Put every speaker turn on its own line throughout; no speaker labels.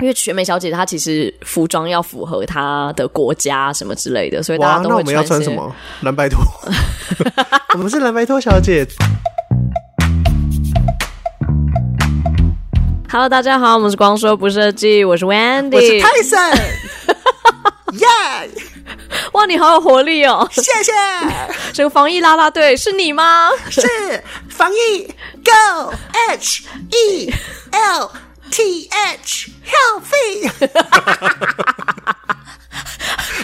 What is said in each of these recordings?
因为选美小姐她其实服装要符合她的国家什么之类的，所以大
哇，
家都
那我
会
们要穿
些
什？么？蓝白拖。 我们是蓝白拖小姐。
Hello，大家好，我们是光说不设计，我是 Wendy，
我是泰 森。耶
哇，你好有活力哦！
谢谢，
这个防疫啦啦队是你吗？
是防疫 Go H E L T H healthy。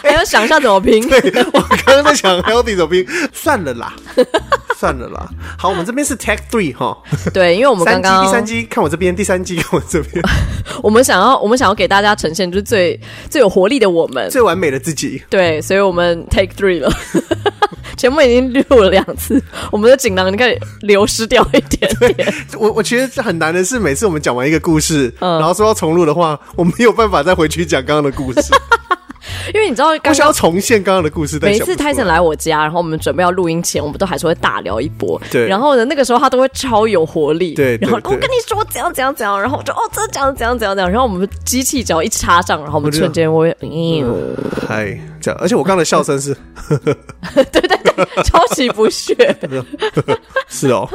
还要想一下怎么 拼。
我刚刚在想 healthy 怎么拼，算了 啦，算了啦。好，我们这边是 tag three 哈，
对，因为我们刚
三
刚
季第三季看我这边，第三季看我这边，
我们想要我们想要给大家呈现就是最最有活力的我们，
最完美的自己。
对，所以我们 take three 了。 节目已经录了两次，我们的锦囊你看流失掉一点点。
我我觉得很难的是，每次我们讲完一个故事，
嗯
然后说要重录的话，我没有办法再回去讲刚刚的 故事，
因为你知道，
我
刚
想
刚
要重现刚刚的故事。但
每一
想不
次
出
泰森
来，
来我家，然后我们准备要录音前，我们都还是会大聊一波。
对
然后呢，那个时候他都会超有活力。
对对
然后
对
我跟你说怎样怎样怎样，然后我就哦，这怎样怎样怎样怎样，然后我们机器只要一插上，然后我们
我知道
瞬间会，嗯，
哎，这样，而且我刚刚的笑 声是
对对对，超级不屑。
是哦，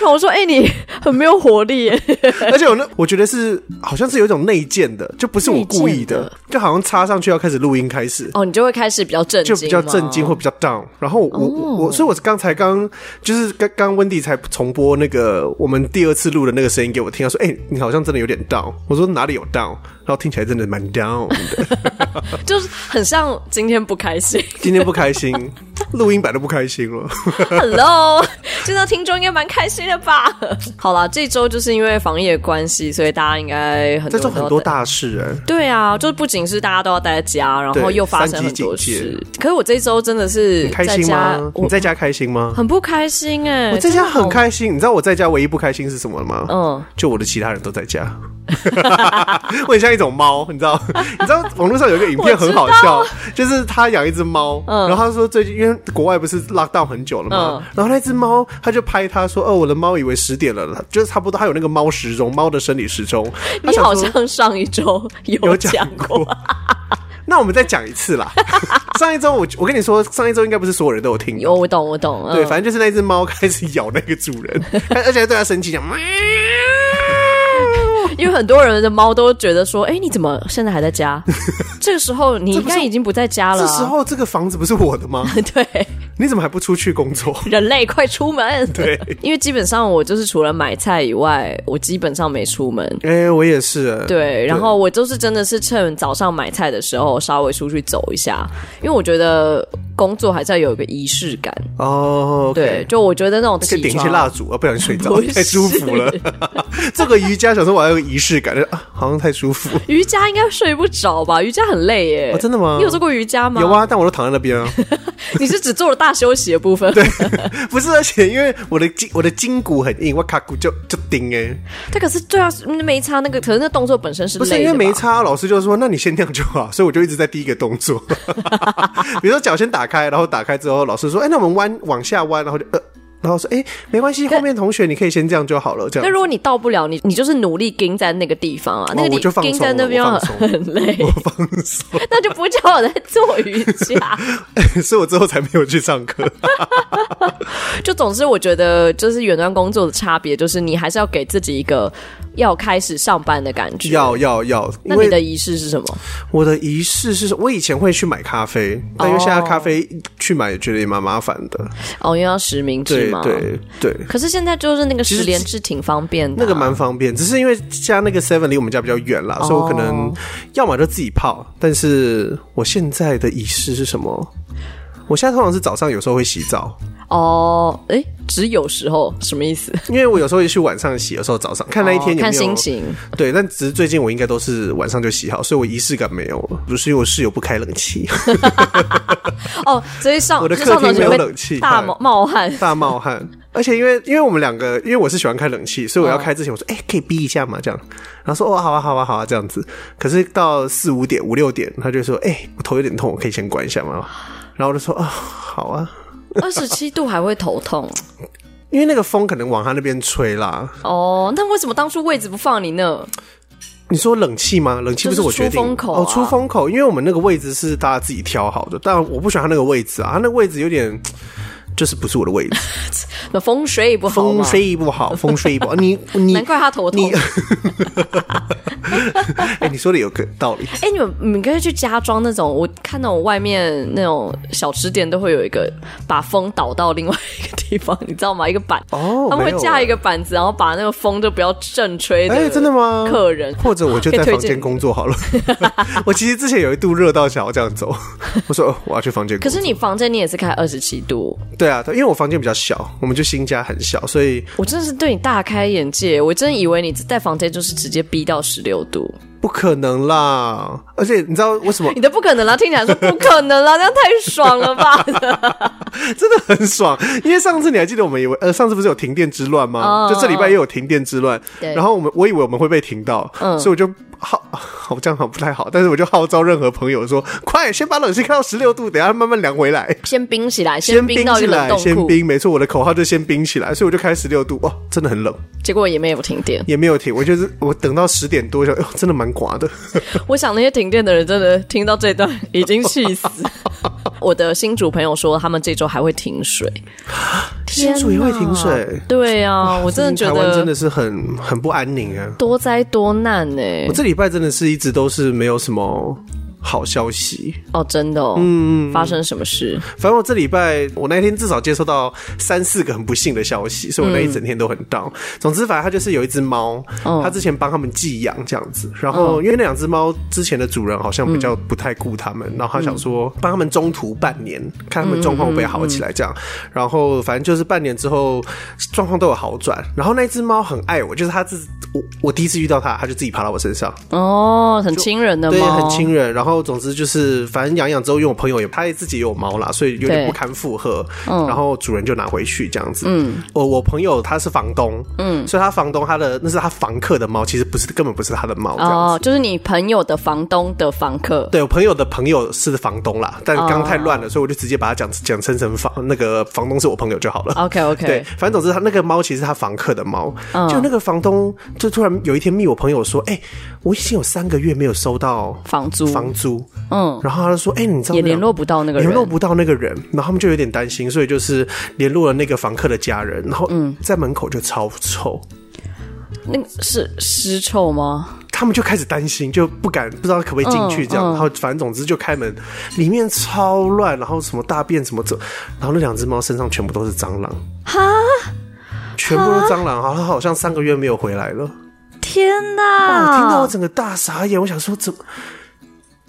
然后我说，哎、你 很没有活力耶。
而且我那我觉得是好像是有一种内建的，就不是我故意
内
的
建，
就好像插上去要开始录音开始，
哦，你就会开始比较震惊
就
哦吗，哦
比较震惊或比较 down。然后我、我我，所以我刚才刚就是刚刚温迪才重播那个我们第二次录的那个声音给我听，他说：“哎、你好像真的有点 down。”我说：“哪里有 down？” 然后听起来真的蛮 down 的，
就是很像今天不开心。
今天不开心，录音版都不开心了。
Hello，这周听众应该蛮开心的吧？好啦，这周就是因为防疫的关系，所以大家应该很
这
多
种
人都
很多
在
大事哎、
对啊，就是不仅是大家都要待在家，然后
对
又发生很多
三级
事。可是我这周真的是
开
在
心
家
吗，？
我
你在家开心吗？
很不开心哎、
我在家很
心。
开心，你知道我在家唯一不开心是什么了吗？
嗯，
就我的其他人都在家， 我很像一种猫，你 知道？你知道网络上有一个影片很好笑，就是他养一只猫，
嗯
然后他说最近因为国外不是 lock down 很久了嘛，然后那只猫他就拍他说：“哦，我的猫以为十点了，就是差不多。”他有那个猫时钟，猫的生理时钟。他
你
想
好
说
像上一周有
有
讲
讲过。 那我们再讲一 次啦。上一周我我跟你说，上一周应该不是所有人都有听到，
有，我懂，我懂。嗯
对，反正就是那只猫开始咬那个主 人，而而且还对他生气，讲喵。
因为很多人的猫都觉得说，哎、你怎么现在还在家？ 这个时候你应该已经不在家了、
这时
啊。
候这个房子不是哦我的吗？
对，
你怎么还不出去工作？
人类快出门！
对，
因为基本上我就是除了买菜以外，我基本上没出门。
哎、我也是。，
对，然后我就是真的是趁早上买菜的时候稍微出去走一下，因为我觉得工作还是要有一个仪式感。
哦、o
对，，就我觉得那种
可以
起
点一
床
些蜡烛啊，不然 睡着
不是
太舒服了。 这个瑜伽，想说我还有个仪式感，就啊，好像 太舒服。
瑜伽应该睡不着吧？瑜伽很累耶。
哦真的吗
你有做过瑜伽吗？
有。啊，但我都躺在那边啊。
你是只做了大休息的部分？对。
不是，而且因为我的筋我的筋骨很硬，我卡骨就就顶哎、
但可是对啊，嗯没差那个，可是那动作本身是
不是
累
因为
的吧。
没差，老师就说那你先那样就好，所以我就一直在第一个动 作，比如说脚先打开，然后打开之后，老师说，哎、那我们弯往下弯，然后就呃，然后说，哎、没关系，后面同学你可以先这样就好了，这
那
样。
如果你到不了，你你就是努力盯在那个地方啊，那个
我
地
就放
盯
松
在
了，
那边
我
很
放 松，
很累，
我放松。
那就不叫我在做瑜伽。
所以我之后才没有去上课。
就总之，我觉得就是远端工作的差别，就是你还是要给自己一个要开始上班的感觉。
要要要，因
那你的
为
仪式是什么？
我的仪式是，我以前会去买咖啡，但因为现在
哦
咖啡去买觉得也蛮麻烦的。
哦，因为要实名制
对
嘛。。
对对，
可是现在就是那个
实
十连制挺方便的啊、哦
那个蛮方便，只是因为家那个 Seven 离我们家比较远啦，所以我可能要么就自己泡，但是我现在的仪式是什么？我现在通常是早上有时候会洗澡，
哦，哎，只有时候什么意思？
因为我有时 候也去晚上洗，有时候早上，看那一天有没
哦
有、
看心情。
对，但只是最近我应该都是晚上就洗好，所以我仪式感没有了。不是因为我室友不开冷气，
哦，所以上
我的
就上
客
床
厅没
就
有
会
冷气
大冒冒 汗。
大冒汗。而且因为因为我们两个，因为我是喜欢开冷气，所以我
嗯
要开之前我说，哎、可以逼一下嘛，这样。然后说，哦，好啊，好啊，好啊，这样子。可是到四五点、五六点，他就说，哎、我头有点痛，我可以 先哦关一下吗？然后我就说，啊、好啊。
二十七度还会头痛，
因为那个风可能往他那边吹啦。
哦，那为什么当初位置不放你呢？
你说冷气吗？冷气不我决
就
定、
是出风口啊
哦，出风口，因为我们那个位置是大家自己挑好的，但我不喜欢他那个位置啊，他那个位置有点。就是不是我的位置，
那风水不 好
风
嘛，
吹不好，风吹不好。你你
难怪他头痛
你。哎、你说的有个道 理。
哎、你们你们可以去家装那种，我看那种外面那种小吃店都会有一个把风导到另外一个地方，你知道吗？一个板，
哦
他们会
没有
架
欸
一个板子，然后把那个风就不要正吹
哎、真的吗？
客人
或者我就在
啊可以推
房
荐
间工 作好了。我其实之前有一度热到想要这样走，我说、哦我要去房间工
可
作。
是你房间你也是开二十七度，
对啊，对因为我房间比较小，我们就新家很小，所以
我真的是对你大开眼界，我真以为你在房间就是直接逼到十六度，
不可能啦。而且你知道为什 么
你的不可能啊啦，听起来说不可能啊啦，这样太爽了吧？
真的很爽？因为上次你还记得我们以为呃上次不是有停电之乱吗？
哦
就这礼拜也有停电之乱，
对嗯
然后我们我以为我们会被停到，所以我就号好这样好像不太好，但是我就号召任何朋友说，快先把冷气开到十六度，等一下慢慢凉回来。
先冰起来，
先
冰
冰
到一
起
个冷
来，
冻
先
库，
冰，没错，我的口号就先冰起来，所以我就开十六度，哇，真的很冷，
结果也没有停电。
也没有停，我就是我等到十点多，想，哎呦，真的蛮寡的，
我想那些停电的人真的听到这段已经气死。我的新主朋友说，他们这周还会停水，
新竹也会停
天
水
哪。对啊，我真的觉
最近台湾真
得
的是很很不安宁啊！
多灾多难欸呢、
我这礼拜真的是一直都是没有什么好消息。
哦，真的、哦，嗯，发生什么事？
反正我这礼拜，我那一天至少接收到三四个很不幸的消息，所以我那一整天都很 down。总之，反正它就是有一只猫，
哦
它之前帮他们寄养这样子，然后因为那两只猫之前的主人好像比较不太顾它们，然后他想说帮他们中途半年，看他们状况会不会好起来这样。然后反正就是半年之后状况都有好转，然后那只猫很爱我，就是它自我我第一次遇到它，它就自己爬到我身上，
哦，很亲人的
嗯对，
吗？
很亲人。然后总之就是，反正养养之后，因为我朋友也他也自己也有猫啦，所以有点
对
不堪负荷。
嗯
然后主人就拿回去这样子。嗯，我我朋友他是房东，嗯，所以他房东他的那是他房客的猫，其实不是根本不是他的猫这样子。
哦，就是你朋友的房东的房客。
对我朋友的朋友是房东啦，但刚刚太乱
哦
了，所以我就直接把它讲讲成成房那个房东是我朋友就好了。
哦 OK 嗯
对
OK，，
反正总之他那个猫其实是他房客的猫，就那个房东就突然有一天密我朋友说，哎、我已经有三个月没有收到
房租
房租，
嗯，
然后他就说，哎、你知道那个
也联络不到那个人
联络不到那个人，然后他们就有点担心，所以就是联络了那个房客的家人，然后
嗯
在门口就超臭，
那个是尸臭吗？
他们就开始担心，就不敢不知道可不可以进去这样，
嗯嗯
然后反正总之就开门，里面超乱，然后什么大便什么这，然后那两只猫身上全部都是蟑螂，
哈，
全部都是蟑螂，然后它好像三个月没有回来了。
天
我
哪！
听到我整个大傻眼，我想说怎么？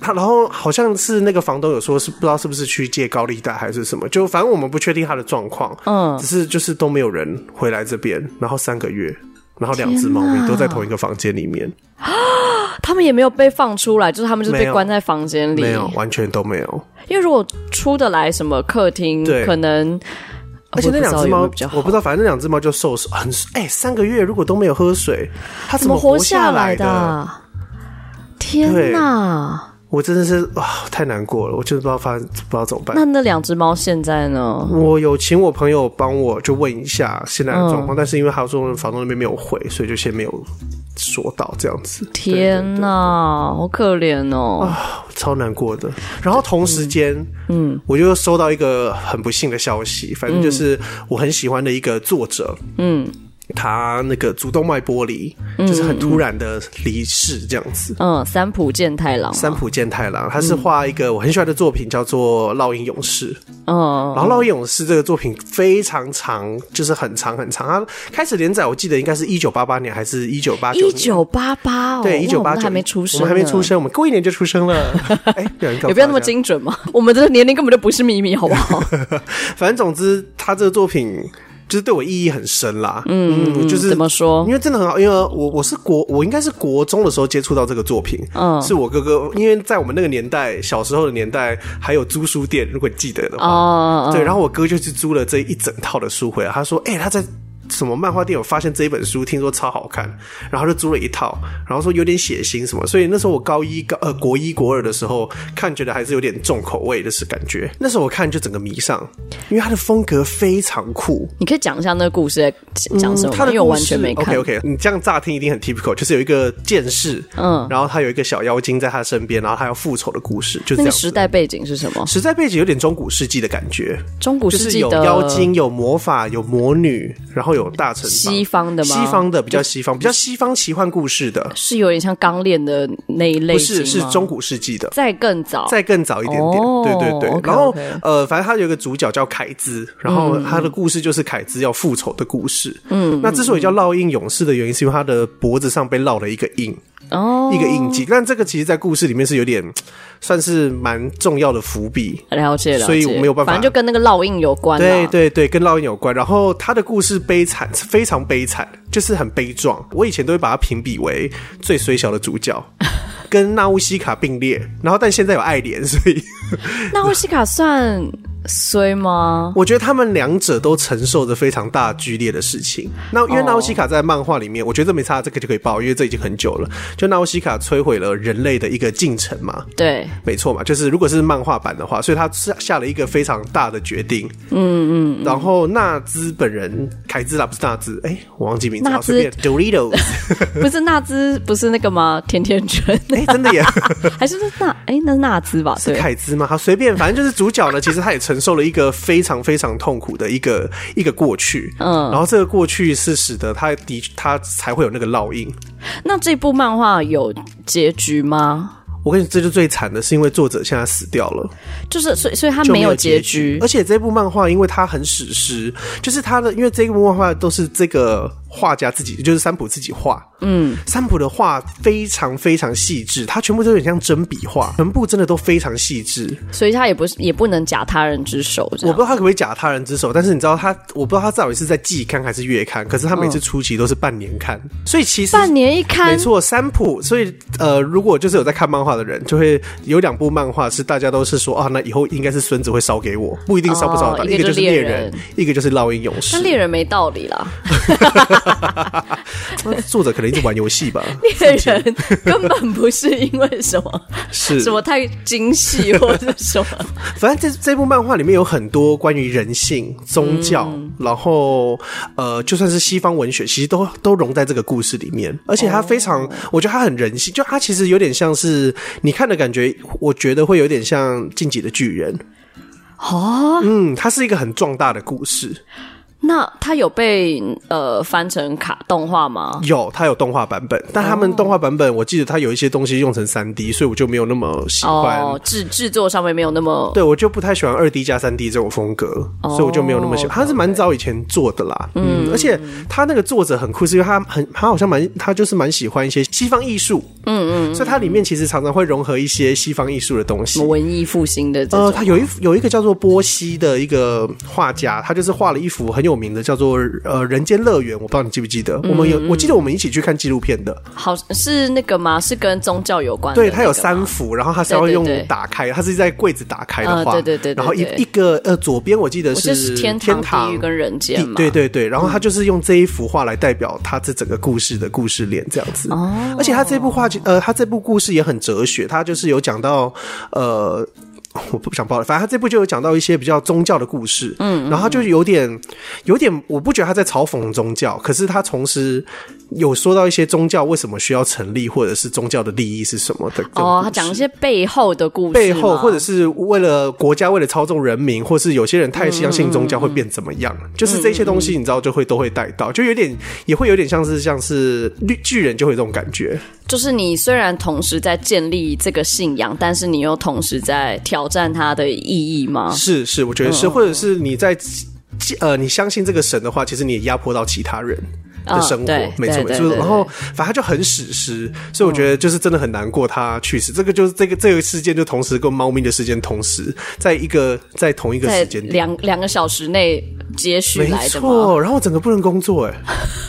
他然后好像是那个房东有说是不知道是不是去借高利贷还是什么，就反正我们不确定他的状况，
嗯
只是就是都没有人回来这边，然后三个月，然后两只猫咪都在同一个房间里面，
他们也没有被放出来，就是他们就是
没
被
有
关在房间里。
没有，完全都没有，
因为如果出得来什么客厅，
对
可能
而且那两只猫
啊我也不知道有没有比较好
我不知道，反正那两只猫就受伤，很哎、三个月如果都没有喝水，它
怎
么
活
下
来
的？
啊？天哪！
我真的是哇，太难过了，我就是不知道发不知道怎么办。
那那两只猫现在呢？
我有请我朋友帮我就问一下现在的状况，但是因为他说房东那边没有回，所以就先没有说到这样子。
天哪，好可怜哦！
啊，超难过的。然后同时间，嗯，我就收到一个很不幸的消息，反正就是我很喜欢的一个作者，嗯。他那个主动脉剥离，就是很突然的离世这样子。
嗯，三浦健太郎嘛，
三浦健太郎，他是画一个我很喜欢的作品，叫做《烙印勇士》。
嗯，
然后《烙印勇士》这个作品非常长，就是很长很长。它开始连载，我记得应该是一九八八年还是一九八九
一
年？
九八八哦，
对，一
哇
九
我
八
们
九
还没出生，
我们还没 出，生，我们过一年就出生了。哎，有人告诉
也不要那
大
么
家
精准嘛。我们的年龄根本就不是秘密，好不好？
反正总之，他这个作品就是对我意义很深啦。嗯，嗯 就是
怎么说
因？为真的很好，因为我我是国，我应该是国中的时候接触到这个作品，
嗯
是我哥哥，因为在我们那个年代，小时候的年代还有租书店，如果你记得的话，
哦，
对，然
后
后我哥就去租了这一整套的书回来，他说，哎、他在。什么漫画店有发现这一本书，听说超好看，然后就租了一套，然后说有点血腥什么，所以那时候我高一高呃国一国二的时候看，觉得还是有点重口味的是感觉。那时候我看就整个迷上，因为它的风格非常酷。
你可以讲一下那个故事在讲什么吗？
嗯他的
因为我完全没看。
OK OK，你这样乍听一定很 typical，就是有一个剑士，
嗯，
然后他有一个小妖精在他身边，然后他要复仇的故事，就
那
这样
个
子
时代背景是什么？
时代背景有点中古世纪的感觉，
中古
就
世
是
纪
有
的
妖精、有魔法、有魔女，然后有大城邦
西方的吗？
西方的比较西方，比较西方奇幻故事的，
是有点像钢炼的那一类
不
型吗，
是是中古世纪的，
再更早，
再更早一点点，
哦
对对对。
OK，
然后
OK
呃，反正他有一个主角叫凯兹，然后
嗯
他的故事就是凯兹要复仇的故事。嗯，那之所以叫烙印勇士的原因，是因为他的脖子上被烙了一个印，
哦，
一个印记。但这个其实，在故事里面是有点算是蛮重要的伏笔。
了解了解，
所以我没有办法
反正就跟那个烙印有关啦，啊
对对对，跟烙印有关。然后他的故事悲惨，非常悲惨，就是很悲壮。我以前都会把他评比为最水小的主角，跟纳乌西卡并列。然后但现在有爱莲，所以
那乌西卡算衰吗？
我觉得他们两者都承受着非常大剧烈的事情。那因为
哦
纳乌西卡在漫画里面，我觉得这没差，这个就可以爆，因为这已经很久了。就纳乌西卡摧毁了人类的一个进程嘛，
对，
没错嘛，就是如果是漫画版的话，所以他下下了一个非常大的决定。嗯嗯。然后纳兹本人，凯兹啦，不是纳兹，哎、我忘记名字，
纳
好
兹
随便 Doritos，
不是纳兹，不是那个吗？甜甜 圈，
哎、真的耶，
还是是纳？哎、那是纳兹吧？对，
凯兹吗？好，随便，反正就是主角呢，其实他也承受了一个非常非常痛苦的一个一个过去。
嗯
然后这个过去是使得他的他才会有那个烙印。
那这部漫画有结局吗？
我跟你，这就最惨的是，因为作者现在死掉了。
就是，所以所以它
就
没有
结
结局
而，且这部漫画因为它很史诗，就是它的，因为这部漫画都是这个画家自己，就是三浦自己画。嗯，三浦的画非常非常细致，它全部都有点像真笔画，全部真的都非常细致。
所以它也不是也不能假他人之手，这
呃我不
样
知道他可不可以假他人之手，但是你知道他，我不知道他到底是在季刊还是月刊，可是他每次出期都是半年刊，所以其
嗯
实
半年一刊
没，错，三浦。所以呃，如果就是有在看漫画的人，就会有两部漫画是大家都是说啊，那以后应该是孙子会烧给我，不一定烧不烧得到，
哦
一
一个
个
就
就
是是
猎
猎
人
人，
一个就是烙印勇士
那。猎人没道理啦，
作者可能一直玩游戏 吧，
猎人根本不是因为什么
是
什么太精细或者什么，
反正这这部漫画里面有很多关于人性、宗教，
嗯
然后呃，就算是西方文学，其实都都融在这个故事里面。而且它非
哦
常，我觉得它很人性，就它其实有点像是你看的感觉，我觉得会有点像《进击的巨人》
哦，
嗯，它是一个很壮大的故事，
那它有被呃翻成卡动画吗？
有它有动画版本，但他
哦
们动画版本我记得它有一些东西用成三 D，所以我就没有那么喜欢。
哦，制制作上面没有那么
对，我就不太喜欢二 D 加三 D 这种风格，所以我就没有那么喜欢。他是蛮早以前做的啦，哦嗯，而且他那个作者很酷，是因为他很他好像蛮他就是蛮喜欢一些西方艺术，嗯嗯，所以它里面其实常常会融合一些西方艺术的东西
什么。文艺复兴的这
呃，
种。
他有一有一个叫做波西的一个画家，他就是画了一幅很有名的叫做呃《人间乐园》，我不知道你记不记得，我们有我记得我们一起去看纪录片的，
好是那个吗？是跟宗教有关的那
对，
个吗？
它有三幅，然后它是要
对对
用
对
打开，它是在柜子打开的
嗯
话，
对对对对
然后一
对
一个呃，左边我记得
我记得是天堂、
天
地狱跟人间嘛。嗯
对对对，然后他就是用这一幅画来代表他这整个故事的故事链这样子。哦，而且他这部画，呃，他这部故事也很哲学，他就是有讲到，呃。我不想报了，反正他这部就有讲到一些比较宗教的故事，嗯，然后他就有点，有点，我不觉得他在嘲讽宗教，可是他同时有说到一些宗教为什么需要成立，或者是宗教的利益是什么的。这种
哦，
故
他讲
事
一些背后的故事吗，
背后，或者是为了国家，为了操纵人民，或是有些人太相信宗教会变怎么
嗯
样，就是这些东西，你知道就会都会带到，就有点也会有点像是像是绿巨人就会有这种感觉，
就是你虽然同时在建立这个信仰，但是你又同时在挑战它的意义吗？
是是，
嗯
我觉得是，或者是你在。呃，你相信这个神的话，其实你也压迫到其他人，的生活，
对
没错
哦对
没
对
错。
对
然后反正他就很史诗，所以我觉得就是真的很难过他去世。这个就是这个这个事件就同时跟猫咪的事件同时在一个在同一个
在
时间点。
两两个小时内接续
没
来的吗？
错，然后我整个不能工作、哎，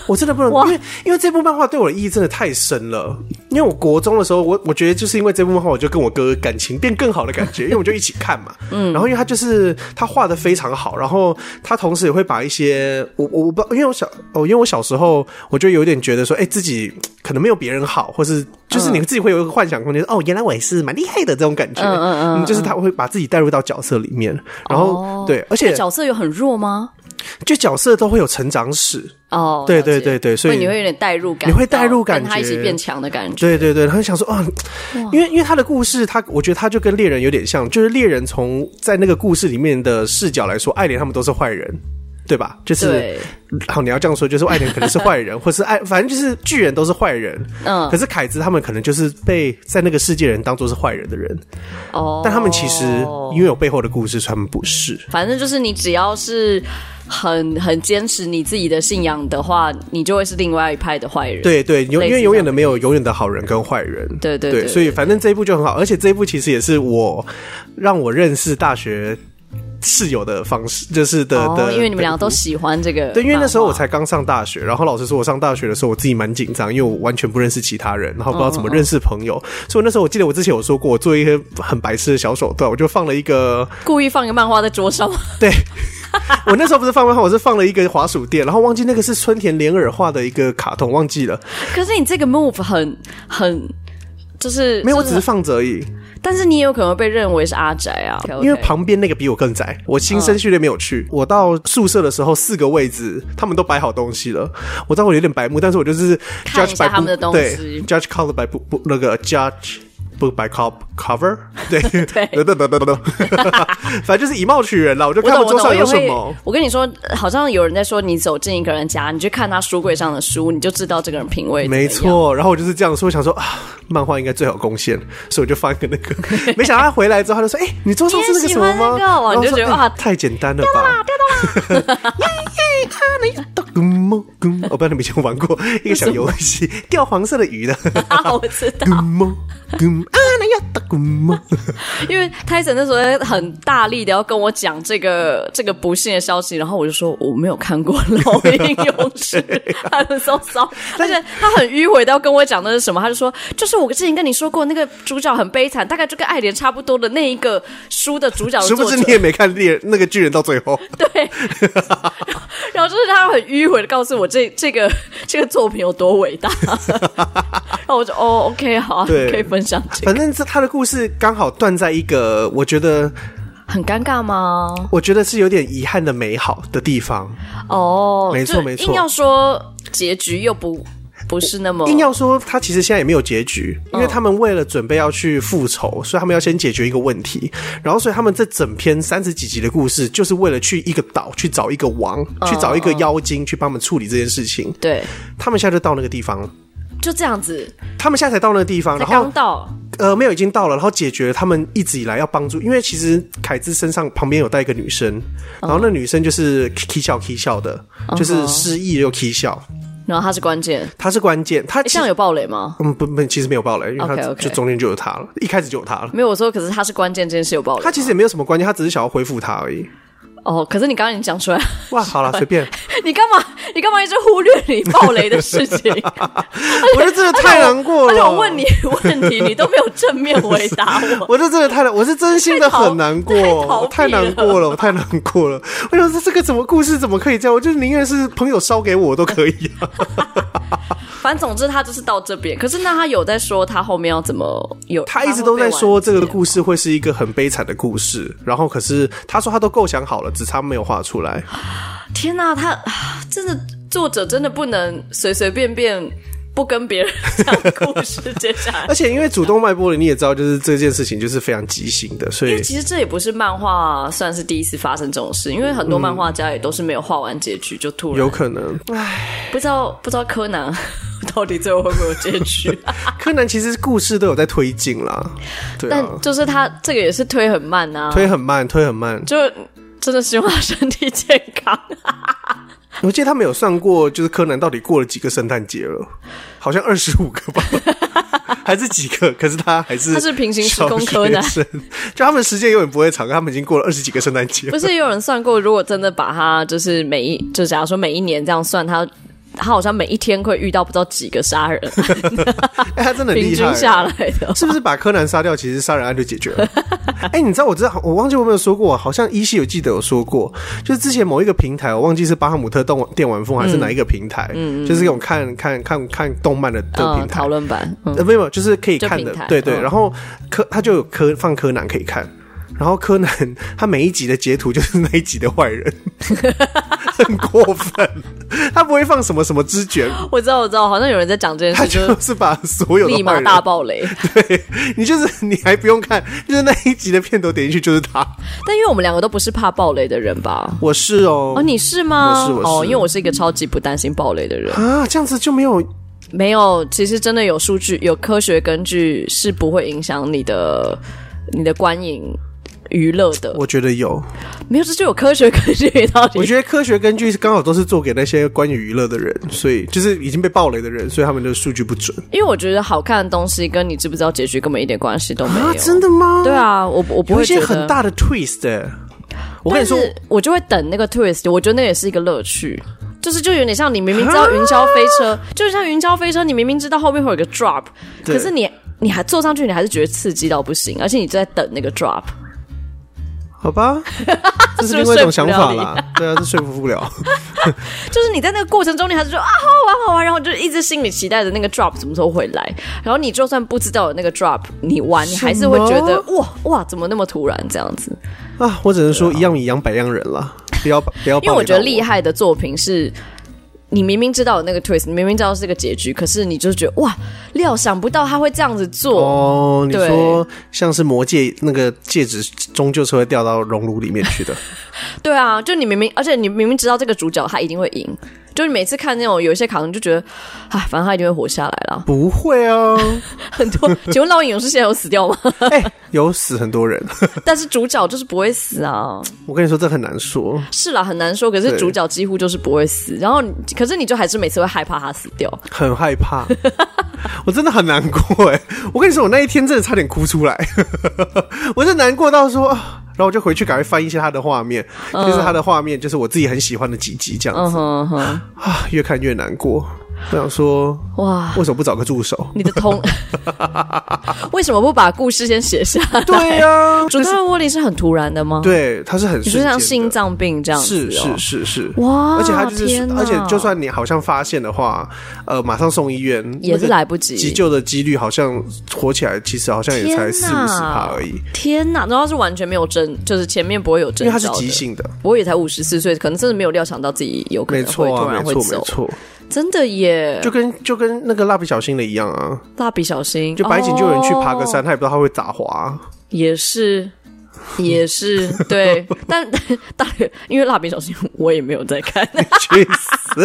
我真的不能，因为因为这部漫画对我的意义真的太深了。因为我国中的时候，我我觉得就是因为这部漫画，我就跟我哥感情变更好的感觉，因为我们就一起看 嘛。嗯，然后因为他就是他画的非常好，然后他同时也会把一些我我我不知道，因为我小哦，因为我小时候我就有点觉得说，哎、自己可能没有别人好，或是就是你自己会有一个幻想空间，哦，原来我也是蛮厉害的这种感觉。
嗯嗯嗯
嗯，就是他会把自己带入到角色里面，然后、
哦
对，而
这
且
个角色有很弱吗？
就角色都会有成长史。
哦，
对
了解
对对对所以
你会有点代入感，
你会代入感
跟他一起
觉
变强的感觉。
对对对，然后想说，哦，因为因为他的故事，他我觉得他就跟猎人有点像，就是猎人从在那个故事里面的视角来说，爱莲他们都是坏人。对吧？就是
对，
好，你要这样说，就是爱莲可能是坏 人，或是爱，反正就是巨人都是坏人。
嗯
可是凯兹他们可能就是被在那个世界人当做是坏人的人，
哦，
但他们其实因为有背后的故事，所以他们不是。
反正就是你只要是很很坚持你自己的信仰的话，你就会是另外一派的坏人。，
对对，永
类似
因
这样
为永远的没有永远的好人跟坏人。
对对对
对
对
所以反正这一部就很好，而且这一部其实也是我让我认识大学室友的方式，就是的、
哦，
的，
因为你们两个都
的
喜欢这个漫画。
对，因为那时候我才刚上大学，然后老实说，我上大学的时候我自己蛮紧张，因为我完全不认识其他人，然后不知道怎么认识朋
嗯
友，所以那时候我记得我之前有说过，我做一些很白痴的小手段，我就放了 一个
故意放一个漫画在桌上，
对。我那时候不是放漫画，我是放了一个滑鼠垫，然后忘记那个是春田莲耳画的一个卡通，忘记了，
可是你这个 move 很很就是
没有，我
就
只是放着而已。
但是你也有可能会被认为是阿宅啊，
因为
OK，OK
旁边那个比我更窄，我新生序列没有去。
哦
我到宿舍的时候，四个位置他们都摆好东西了。我知道我有点白目，但是我就是
看
judge
一
by
下他们的
book-
东西
对 judge color by 不不那个 judge。不 by cop cover，对 对对对对对，反正就是以貌取人啦。我就
我
看
懂，我
桌
懂，我
上
也
有什
会
么，。
我跟你说，好像有人在说，你走进一个人家，你去看他书柜上的书，你就知道这个人品味。
没，错，然后我就是这样说，我想说啊，漫画应该最好贡献，所以我就放一个那个。 没想到他回来之后，他就说：“哎、你桌上是那个什么吗？”
你也喜欢那个哇
然后
你就
说
觉得
哎
哇
太简单了吧？掉到啦，掉到啦！哦我不知道你们以前有玩过一个小游戏，钓黄色的鱼的。
啊，我知道，
咕么咕么啊，那要打咕么。
因为泰森那时候很大力的要跟我讲这个这个不幸的消息，然后我就说我没有看过《老鹰勇士》，I'm so sorry。而且他很迂回的要跟我讲的是什么，他就说就是我之前跟你说过那个主角很悲惨，大概就跟爱莲差不多的那一个书的主角的
殊不
作
知
者
你。也没看猎那个巨人到最后，
对，然后就是他很迂回的告诉我这这个这个作品有多伟大， 然后我就哦，OK，好啊，
对
可以分享 这个，
反正这他的故事刚好断在一个我觉得
很尴尬吗？
我觉得是有点遗憾的美好的地方。
哦，
没错
就
没错
硬要说结局又不不是那么
硬要说他其实现在也没有结局，因为
嗯
他们为了准备要去复仇，所以他们要先解决一个问题，然后所以他们这整篇三十几集的故事，就是为了去一个岛去找一个王，
嗯
去找一个妖精去帮他们处理这件事情。
对，
他们现在就到那个地方了。
就这样子，
他们现在才到那个地方，
才
然后
刚到，
呃没有已经到了，然后解决了他们一直以来要帮助，因为其实凯兹身上旁边有带一个女生，
嗯
然后那女生就是 k 笑 k 笑的，就是失忆又 k 笑，
然后他是关键，
她是关键，她
诶
其
这
实
样有暴雷吗？
嗯不不其实没有爆雷，因为她
OK，OK
就中间就有她了，一开始就有她了。
没有，我说可是他是关键这件事有暴雷
她其实也没有什么关键，她只是想要恢复她而已。
哦，可是你刚刚已经讲出来，
哇，好了，随便，
你干嘛你干嘛一直忽略你暴雷的事情？
我就真的太难过
而且
了。
我问你问题，你都没有正面回答 我。
我就真的太难，我是真心的很难过，
太逃
我太
避了
难过了，我太难过了。我想说这个怎么故事怎么可以这样？我就宁愿是朋友烧给我都可以 啊。
反正总之他就是到这边，可是那他有在说他后面要怎么有？
他一直都在说这个故事会是一个很悲惨的故事，然后可是他说他都构想好了，只差没有画出来。
他会被完结天哪、他啊真的作者真的不能随随便便不跟别人讲故事。接下 来
而，且因为主动脉波了，你也知道，就是这件事情就是非常畸形的，所
因
以
为其实这也不是漫画算是第一次发生这种事，因为很多漫画家也都是没有画完结局就突然
有可能。
不知道不知道柯南 到底最后会不会有结 局。
柯南其实故事都有在推进啦，对啊，
但就是他这个也是推很慢啊，
推很慢，推很慢。
就真的希望他身体健康。
我记得他们有算过，就是柯南到底过了几个圣诞节了，好像二十五个 吧，还是几个？可是他还是
他是平行时空柯南
小学生，就他们时间永远不会长，他们已经过了二十几个圣诞 节
不。是也有人算过，如果真的把他就是每一，就假如说每一年这样算，他他好像每一天会遇到不知道几个杀 人，
哎、他真的很
平
厉害
均，下来的话。
是不是把柯南杀掉，其实杀人案就解 决了？哎、你知道我知道，我忘记我有没有说过，好像依稀有记得有说过，就是之前某一个平台，我忘记是巴哈姆特动电玩风还是哪一个平台，就是那种看看看看动漫的的
嗯，
平台，
讨论版，嗯，
呃，没有，没有，就是可以看
就
的
平台，
对对。
嗯
然后柯他就有柯放柯南可以看，然后柯南他每一集的截图就是那一集的坏人， 很过分。他不会放什么什么知觉，
我知道，我知道，好像有人在讲这件
他
事，就
就是是把所有
立
的
马
坏
大
人，
爆雷。
对你就是 你还不用看，就是那一集的片头点进去就是他。
但因为我们两个都不是怕爆雷的人吧？
我是哦
哦，你是吗？
我是我是
哦，因为我是一个超级不担心爆雷的人。
啊，这样子就没有
没有，其实真的有数据、有科学根据，是不会影响你的你的观影娱乐的。
我觉得有，
没有，这就有科学根据到底
我。觉得科学根据刚好都是做给那些关于娱乐的人，所以就是已经被暴雷的人，所以他们的数据不准
因为我觉得好看的东西跟你知不知道结局根本一点关系都没有。
啊？真的吗？
对啊，我我不
有
会
一些
觉得
很，大的 twist 哎、我跟你说
但，是我就会等那个 twist，我觉得那也是一个乐趣。就是就有点像你明明知道云霄飞车， 就像云霄飞车，你明明知道后面会有个 drop，
啊对
可是你你还坐上去，你还是觉得刺激到不行，而且你就在等那个 drop。
好吧，这是
是不是
另外一种
说
想
服
法
了
啦。对啊，这说服不了。
就是你在那个过程中，你还是说啊好好玩好好玩，然后就一直心里期待着那个 drop 什么时候会来。然后你就算不知道有那个 drop，你玩你还是会觉得
什
哇哇怎么那么突然这样子？
啊，我只能说一样米养百样人啦，不要不要。哦
因为我觉得厉
害，
害的作品是。你明明知道有那个 twist，你明明知道是个结局，可是你就是觉得哇，料想不到他会这样子做，
哦，你
对
说像是魔戒那个戒指，终究是会掉到熔炉里面去的。
对啊，就你明明，而且你明明知道这个主角他一定会赢，就你每次看那种有一些卡通，你就觉得，哎，反正他一定会活下来 啦。
不会啊，
很多，请问烙印勇士现在有死掉吗？
哎、有死很多人。
但是主角就是不会死啊。
我跟你说，这很难说。
是啦，很难说。可是
对
主角几乎就是不会死，然后你可是你就还是每次会害怕他死掉。
很害怕， 我真的很难过哎！我跟你说，我那一天真的差点哭出来， 我是难过到说，啊然后我就回去赶快翻一些他的画面，就是他的画面，就是我自己很喜欢的几集这样
嗯
子、
哼嗯哼，
啊，越看越难过。我想说，
哇，
为什么不找个 助手？
你的通为什么不把故事先写下来？
对呀、啊，
主
就是
动的窝里是很突然的吗？，
对，他是很
你
瞬
说
间
像
的
心脏病这样子、
是
哦，
是是是，
哇
而且他就是
天，哪
而且就算你好像发现的话，呃，马上送医院
也是
那个
来不及。
急救的几率，好像活起来其实好像也才四五十趴而已。
天哪！然后是完全没有征，就是前面不会有征
因为他
兆
是
的
急，性的，
不过也才五十四岁，可能真的没有料想到自己有可
没
能会
错
突
啊，
然会
没错没
走，
错，
真的耶！
就跟就跟那个蜡笔小新的一样啊，
蜡笔小新，
就白景就有人去爬个
哦
山，他也不知道他会咋滑，啊
也是，也 是对，但大约因为蜡笔小新我也没有在看，
去死！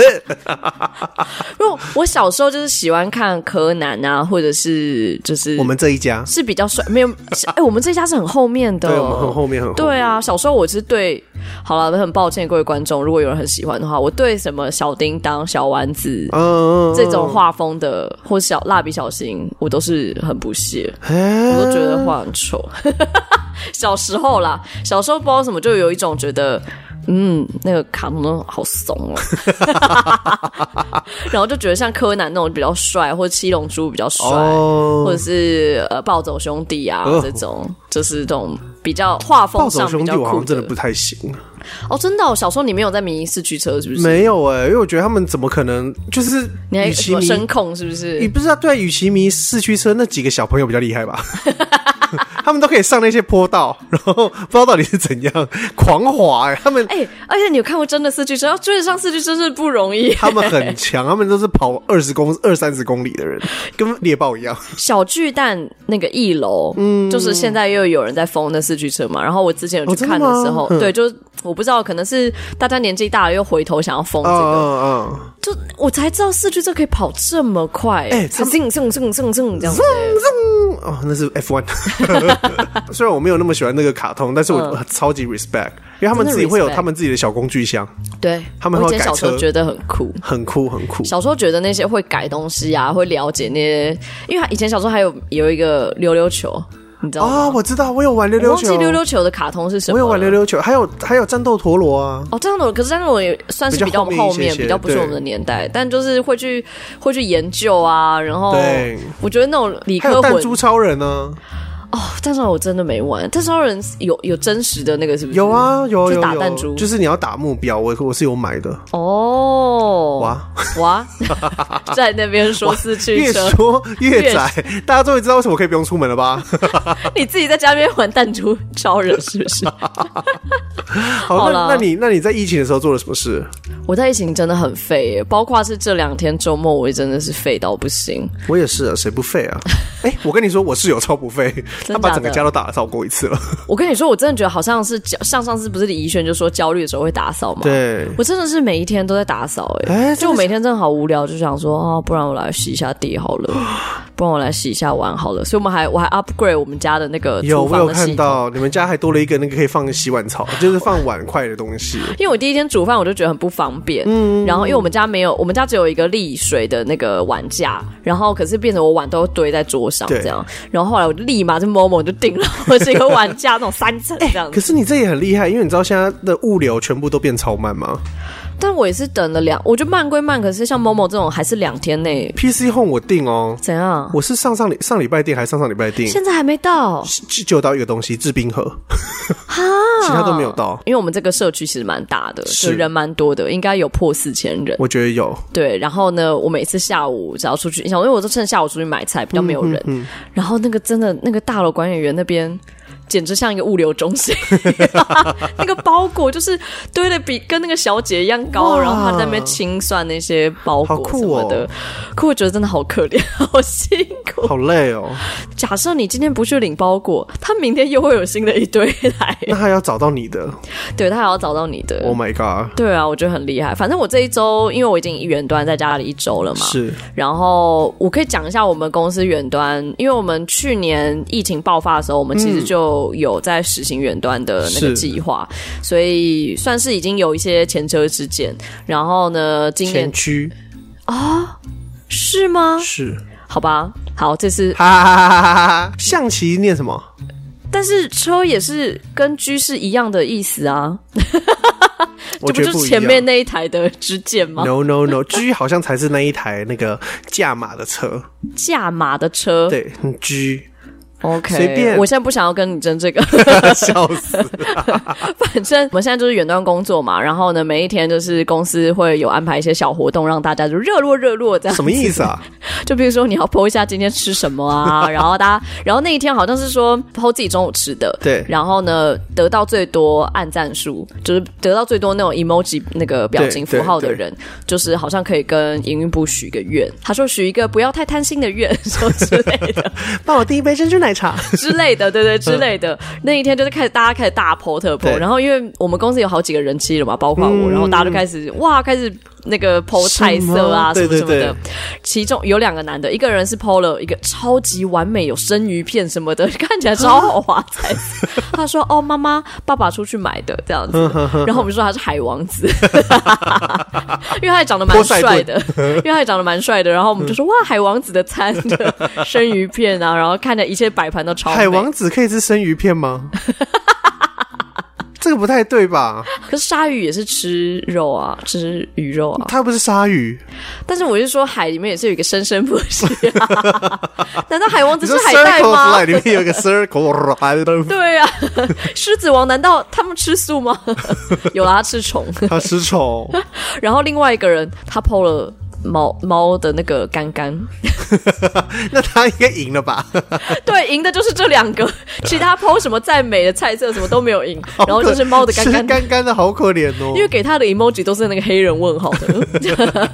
因为我小时候就是喜欢看柯南啊，或者是就是
我们这一家，
是比较帅，没有是哎、我们这一家是很后面的，
对我们很后面很后面
对，啊，小时候我是对，好了，很抱歉各位观众，如果有人很喜欢的话，我对什么小叮当、小丸子。
嗯，
这种画风的或小蜡笔小新，我都是很不屑。
哎
我都觉得画很丑。 小时候啦，小时候不知道什么，就有一种觉得，嗯，那个卡通都好怂哦、 然后就觉得像柯南那种比较帅，或者七龙珠比较帅，或
哦
者，是呃暴走兄弟啊、
哦
这种，就是这种比较画
暴
风
走
上
兄
比
弟
较
我好
酷
像真的不太行，
哦，真的、哦，小时候你没有在迷四驱车是不是？
没有哎，因为我觉得他们怎么可能就是
你还
与
有
其
什么
迷
声控是不
你
是？
不知道对与其迷四驱车那几个小朋友比较厉害吧？ 他们都可以上那些坡道，然后不知道到底是怎样狂滑、欸，他们
哎、而且你有看过真的四驱车，要追得上四驱车是不容易。
他们很强，他们都是跑二十公二三十公里的人，跟猎豹一样。
小巨蛋那个一楼，嗯，就是现在又有人在封那四驱车嘛。然后我之前有去
哦
看的
真的吗
时候，
嗯
对，就是我不知道，可能是大家年纪大了又回头想要封 这
嗯
个，
嗯嗯，
就我才知道四驱车可以跑这么快、
哎
是
他
蹭蹭蹭蹭蹭蹭这样子、
哦，那是 F one。虽 然我没有那么喜欢那个卡通，但是我
嗯
超级 respect，因为他们自己会有他们自己的小工具箱，
对，
他们
我以
还
前
要改
小时候
车
觉得很酷，
很酷很酷。
小时候觉得那些会改东西啊，会了解那些，因为以前小时候还有有一个溜溜球，你知道吗？
啊，我知道，我有玩溜
我
溜
忘记
球，
溜溜球的卡通是什么
我
了。
有玩溜溜球，还有还有战斗陀螺啊，
哦，战斗陀螺，可是战斗陀螺也算是比
比
较我
较后
们
面
后
一
面，
些些
比较不是
对
我们的年代，但就是会去会去研究啊，然后
对
我觉得那种理
还
科
有
混
弹珠超人啊呢、
哦，弹珠人我真的没玩，弹珠人有有真实的那个是不是？
有啊，有
去
有
嗯打
有
弹珠
就是你要打目标，我我是有买的，
哦，
哇。
哇， 在那边说四驱
越
车，
说越窄，大家终于知道为什么我可以不用出门了吧？
你自己在家里面玩弹珠超人是不是？ 好
好，
啦
那那你那你在疫情的时候做了什么事？
我在疫情真的很废耶，包括是这两天周末，我也真的是废到不行。
我也是啊，谁不废啊？ 哎、我跟你说，我室友超不废，
真
他把
假
整个
的
家都打扫过一次了。
我跟你说，我真的觉得好像是焦，像上次不是李怡轩就说焦虑的时候会打扫吗？
对，
我真的是每一天都在打扫、欸，
哎
就我每天真的好无聊，就想说啊，不然我来洗一下地好 了，不然我来洗一下碗好了。所以我们还我还 upgrade 我们家的那个
有
厨
我
房
有
的系
看
统。
到你们家还多了一个那个可以放洗碗槽， 就是放碗筷的东西。
因为我第一天煮饭，我就觉得很不方便。
嗯
然后因为我们家没有，我们家只有一个沥水的那个碗架，然后可是变成我碗都堆在桌上
对
这样。然后后来我就立马就某某就订了我这个碗架，那种三层这样
可
子。
是你这也很厉害，因为你知道现在的物流全部都变超慢吗
但我也是等了两，我觉得慢归慢，可是像某某这种还是两天内
？PC Home 我订哦，
怎样？
我是上上礼上礼拜订还是上上礼拜订，
现在还没到。
只只有到一个东西制冰盒， 其他都没有到，
因为我们这个社区其实蛮大的，
是
就人蛮多的，应该有破四千人。
我觉得有。
对，然后呢，我每次下午只要出去，你想，因为我都趁下午出去买菜，比较没有人。
嗯
然后那个真的，那个大楼管理员那边。简直像一个物流中 心，那个包裹就是堆的比跟那个小姐一样高，
哇
然后她在那边清算那些包
好
裹
酷
什么的，
哦
可我觉得真的好可怜， 好辛苦。
好累哦，
假设你今天不去领包裹，他明天又会有新的一堆来，
那还要找到你的
对他还要找到你的。
，Oh my god！
对啊，我觉得很厉害。反正我这一周，因为我已经远端在家里一周了嘛，
是
然后我可以讲一下我们公司远端，因为我们去年疫情爆发的时候，我们
嗯
其实就有在实行远端的那个
是
计划，所以算是已经有一些前车之鉴。然后呢，今年
前驱
是吗？
是，
好吧，好，这次
哈哈哈哈哈哈！象棋念什么？
但是车也是跟居是一样的意思啊，
我
这不
觉得
就是
不一
前面
样。
那一台的之剑吗？
No no no，G 好像才是那一台那个驾马的车，
哦驾马的车
对嗯，G
，OK，
随便
我现在不想要跟你争这个。
笑 死，
反正我们现在就是远端工作嘛，然后呢，每一天就是公司会有安排一些小活动，让大家就热络热络这样。
什么意思啊？
就比如说你要 PO 一下今天吃什么啊，然后大家，然后那一天好像是说 PO 自己中午吃的，
对
然后呢得到最多按赞数，就是得到最多那种 emoji 那个表情符
对对
号的
对
人，就是好像可以跟营运部许一个愿，他说许一个不要太贪心的愿， 说之类的。
帮我订一杯珍珠奶茶。
之类的，对对之类的。那一天就是开始大家开始大 po 特 po，
嗯对嗯
然后因为我们公司有好几个人妻了嘛，包括我，然后大家就开始哇开始。那个 PO
是吗
菜色啊，什
嗯对
么什么的，
对对
其中有两个男的，一个人是 PO 了一个超级完美，有生鱼片什么的， 看起来超豪华菜色。他 说：“哦，妈妈，爸爸出去买的这样子。”然后我们说他是海王子， 因为他也长得蛮
波塞顿
帅的，因为他也长得蛮帅的。然后我们就说：“
嗯
哇，海王子的餐的生鱼片啊，然后看着一切摆盘都超美啊
海王子可以吃生鱼 片吗？这个不太对吧？
可是鲨鱼也是吃肉啊，吃鱼肉啊。
它不是鲨鱼，
但是我是说，海里面也是有一个生生不息、啊。 难道海王子
你
是
说
海带
circle
吗
line？里面有一个 circle，
对啊，狮子王难道他们吃素吗？ 有啦，他吃虫。
它吃虫，
然后另外一个人他剖了猫猫的那个杆杆，
那它应该赢了吧？
对，赢的就是这两个， 其他剖什么再美的菜色什么都没有赢， 然后就是猫的杆
干
杆。
干干的好可怜哦，
因为给他的 emoji 都是那个黑人问号的。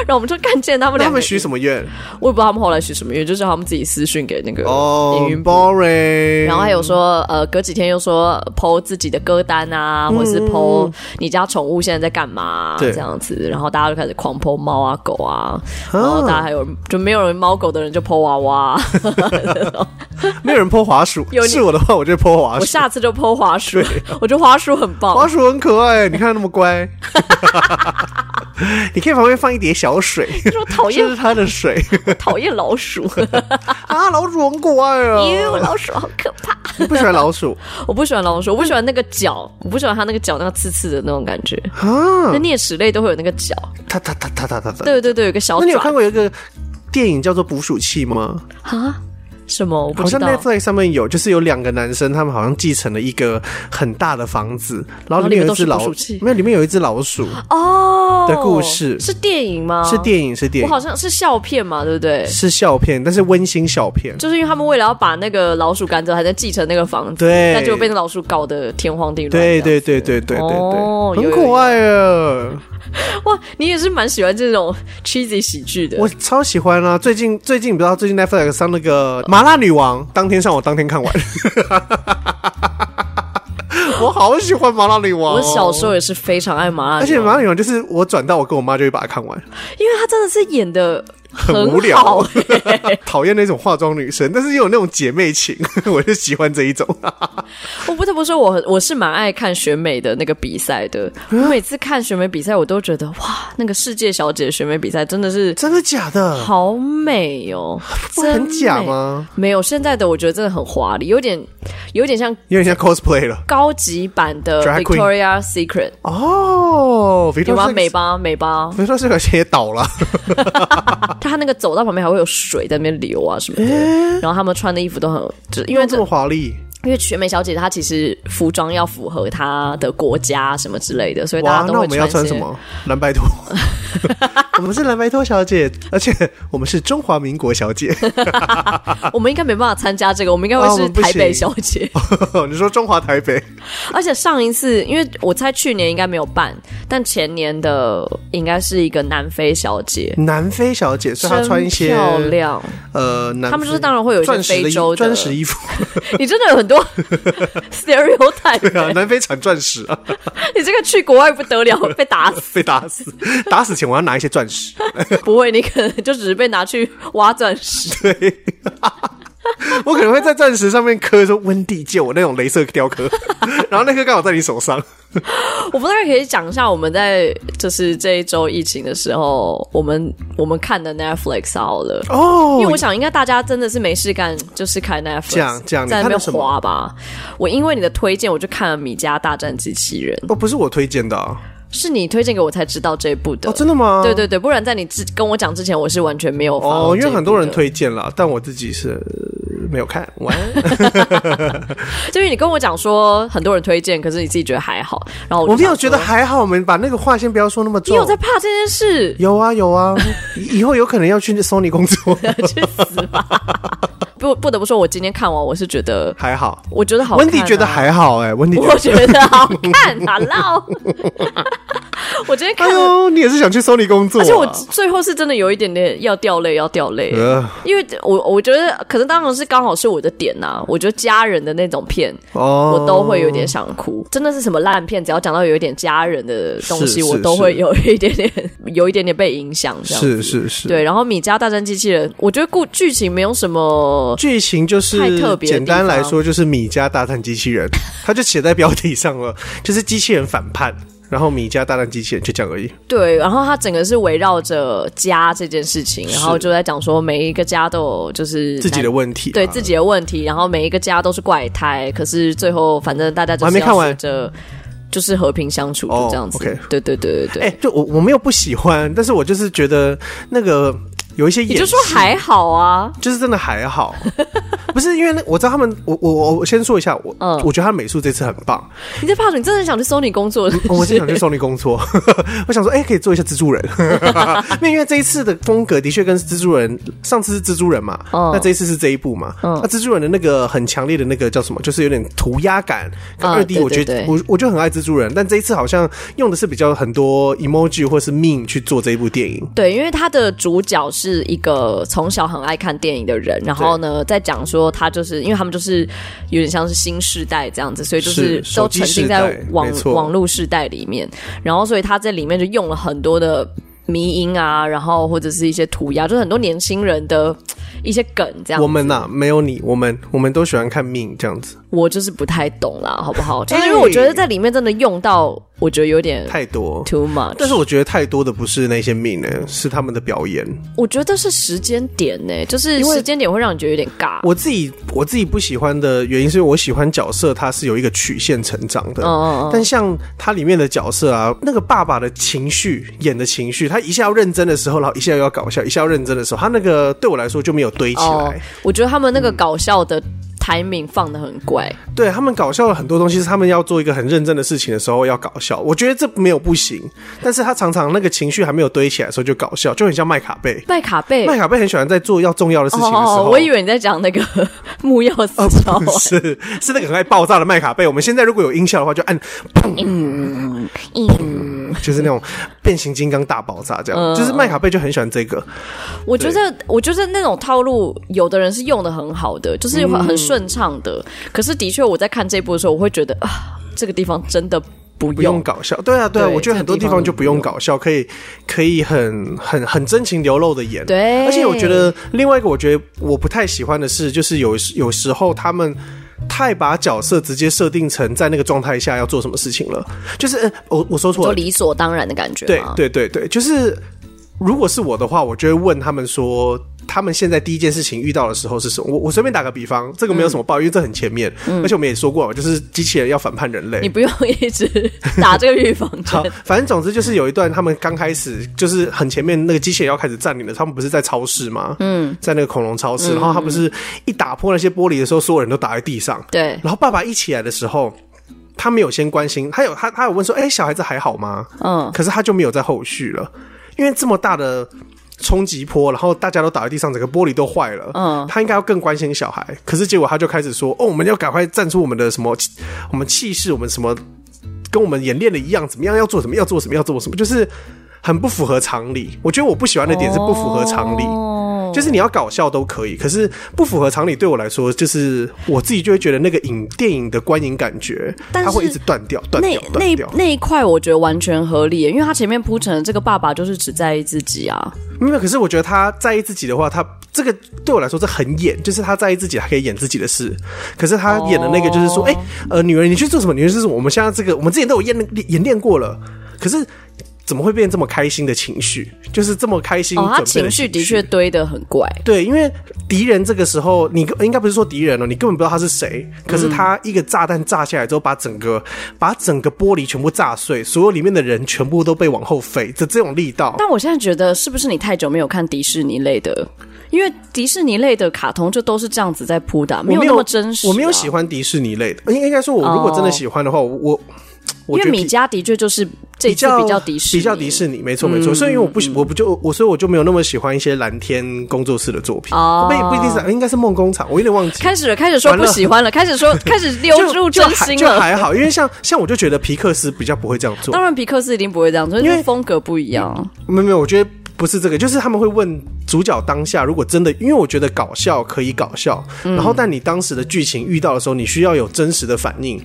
然后我们就看见他们两
那他
个
们，许什么愿？
我也不知道他们后来许什么愿，就叫他们自己私讯给那个
哦
营运部。
，boring。
然后还有说，呃，隔几天又说剖自己的歌单啊，或者是剖你家宠物现在在干嘛、
嗯对
这样子，然后大家就开始狂剖猫啊、狗啊，然后大家还有就没有人猫狗的人就剖娃
啊
娃，
没有人泼滑鼠
有，你
是我的话，我就泼滑
我
鼠。
下次就剖滑鼠，我觉得滑鼠很棒，
滑鼠很可爱，你看它那么 乖。你可以旁边放一碟小水，
就说讨
这
厌
是它 的水
讨厌老鼠，
啊！老鼠很可爱
哟，
啊！
老鼠好可怕。
你不喜欢老 鼠
我不喜欢老鼠，我不喜
嗯
欢那个脚，我不喜欢它那个脚那个刺刺的那种感觉。
啊？
那啮齿类都会有那个脚，
它它它它它它它。
对啊对对，有个小
那你有
爪
看过有一个电影叫做《捕鼠器》吗？
啊？什么？我不
好
知
像
道。
Netflix 上面有，就是有两个男生，他们好像继承了一个很大的房子，
然
然
后
后
里
里
面
面有
都
一只
是
老
捕鼠器
没有，里面有一只老鼠，
哦
的故事
是电影吗？
是。电影，是电
我
影
好，像是笑片嘛，对不对？
是笑片，但是温馨笑片。
就是因为他们为了要把那个老鼠赶走，还在继承那个房子，
对
那就被那老鼠搞得天荒地乱。
对
这样
对对对对对
哦
对，
有有
很
有
可爱啊！
哇，你也是蛮喜欢这种 cheesy 喜剧的。
我超喜欢啊！最近最近你不知道，最近 Netflix 上那个《麻辣女王》，当天上我当天 看完，我好喜欢《麻辣女王》。哦
我小时候也是非常爱麻辣女王，
而且《麻辣女王》就是我转到我跟我妈就会把它看完，
因为他真的是演的
很无
好
聊， 讨厌那种化妆女生，但是又有那种姐妹情， 我就喜欢这一种。
我不得不说我，很我是蛮爱看选美的那个比赛的。我
嗯
每次看选美比赛，我都觉得哇，那个世界小姐选美比赛真的是
真的假的？
好美哦，
不会
真
很假
美？
吗？
没有，现在的我觉得真的很华丽，有点有点像
有点像 cosplay 了
高级版的
Drag queen
Victoria Secret，
哦。
有吗？
Victoria
美吧，美吧，
没说这个也倒了，
他那个走到旁边还会有水在那边流啊什么的，然后他们穿的衣服都很，就因
因
为
为
这
这么华丽，
因为选美小姐她其实服装要符合她的国家什么之类的，所以大
哇
啊家！都
那
会
我们要穿
一些
什？么？蓝白拖， 我们是蓝白拖小姐，而且我们是中华民国小 姐。
我们应该没办法参加这个，我们应该
啊我
会是
们不
台北
行
小姐。
你说中华台北
而且上一次，因为我猜去年应该没有办，但前年的应该是一个南非小姐，
南非小姐，所以她穿一些
真漂亮。
呃，南
他们就是当然会有一些
钻石
非
的衣
洲的
钻石衣服，
你真的有很多 stereotype，、
对啊，南非产钻石啊，
你这个去国外不得了，被打死。
被打死， 打死前我要拿一些钻石。
不会，你可能就只是被拿去挖钻石。
对，我可能会在钻石上面刻说“温蒂”，借我那种镭射雕刻， 然后那颗刚好在你手上。
我们大概可以讲一下我们在就是这一周疫情的时候，我们我们看的 Netflix 好了。
哦
因为我想，应该大家真的是没事干，就是开 Netflix，
讲讲你
在那边
看了什么
滑吧。我因为你的推荐，我就看了《米家大战机器人》，
哦，不是我推荐的、啊、
是你推荐给我才知道这一部的。
哦，真的吗？
对对对，不然在你之跟我讲之前，我是完全没有 follow
哦，因
这一
为
部
很多人
的，
推荐了，但我自己是呃没有看完。
就因为你跟我讲说很多人推荐，可是你自己觉得还好，然后我
我
就
没有
想
觉得
说，
还好，我们把那个话先不要说那么
你
重。
有在怕这件事？
有啊有啊， 以以后有可能要去 Sony 工 作，
去死吧！不不得不说，我今天看完，我是觉得，
还好。
我觉得好看、啊
温蒂觉得。还好哎、温蒂觉
我
得。
觉得好看， 打闹。 我今天看
哎
了，
呦，你也是想去 Sony 工作、
而
啊？
且我最后是真的有一点点要掉泪，要掉泪，
呃
因为我我觉得可能当然是刚好是我的点呐、我觉得家人的那种片，
哦，
我都会有点想哭。真的是什么烂片，只要讲到有一点家人的东西，
是是
我都会有一点点， 有一点点被影响。这样
是是是，
对，然后《米家大战机器人》，我觉得故剧情没有什么
剧情就是
太特别的地方
简单来说就是米家大战机器人，它就写在标题上了，就是机器人反叛，然后米家大战机器人就这样而已。
对，然后它整个是围绕着家这件事情，然后就在讲说每一个家都有就是
自己的
男
问题、
对自。己的问题，然后每一个家都是怪胎，可是最后反正大家就
我还
是
没
要
看完
学着就是和平相处，
哦
就这样子。
OK
对对对对对，
哎、 就我我没有不喜欢，但是我就是觉得那个有一些
你
演，
就说还好啊，
就是真的还好，不是因为那我知道他们，我我我我先说一下，我、
嗯
我觉得他美术这次很棒，
你在怕什么？你真的想去 Sony 工作是不是？
哦我是想去送你工作， 我想说，哎、可以做一下蜘蛛人， 因为因为这一次的风格的确跟蜘蛛人上次是蜘蛛人嘛，
嗯
那这一次是这一部嘛，
嗯
那蜘蛛人的那个很强烈的那个叫什么，就是有点涂鸦感跟
啊
二 D，、
对
我
对
觉
对
得我我就很爱蜘蛛人，但这一次好像用的是比较很多 emoji 或是 meme 去做这一部电影，
对，因为他的主角是一个从小很爱看电影的人，然后呢，在讲说他就是因为他们就是有点像是新世代这样子，所以就是
是
都
手机
沉
世
浸
代
在网
没错
网络世代里面，然后所以他在里面就用了很多的迷音啊，然后或者是一些涂鸦，就是很多年轻人的一些梗这样。
我们呐、没有你，我们我们都喜欢看 meme 这样子，
我就是不太懂啦，好不 好？就是因为我觉得在里面真的用到，我觉得有点
太多。
too much。
但是我觉得太多的不是那些 meme 呢，是他们的表演。
我觉得是时间点呢、就是时间点会让你觉得有点尬。
我自己我自己不喜欢的原因，是因为我喜欢角色他是有一个曲线成长的。
嗯嗯嗯，
但像他里面的角色啊，那个爸爸的情绪演的情绪，他一下要认真的时候，然后一下又要搞笑，一下要认真的时候，他那个对我来说就没有堆起来。
哦，我觉得他们那个搞笑的 timing 放的很怪，
对他们搞笑的很多东西是他们要做一个很认真的事情的时候要搞笑，我觉得这没有不行。但是他常常那个情绪还没有堆起来的时候就搞笑，就很像麦卡贝。
麦卡贝。
麦卡贝很喜欢在做要重要的事情的时候，
哦
哦
我以为你在讲那个 木曜四少，
是是那个很爱爆炸的麦卡贝。我们现在如果有音效的话，就按砰，嗯就是那种变形金刚大爆炸这样。就是麦卡贝就很喜欢这个，
我觉得我觉得那种套路，有的人是用的很好的，就是很很顺畅的。
嗯
可是的确，我在看这部的时候，我会觉得啊，这个地方真的不
不
用
用搞笑。对啊，对啊，
对
我觉得很多地方就不用搞笑，可以可以很很很真情流露的演。
对
而且我觉得另外一个我觉得我不太喜欢的是，就是有有时候他们。太把角色直接设定成在那个状态下要做什么事情了，就是、呃、我我说错
就
了，
理所当然的感觉
对
吗？
对对对，就是如果是我的话，我就会问他们说，他们现在第一件事情遇到的时候是什么？我我随便打个比方，这个没有什么报，因为这很前面，而且我们也说过，就是机器人要反叛人类
你。不用一直打这个预防
好
针。，
反正总之就是有一段，他们刚开始就是很前面那个机器人要开始占领了，他们不是在超市吗？嗯，在那个恐龙超市，然后他不是一打破那些玻璃的时候，所有人都打在地上，
对，
然后爸爸一起来的时候，他没有先关心，他有他他有问说，哎、小孩子还好吗？
嗯，
可是他就没有在后续了，因为这么大的冲击波，然后大家都打在地上，整个玻璃都坏了。
嗯
他应该要更关心小孩，可是结果他就开始说：“哦，我们要赶快站出我们的什么，我们气势，我们什么，跟我们演练的一样，怎么样要做什么，要做什么，要做什么，就是很不符合常理。我觉得我不喜欢的点是不符合常理。
哦
就是你要搞笑都可以，可是不符合常理对我来说，就是我自己就会觉得那个影电影的观影感觉，
但
它会一
是
直断掉、断
那
掉、断
那
掉。
那一块我觉得完全合理耶，因为他前面铺陈的这个爸爸就是只在意自己啊，
没有，可是我觉得他在意自己的话，他这个对我来说这很演，就是他在意自己，他可以演自己的事。可是他演的那个
哦
就是说，哎、呃，女人你去做什么？女人是什么？我们现在这个，我们之前都有演演练过了。可是怎么会变这么开心的情绪？就是这么开心
哦，他
准备
情
的
绪
绪
的确堆得很怪，
对，因为敌人这个时候，你应该不是说敌人哦，你根本不知道他是谁。可是他一个炸弹炸下来之后，把整个把整个玻璃全部炸碎，所有里面的人全部都被往后飞，这这种力道。
但我现在觉得是不是你太久没有看迪士尼类的？因为迪士尼类的卡通就都是这样子在铺的啊、 没
我
有
没
那
有
么真实、
我没有喜，欢迪士尼类的，应应该说，我如果真的喜欢的话，我我我
因为
觉得
米
比
家的确就是这一
比
次
较
比较迪士尼
比较迪士尼，没错
嗯
没错。所以因为我不喜，我不就我，所以我就没有那么喜欢一些蓝天工作室的作品，
哦
不不一定是，应该是梦工厂，我有点 忘记。
开始了开始说
完
不
了
喜欢了，开始 说开始溜入
就就
真
还
心
就
了。
还好，因为像像我就觉得皮克斯比较不会这样做
当，然，皮克斯一定不会这样做，因
因
为
为
风格不一样。
没有没有，我觉得不是这个，就是他们会问主角当下如果真的，因为我觉得搞笑可以搞笑，然后但你当时的剧情遇到的时候，你需要有真实的反应。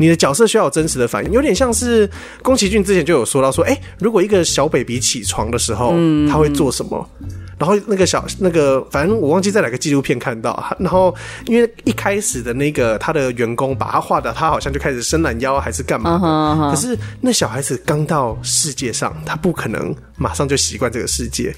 你的角色需要有真实的反应，有点像是宫崎骏之前就有说到说，哎、如果一个小 baby 起床的时候，他会做什么？然后那个小那个，反正我忘记在哪个纪录片看到。啊然后因为一开始的那个他的员工把他画的，他好像就开始伸懒腰还是干嘛的可是那小孩子刚到世界上，他不可能马上就习惯这个世界。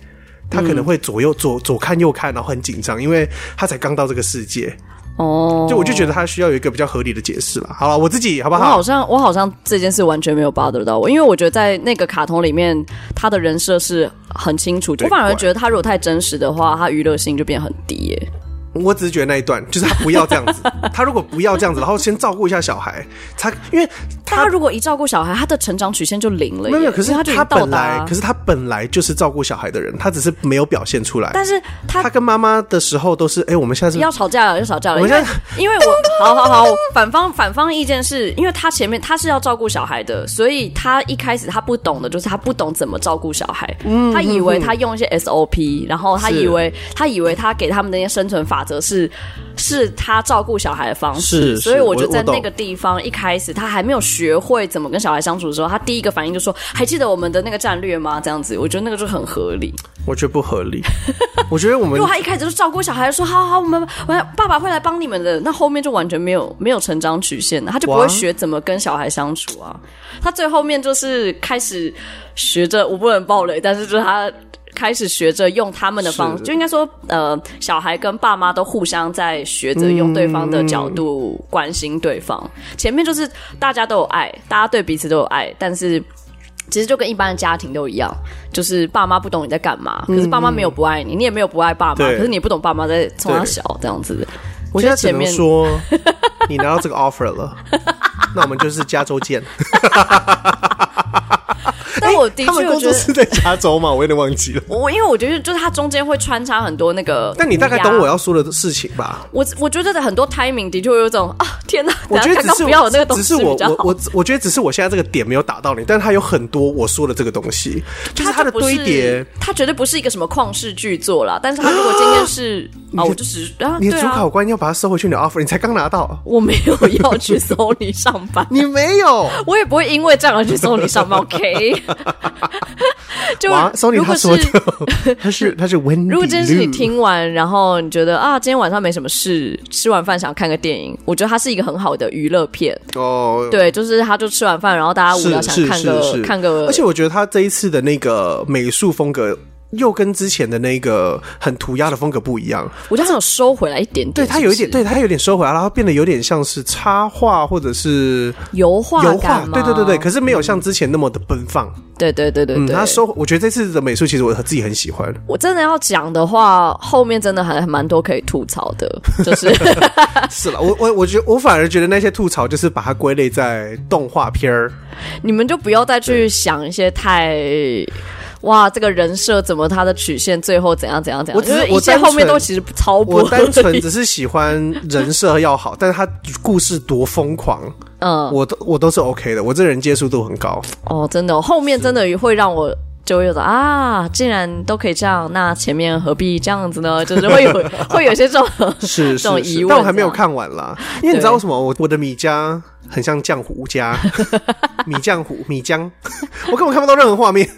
他可能会左右左左看右看，然后很紧张，因为他才刚到这个世界。
哦，
就我就觉得他需要有一个比较合理的解释了。好了，我自己好不
我
好
好？像我好像这件事完全没有 bother 到我，因为我觉得在那个卡通里面，他的人设是很清楚的。我
对
反而
怪
觉得他如果太真实的话，他娱乐性就变很低耶、
我只是觉得那一段就是他不要这样 子，他如果不要这样子，然后先照顾一下小孩，他因为
他如果一照顾小孩，他的成长曲线就零了耶。
没有，可是
因为他就已
他
经到
本
达
来，可是他本来就是照顾小孩的人，他只是没有表现出来。
但是 他
他跟妈妈的时候都是，哎、我们现在是
要吵架了，要吵架了。
我
因
现
为
在
因为 我好好好，反方反方意见是因为他前面他是要照顾小孩的，所以他一开始他不懂的就是他不懂怎么照顾小孩，他以为他用一些 SOP，然后他
嗯是
以为他以为他给他们的那些生存法则是是他照顾小孩的方式，
是
所以
是
我就
我
在
我懂
那个地方一开始他还没有学会怎么跟小孩相处的时候，他第一个反应就说：“还记得我们的那个战略吗？”这样子，我觉得那个就很合理。
我觉得不 合理。我觉得我们
如果他一开始就照顾小孩，说好好，我们我爸爸会来帮你们的，那后面就完全没有没有成长曲线了，他就不
哇
会学怎么跟小孩相处啊。他最后面就是开始学着，我不能暴雷，但是就是他。开始学着用他们的方
是
就应该说，呃，小孩跟爸妈都互相在学着用对方的角度关心对方。前面就是大家都有爱，大家对彼此都有爱，但是其实就跟一般的家庭都一样，就是爸妈不懂你在干嘛，可是爸妈没有不爱你，你也没有不爱爸妈，
嗯对
可是你也不懂爸妈在从他小这样子。
我现在只
前
能
面
说，你拿到这个 offer 了，那我们就是加州见。
但我的
哎他们
确我
工
觉
作
得，
室在加州嘛，我有点忘记了。
我因为我觉得就是它中间会穿插很多那个，
但你大概懂我
要。
要说的事情吧？
我我觉得很多 timing 的确会有一种啊，天哪！
我觉
等下
得只
刚
是
刚不要有那个东
只
西
是我
比较好
我。我我觉得只是我现在这个点没有打到你，但它有很多我说的这个东西，就是它的
就不是啊
堆叠。，
它绝对不是一个什么旷世巨作啦。但是它如 果今天是啊，我就只是啊，
你的
对
主
啊
考，官要把它收回去，你的 offer 你才刚 拿到，
我没有要去 Sony 上班，
你没有。
我也不会因为这样而去 Sony 上班。OK，就
哇，Sony
如
他
果
说
是
的，他是他是 Wendy，
如果这件事你
Liu
听完，然后你觉得啊，今天晚上没什么事，吃完饭想看个电影，我觉得它是一个很好的娱乐片。
哦，
对，就是他就吃完饭，然后大家无
是
聊想
是
看
是
个
是
看个，
而且我觉得他这一次的那个美术风格。又跟之前的那个很涂鸦的风格不一样，
我觉得他有收回来一点点，
对他
是不
有一点，
是
对他有点收回来，然后变得有点像是插画或者是
油画
油画
感，吗嗯
对对对对，可是没有像之前那么的奔放。
对对对对
嗯，
对，
他收，我觉得这次的美术其实我自己很 喜欢。
我真的要讲的话，后面真的还还蛮多可以吐槽的， 就是
是了，我我我觉得我反而觉得那些吐槽就是把它归类在动画片儿，
你们就不要再去想一些太。哇，这个人设怎么他的曲线最后怎样怎样怎样？
我只是
就是一
我
切
单纯
后面都其实超不
我
合
单纯
理
只是喜欢人设要好，但是他故事多疯狂，
嗯
我都我都是 OK 的，我这人接受度很 高。
哦，真的哦、后面真的会让我就会有种啊，既然都可以这样，那前面何必这样子呢？就是 会有会有一些这种
是
这种
是
疑
是，
问
但我还没
这
有
样
看完啦，因为你知道为什么我我的米家很像浆糊 家，米浆糊米浆， 我根本看不到任何画 面，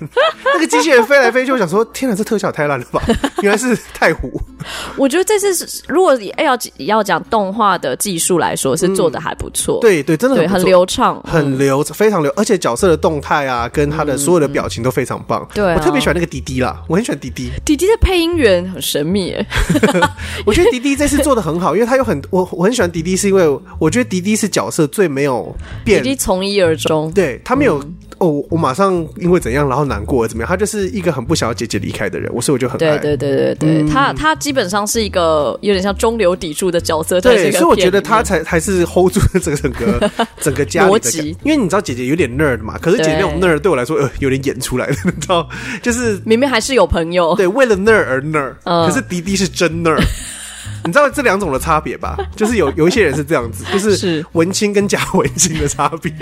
那个机器人飞来飞去，我想说，天哪，这特效也太烂了吧，原来是太 糊，
我觉得这次是如果要要要讲动画的技术来说，是做的还不错，
对对，真的
嗯对，
很
很
不错。
流畅，
很流，
嗯
非常流，而且角色的动态啊，跟他的所有的表情都非常棒。
对啊
我特别喜欢那个迪迪啦，我很喜欢迪迪。
弟弟的配音员很神秘耶，
我觉得迪迪这次做的很好，因为他有很 我我很喜欢迪迪，是因为我觉得迪迪是角色最没有
弟
变
弟从一而终。
对他没有、
嗯
哦，我马上因为怎样然后难过怎么样，他就是一个很不想要姐姐离开的人，我所以我就很爱。
对对对对
嗯
对，他他基本上是一个有点像中流砥柱的角色，在这
对
个
所以我觉
片
得
里面
他才才是 hold 住了整个 整个整个家里的
逻
感
辑，
因为你知道姐姐有点 nerd 嘛，可是姐姐那种
对
nerd 对我来说呃有点演出来的，你知道，就是
明明还是有朋友，
对为了 nerd 而 nerd，、
嗯
可是迪迪是 真 nerd。你知道这两种的差别吧？就是有有一些人是这样子，就是
是
文青跟假文青的差别。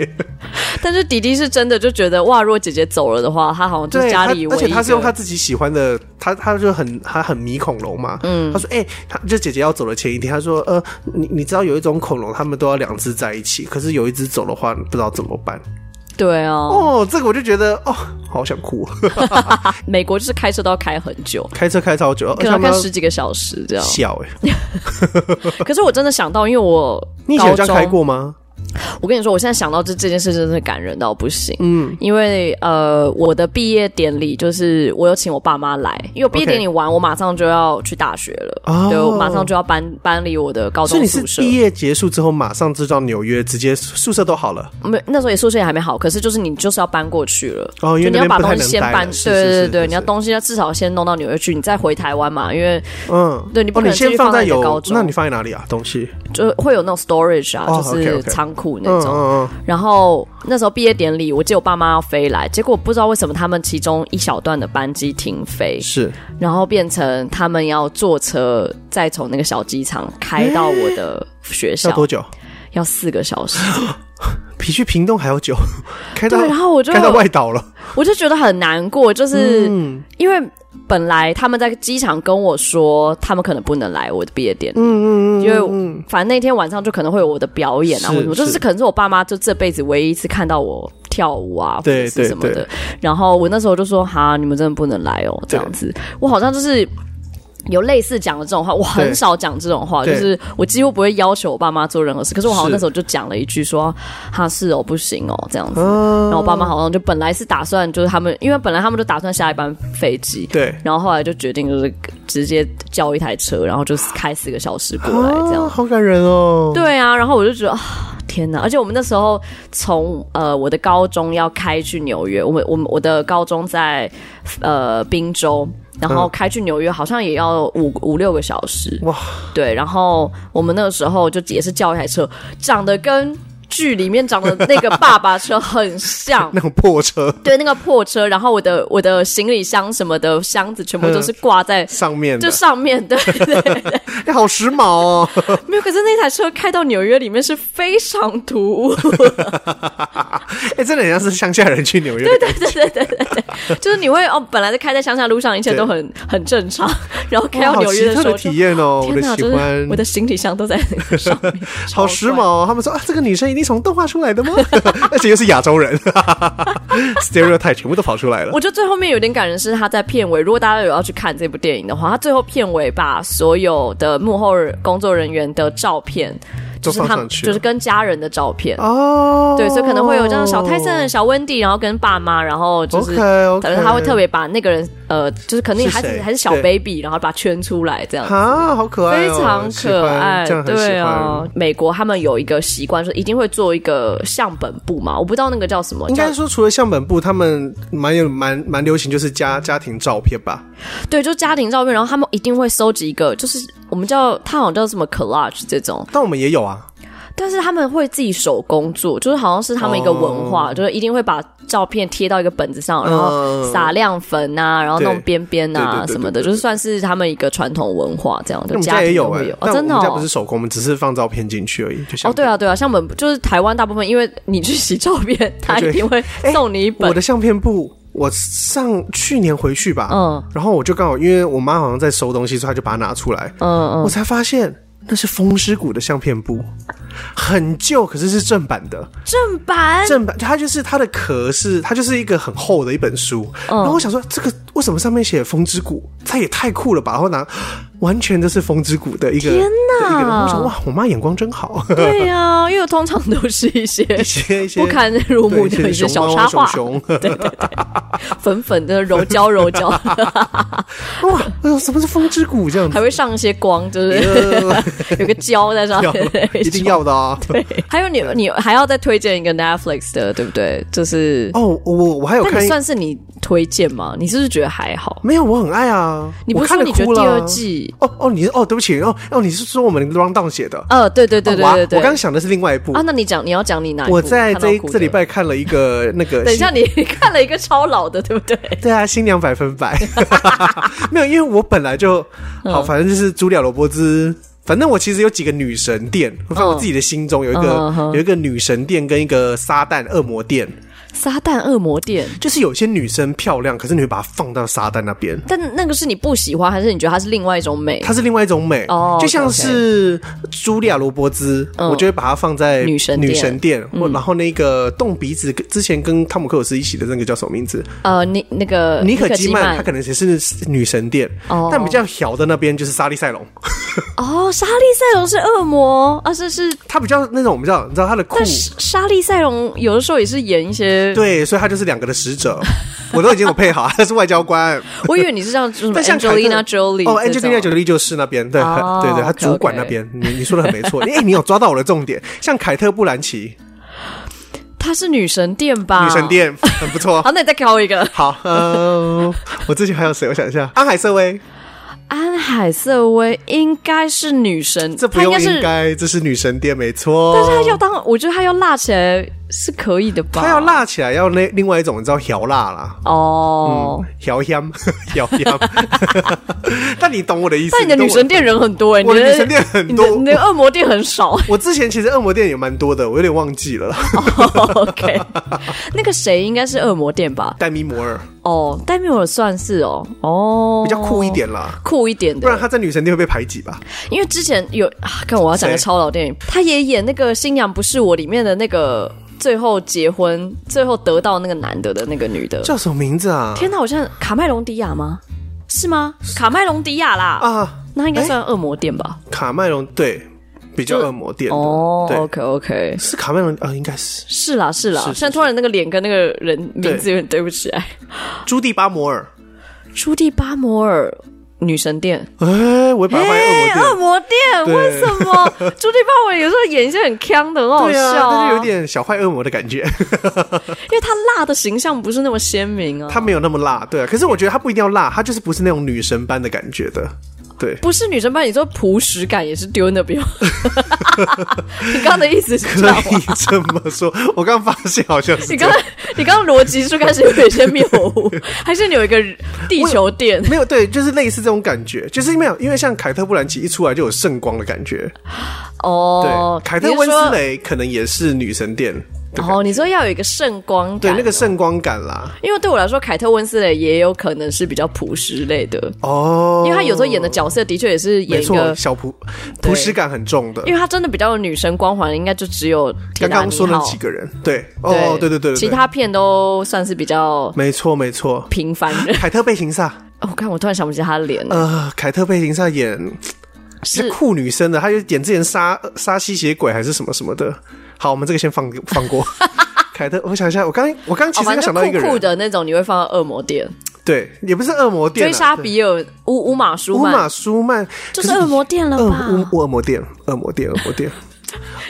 但是弟弟是真的就觉得哇，如果姐姐走了的话，他好像 就是
对，
家
他
里唯
而且
一
他是用
的
他自己喜欢的，他他就很他很迷恐龙嘛。嗯，他说，哎、他就姐姐要走的前一天，他说，呃，你你知道有一种恐龙，他们都要两只在一起，可是有一只走的话，不知道怎么办。
对啊，
哦，这个我就觉得，哦，好想哭，
美国就是开车都要开很久，
开车开超久，而
可
且
能
他
要
们
开哦
要
十几个小时这样。
笑哎、欸
可是我真的想到，因为我
你以前
高
有这样开
中
过吗？
我跟你说，我现在想到这这件事真的感人到不行。嗯，因为呃，我的毕业典礼就是我有请我爸妈来，因为我毕业
OK
典礼完，我马上就要去大学了，
哦
对，我马上就要搬搬离我的高
所以
中
你是
宿舍。
毕业结束之后马上知道纽约，直接宿舍都好了。
没那时候也宿舍也还没好，可是就是你就是要搬过去了，
哦因
就
为
你
那边
要把
不太
东西
能
先
待
搬，
了是
对
是
对对
是
对，
是
你要
是
东西要至少先弄到纽约去，你再回台湾嘛，因为
嗯，
对你不
哦
可能继
先
续
放
放在你的
有
高，中
那你放在哪里啊？东西？
就会有那种 storage 啊，
哦
就
OK，OK
是仓库那
嗯
种。
嗯
然后那时候毕业典礼，我记得我爸妈要飞来，结果不知道为什么他们其中一小段的班机停飞
嗯，，是
然后变成他们要坐车再从那个小机场开到我的学校
要，多久？
要四个小时。
比去屏东还要久， 开到
对，然后我就
开到外岛了。
我就觉得很难过，就是、
嗯
因为本来他们在机场跟我说，他们可能不能来我的毕业典礼，
嗯嗯嗯，
因为
嗯
反正那天晚上就可能会有我的表演啊，
是
或者什么，就是是可能是我爸妈就这辈子唯一一次看到我跳舞啊，或
对
者是什么
对
的。然后我那时候就说：“哈，你们真的不能来哦，这样子。”我好像就是。有类似讲的这种话，我很
对
少讲这种话，就
对
是我几乎不会要求我爸妈做任何事。可是我好像
是
那时候就讲了一句说：“哈是哦，不行哦，这样子。”
嗯
然后我爸妈好像就本来是打算就是他们，因为本来他们就打算下一班飞机，
对
然后后来就决定就是直接叫一台车，然后就是开四个小时过来这样
啊。好感人哦。
对啊，然后我就觉得啊，天哪！而且我们那时候从呃我的高中要开去纽约，我们我们我的高中在呃宾州。然后
嗯
开去纽约好像也要五五六个小时，
哇，
对。然后我们那个时候就也是叫一台车，长得跟剧里面长的那个爸爸车很像，
那种破车
对，那个破车。然后我的我的行李箱什么的箱子全部都是挂在
上面的
就，上面，对对对。
哎好时髦哦。
没有，可是那台车开到纽约里面是非常突兀，
哎，真的很像是乡下人去纽约的感觉。
对对对对对，就是你会哦，本来在开在乡下路上一切都很很正常，然后开
哇
到
好
纽约
奇
的
特
时
的
候就
体。验哦，我
天
的
哪，
喜
就是
欢
我，的行李箱都在那个上面，
好时髦哦。他们说啊，这个女生一定从动画出来的吗？ 而且又是亚洲人 ，stereotype 全部都跑出来了。
我觉得最后面有点感人是他在片尾，如果大家有要去看这部电影的话，他最后片尾把所有的幕后工作人员的照片，
都
就是他
放
们
上去了
就是跟家人的照片，
哦，
对，所以可能会有这样小泰森、小温蒂，然后跟爸妈，然后就是
OK，OK
可能他会特别把那个人，呃，就是肯定
是
还
谁
是还是小
对
baby，然后把它圈出来这样。
啊，好可爱
非
哦，
常
喜
可
欢
爱
这样，很喜
对啊
欢。，
美国他们有一个习惯，说一定会做一个相本部嘛，我不知道那个叫什么，
应该
叫
说，除了相本部，他们蛮有蛮蛮流行，就是家家庭照片吧。
对，就家庭照片，然后他们一定会收集一个，就是我们叫它好像叫什么 collage 这种，
但我们也有啊，
但是他们会自己手工做，就是好像是他们一个文
哦
化，就是一定会把照片贴到一个本子上，然后撒亮粉啊，然后弄边边啊
嗯对对对对
什么的，
对对
就是算是他们一个传统文化这样。
那
就
我们
家
家
庭
也
都
有哎、
会有哦，
但我
真的
们家不
哦
是。手工，我们只是放照片进去而已。就像
哦，对啊，对啊，像我们就是台湾大部分，因为你去洗照片，他
觉得
一定会送你一本
我的相片部，我上去年回去吧，
嗯
然后我就刚好因为我妈好像在收东西，所以她就把它拿出来，
嗯
我才发现。那是风师谷的相片部，很旧，可是是正版的。
正版，
正版它就是它的壳是它就是一个很厚的一本书，
嗯
然后我想说这个为什么上面写《风之谷》，它也太酷了吧！然后拿完全都是《风之谷》的一个
天
的
哪
一个，然后 我想哇，我妈眼光真好，
对啊，因为通常都是 一些
一些一些
不堪入目
对
的
一
一
些
些
熊
小
猫
插
啊熊
画，
熊，
粉粉的柔焦柔焦，
哇，哎呦，什么是《风之谷》这样
还
子？
会上一些光，就是
呃
有个胶在 上
要
面，
一定。要的啊！
对， 还有你，你还要再推荐一个 Netflix 的，对不对？就是，
哦，我我还有
那
看
你
一，
算是你推荐吗？你是不是觉得还好？
没有，我很爱啊，
你不
我
是
看
说
了
你觉
哭
得第
了
二
啊？
季？
哦哦，你哦，对不起，哦哦，你是说我们 round down 写的？
呃，对对对
哦哇
对对对。
我刚想的是另外一部
啊，那你讲你要讲你哪一部？
我在
看到
这一
哭的
这礼，拜看了一个那 个，
等一下你看了一个超老的，对不对？
新，对啊，新娘百 分百，没有，因为我本来就
嗯
好，反正就是猪了萝卜汁。反正我其实有几个女神殿，我在我自己的心中有一个、
嗯嗯嗯嗯
有一个女神殿跟一个撒旦恶魔殿，
撒旦恶魔店。
就是有些女生漂亮，可是你会把她放到撒旦那边，
但那个是你不喜欢，还是你觉得它是另外一种美？
它是另外一种美。
哦嗯
就像是茱莉亚·罗伯兹，我就会把她放在
女神嗯
女
殿
神殿，或然后那个动鼻子，之前跟汤姆克鲁斯一起的那个叫什么名字？
呃，你那个
尼可
基
基曼，她可能也是女神殿
哦，
但比较小的那边就是莎莉塞隆，
哦，莎莉赛隆是恶魔啊，是是，
她比较那种，我们知道，你知道她的酷
但。是莎莉赛隆有的时候也是演一些，
对，所以她就是两个的使者，我都已经有配好，她是外 交官。
我以为你是像就是什么
但像凯特
Angelina Jolie
哦
这种
，Angelina Jolie 就是那边，对，
哦
对对，她
OK，
主管
OK
那边，你你说的很没错，哎，你有抓到我的重点。像凯特·布兰奇，
她是女神殿吧？
女神。殿 很不错。
好，那你再挑一个，
好，呃，我自己还有谁？我想一下，安海瑟薇，
安海瑟薇应该是女神，
这不
她应
用
该是
应，该，这是女神殿没错。
但是她要当，我觉得她要辣起来是可以的吧？
她要辣起来，要那另外一种，你知道摇辣啦，
哦。
摇香， 摇 香。但你懂我的意思。
但你的
懂
女
我
神殿人很多哎、你
我的女神殿很多
你的你的恶魔殿很少。
我之前其实恶魔殿也蛮多的，我有点忘记
哦
了啦。
OK，那个谁应该是恶魔殿吧？
黛咪摩尔
哦，戴缪尔算是哦，哦，
比较酷一，点啦，
酷一点
不然
的。
她在女神殿会被排挤吧？
因为之前有，啊、看我要讲个
谁
超老电影，他也演那个《新娘不是我》里面的那个最后结婚、最后得到那个男的的那个女的。
叫什么名字啊？
天哪，我现在卡麦隆迪亚吗？是吗？卡麦隆迪亚啦，
啊，
那应该算恶魔殿吧？
卡麦隆对，比较恶魔殿的
哦
对
，OK OK，
是卡麦隆啊，应该是
是啦是啦，
是是
现在突然那个脸跟那个人名字有点对不起来。
朱蒂巴摩尔。
朱蒂巴摩尔女神殿，
哎、我把它放在
恶
恶魔
魔殿，
对
为什么 朱蒂巴摩尔有时候演一些很腔的，很好
殿，对啊，
笑
但
啊
是有点小坏恶魔的感觉，
因为她辣的形象不是那么鲜明啊。
他没有那么辣，对啊。可是我觉得他不一定要辣，他就是不是那种女神般的感觉的，对。
不是女生班，你说朴实感也是丢那边。 你刚刚的意思是
可
这样吗？
以这么说，我刚发现好像是
你
这
刚
样
刚，你刚刚逻辑是不是开始有一些谬误， 还是你有一个地球店？
没有对，就是类似这种感觉，就是没有，因为像凯特·布兰奇一出来就有圣光的感觉，
哦
对，，凯特
你
·
是
温
哦说
斯雷可能也是女神殿的感
哦，你说要有一个圣光
对
感，
那个圣光感啦，
因为对我来说，凯特温斯雷也有可能是比较朴实类的，
哦，
因为她有时候演的角色的确也是
没
演一
错，
个，
小朴朴实感很重的
因，为她真的比较有女神光环，应该就只有铁
刚
达
刚
尼
说了
号。
几个人，对，哦，对对对对，
其
对
他片都算是比较
没错没错，
平凡 人。
凯特·贝琴萨，
哦我看我突然想不起她的脸了，
呃，凯特·贝琴萨演
嗯
是
是哦
酷女生的，她就演之前杀杀吸血鬼还是什么什么的。好，我们这个先放放 过。凯特，我想一下，我刚我刚其
哦，
实
反
要
正
想到一
就
个
酷
人，
酷的那种，你会放到恶魔店
对，也不是恶魔殿啊、
追杀
对
比尔乌乌马舒
乌马
曼，
舒曼，
就是
可呃
恶魔店了
恶
吧？
乌恶魔殿，恶魔殿，恶魔 殿。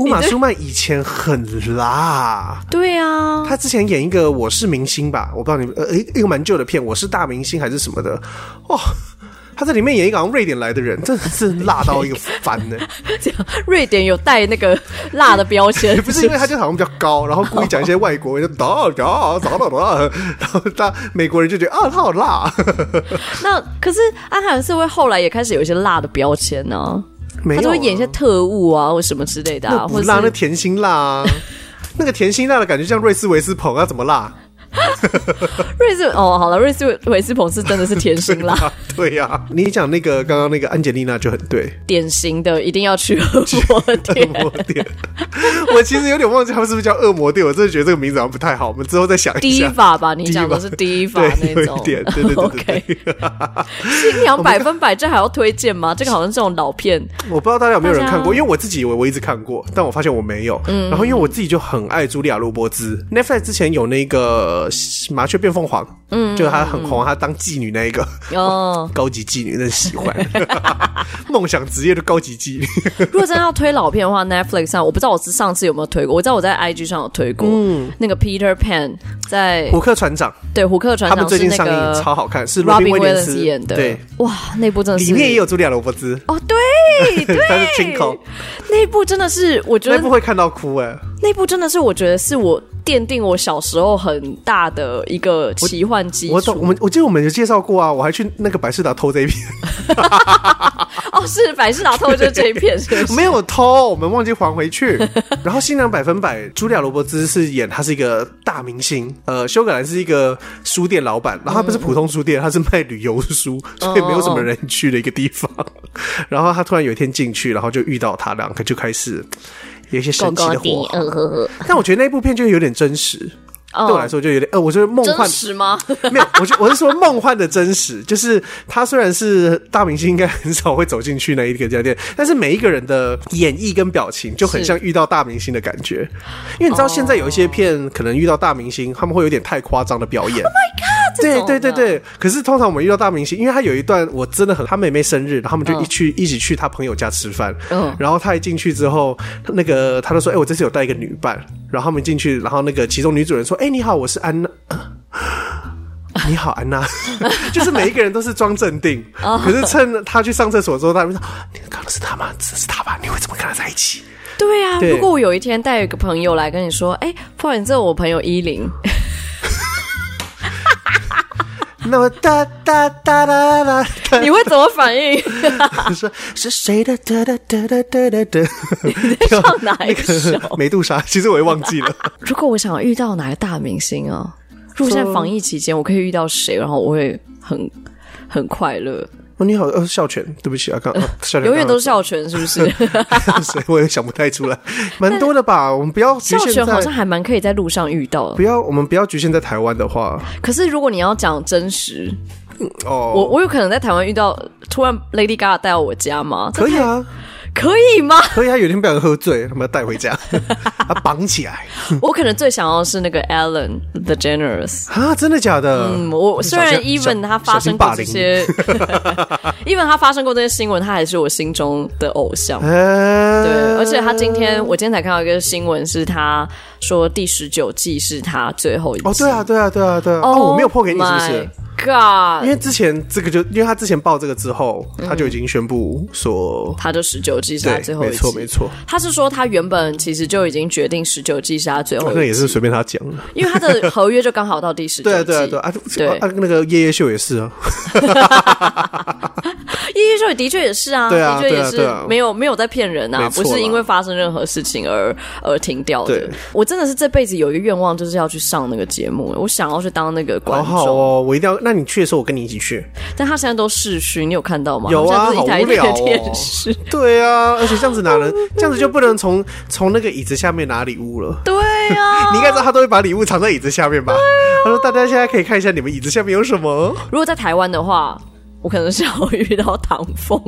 乌马舒曼以前很辣，
对啊，
他之前演一个《我是明星》吧，我不知道你们呃一一个蛮旧的片，《我是大明星》还是什么的，哇、他在里面演一个好像瑞典来的人，真的是辣到一个烦 呢、
瑞典有带那 个辣的标签，
不是因为他就好像比较高，然后故意讲一些外国人就哒哒哒哒哒， 然后他美国人就觉得啊他好 辣，
那可是安海瑟薇后来也开始有一些辣的标签呢、
没有、
他
啊，
就会演一些特务啊，或什么之类的、啊，
那
或
不
者
辣，那
是
甜心辣啊， 那个甜心辣的感觉像瑞斯维斯捧啊，怎么辣？
瑞士哦，好了，瑞士韦斯彭是真的是甜心 辣，
啊对呀、你讲那个刚刚那个安吉丽娜就很对，
典型的一定要去恶魔
恶
店。
魔店。 我其实有点忘记他们是不是叫恶魔店，我真的觉得这个名字好像不太好，我们之后再想一
第一
下。
法吧，你讲的是第一法
啊对，
那
有
种
一。点，对对对 对
OK，
对。
新娘百分百这还要推荐吗？这个好像这种老 片，
我不知道大家有没有人看
大
过，
家
因为我自己以为我一直看过，但我发现我没有。
嗯
然后因为我自己就很爱茱莉亚·罗伯兹，Netflix 之前有那个《麻雀变凤凰》，嗯，就是她很红，她当妓女那一个
哦，
高级妓女，真的 喜欢，梦想职业的高级妓女。
如果真的要推老片的话，Netflix 上我不知道我是上次有没有推过，我知道我
嗯
在 IG 上有推过，那个 Peter Pan 在
胡克船长，
对胡克船
哦他们
长
最
是
近
那
上
个
映超好看，是罗宾
Robin
威
w i
廉
l
斯
演的，
对，，
哇，那部真的是
里面也有茱莉亚·罗伯兹，
哦，对对，
她是 Twinkle
那部真的是，我觉
那
得
一部会看到哭哎、
那部真的是，我觉得是我奠定我小时候很大的一个奇幻基础。
我懂，我们我记得我们有介绍过啊，我还去那个百事达偷这一片，
哦，哦，是百事达偷就是这一片，是不是？
没有偷，我们忘记还回去。 然后新娘百分百，茱莉亚·罗伯兹是演她是一个大明星，呃，修格兰是一个书店老板，然后她不是普通书店，她是卖旅游书，所以没有什么人去的一个地方。 然后她突然有一天进去，然后就遇到他，两个就开始有一些神奇的嗯火花。
呵呵，
但我觉得那部片就有点真实。对我来说就有点呃，我觉得梦幻
哦真实吗？
没有，我就我是说梦幻的真实，就是他虽然是大明星，应该很少会走进去那一个家店，但是每一个人的演绎跟表情就很像遇到大明星的感觉。因为你知道现在有一些片可能遇到大明星，他们会有点太夸张的表演。
Oh my god！这
对
种
对对
的，
对，可是通常我们遇到大明星，因为他有一段我真的很，他妹妹生日，然后他们就
嗯
一去、一起去他朋友家吃饭，
嗯
然后他一进去之后，那个他就说，哎、我这次有带一个女伴，然后他们进去，然后那个其中女主人说，哎、你好，我是安娜。 你好，安娜， 就是每一个人都是装镇定，
哦
可是趁他去上厕所之后，他们说：“你刚刚是他吗？这是他吧？你会怎么跟他在一起？”
对啊。
对
如果我有一天带一个朋友来跟你说，哎，不然你这我朋友依 林，
那么哒哒哒哒哒 哒，
你会怎么反 应？
说是谁的哒哒哒哒哒哒哒。
唱哪 一个首？
美杜莎，其实我也忘记了。
如果我想遇到哪个大明星啊，如果现在防疫期间我可以遇到谁，然后我会很很快乐，
哦，你好，呃，孝全，对不起 啊，刚、哦、孝全
永远都是孝全，是不是？
谁我也想不太出 来，蛮多的吧？我们不要局
孝
限
全好像
在，
还蛮可以在路上遇到
不
的。
要，我们不要局限在台湾的话，
可是如果你要讲真实，
哦，
我我有可能在台湾遇到突然 Lady Gaga 带到我家吗？
可以啊，
可以吗？
可以啊，有一天不想喝醉，他们带 回家，啊，绑起来
我可能最想要的是那个 Alan The Generous。
啊，真的假的？
嗯，我虽然
小心
even
小
他发生过这些 ，even 他发生过这些新闻，他还是我心中的偶像。
呃，
对，而且他今天我今天才看到一个新闻，是他说第十九季是他最后一季。
哦，对啊，对啊，对啊，对
Oh
啊，哦，我没有破给你，是不是？
？God，
因为之前这个就，因为他之前报这个之后，他就已经宣布说，
他就十九季是他嗯最
对，
后一
没
季。
错，没错，
他是说他原本其实就已经决定十九季是他最后
那
一
个
季，
也是随便他讲的。
因为他的合约就刚好到第十九
对啊，
季。
对啊，对啊，啊，
对
啊，那个夜夜秀也是啊，
叶叶秀也的确也是啊，
对啊
的确也
对啊对
是
啊
没有没有在骗人啊
没，错
不
啦
是因为发生任何事情而而停掉的
对。
我真的是这辈子有一个愿望，就是要去上那个节目，我想要去当那个观
好
众。
好哦，我一定要。那你去的时候，我跟你一起去。
但他现在都视讯，你有看到吗？
有
他
啊
们现在都是一台一台
好无聊哦
电视。
对啊，而且这样子哪能？这样子就不能从从那个椅子下面拿礼物了。
对啊，
你应该知道他都会把礼物藏在椅子下面吧？他说：“大家现在可以看一下你们椅子下面有什么。
如果在台湾的话，我可能是要遇到唐凤，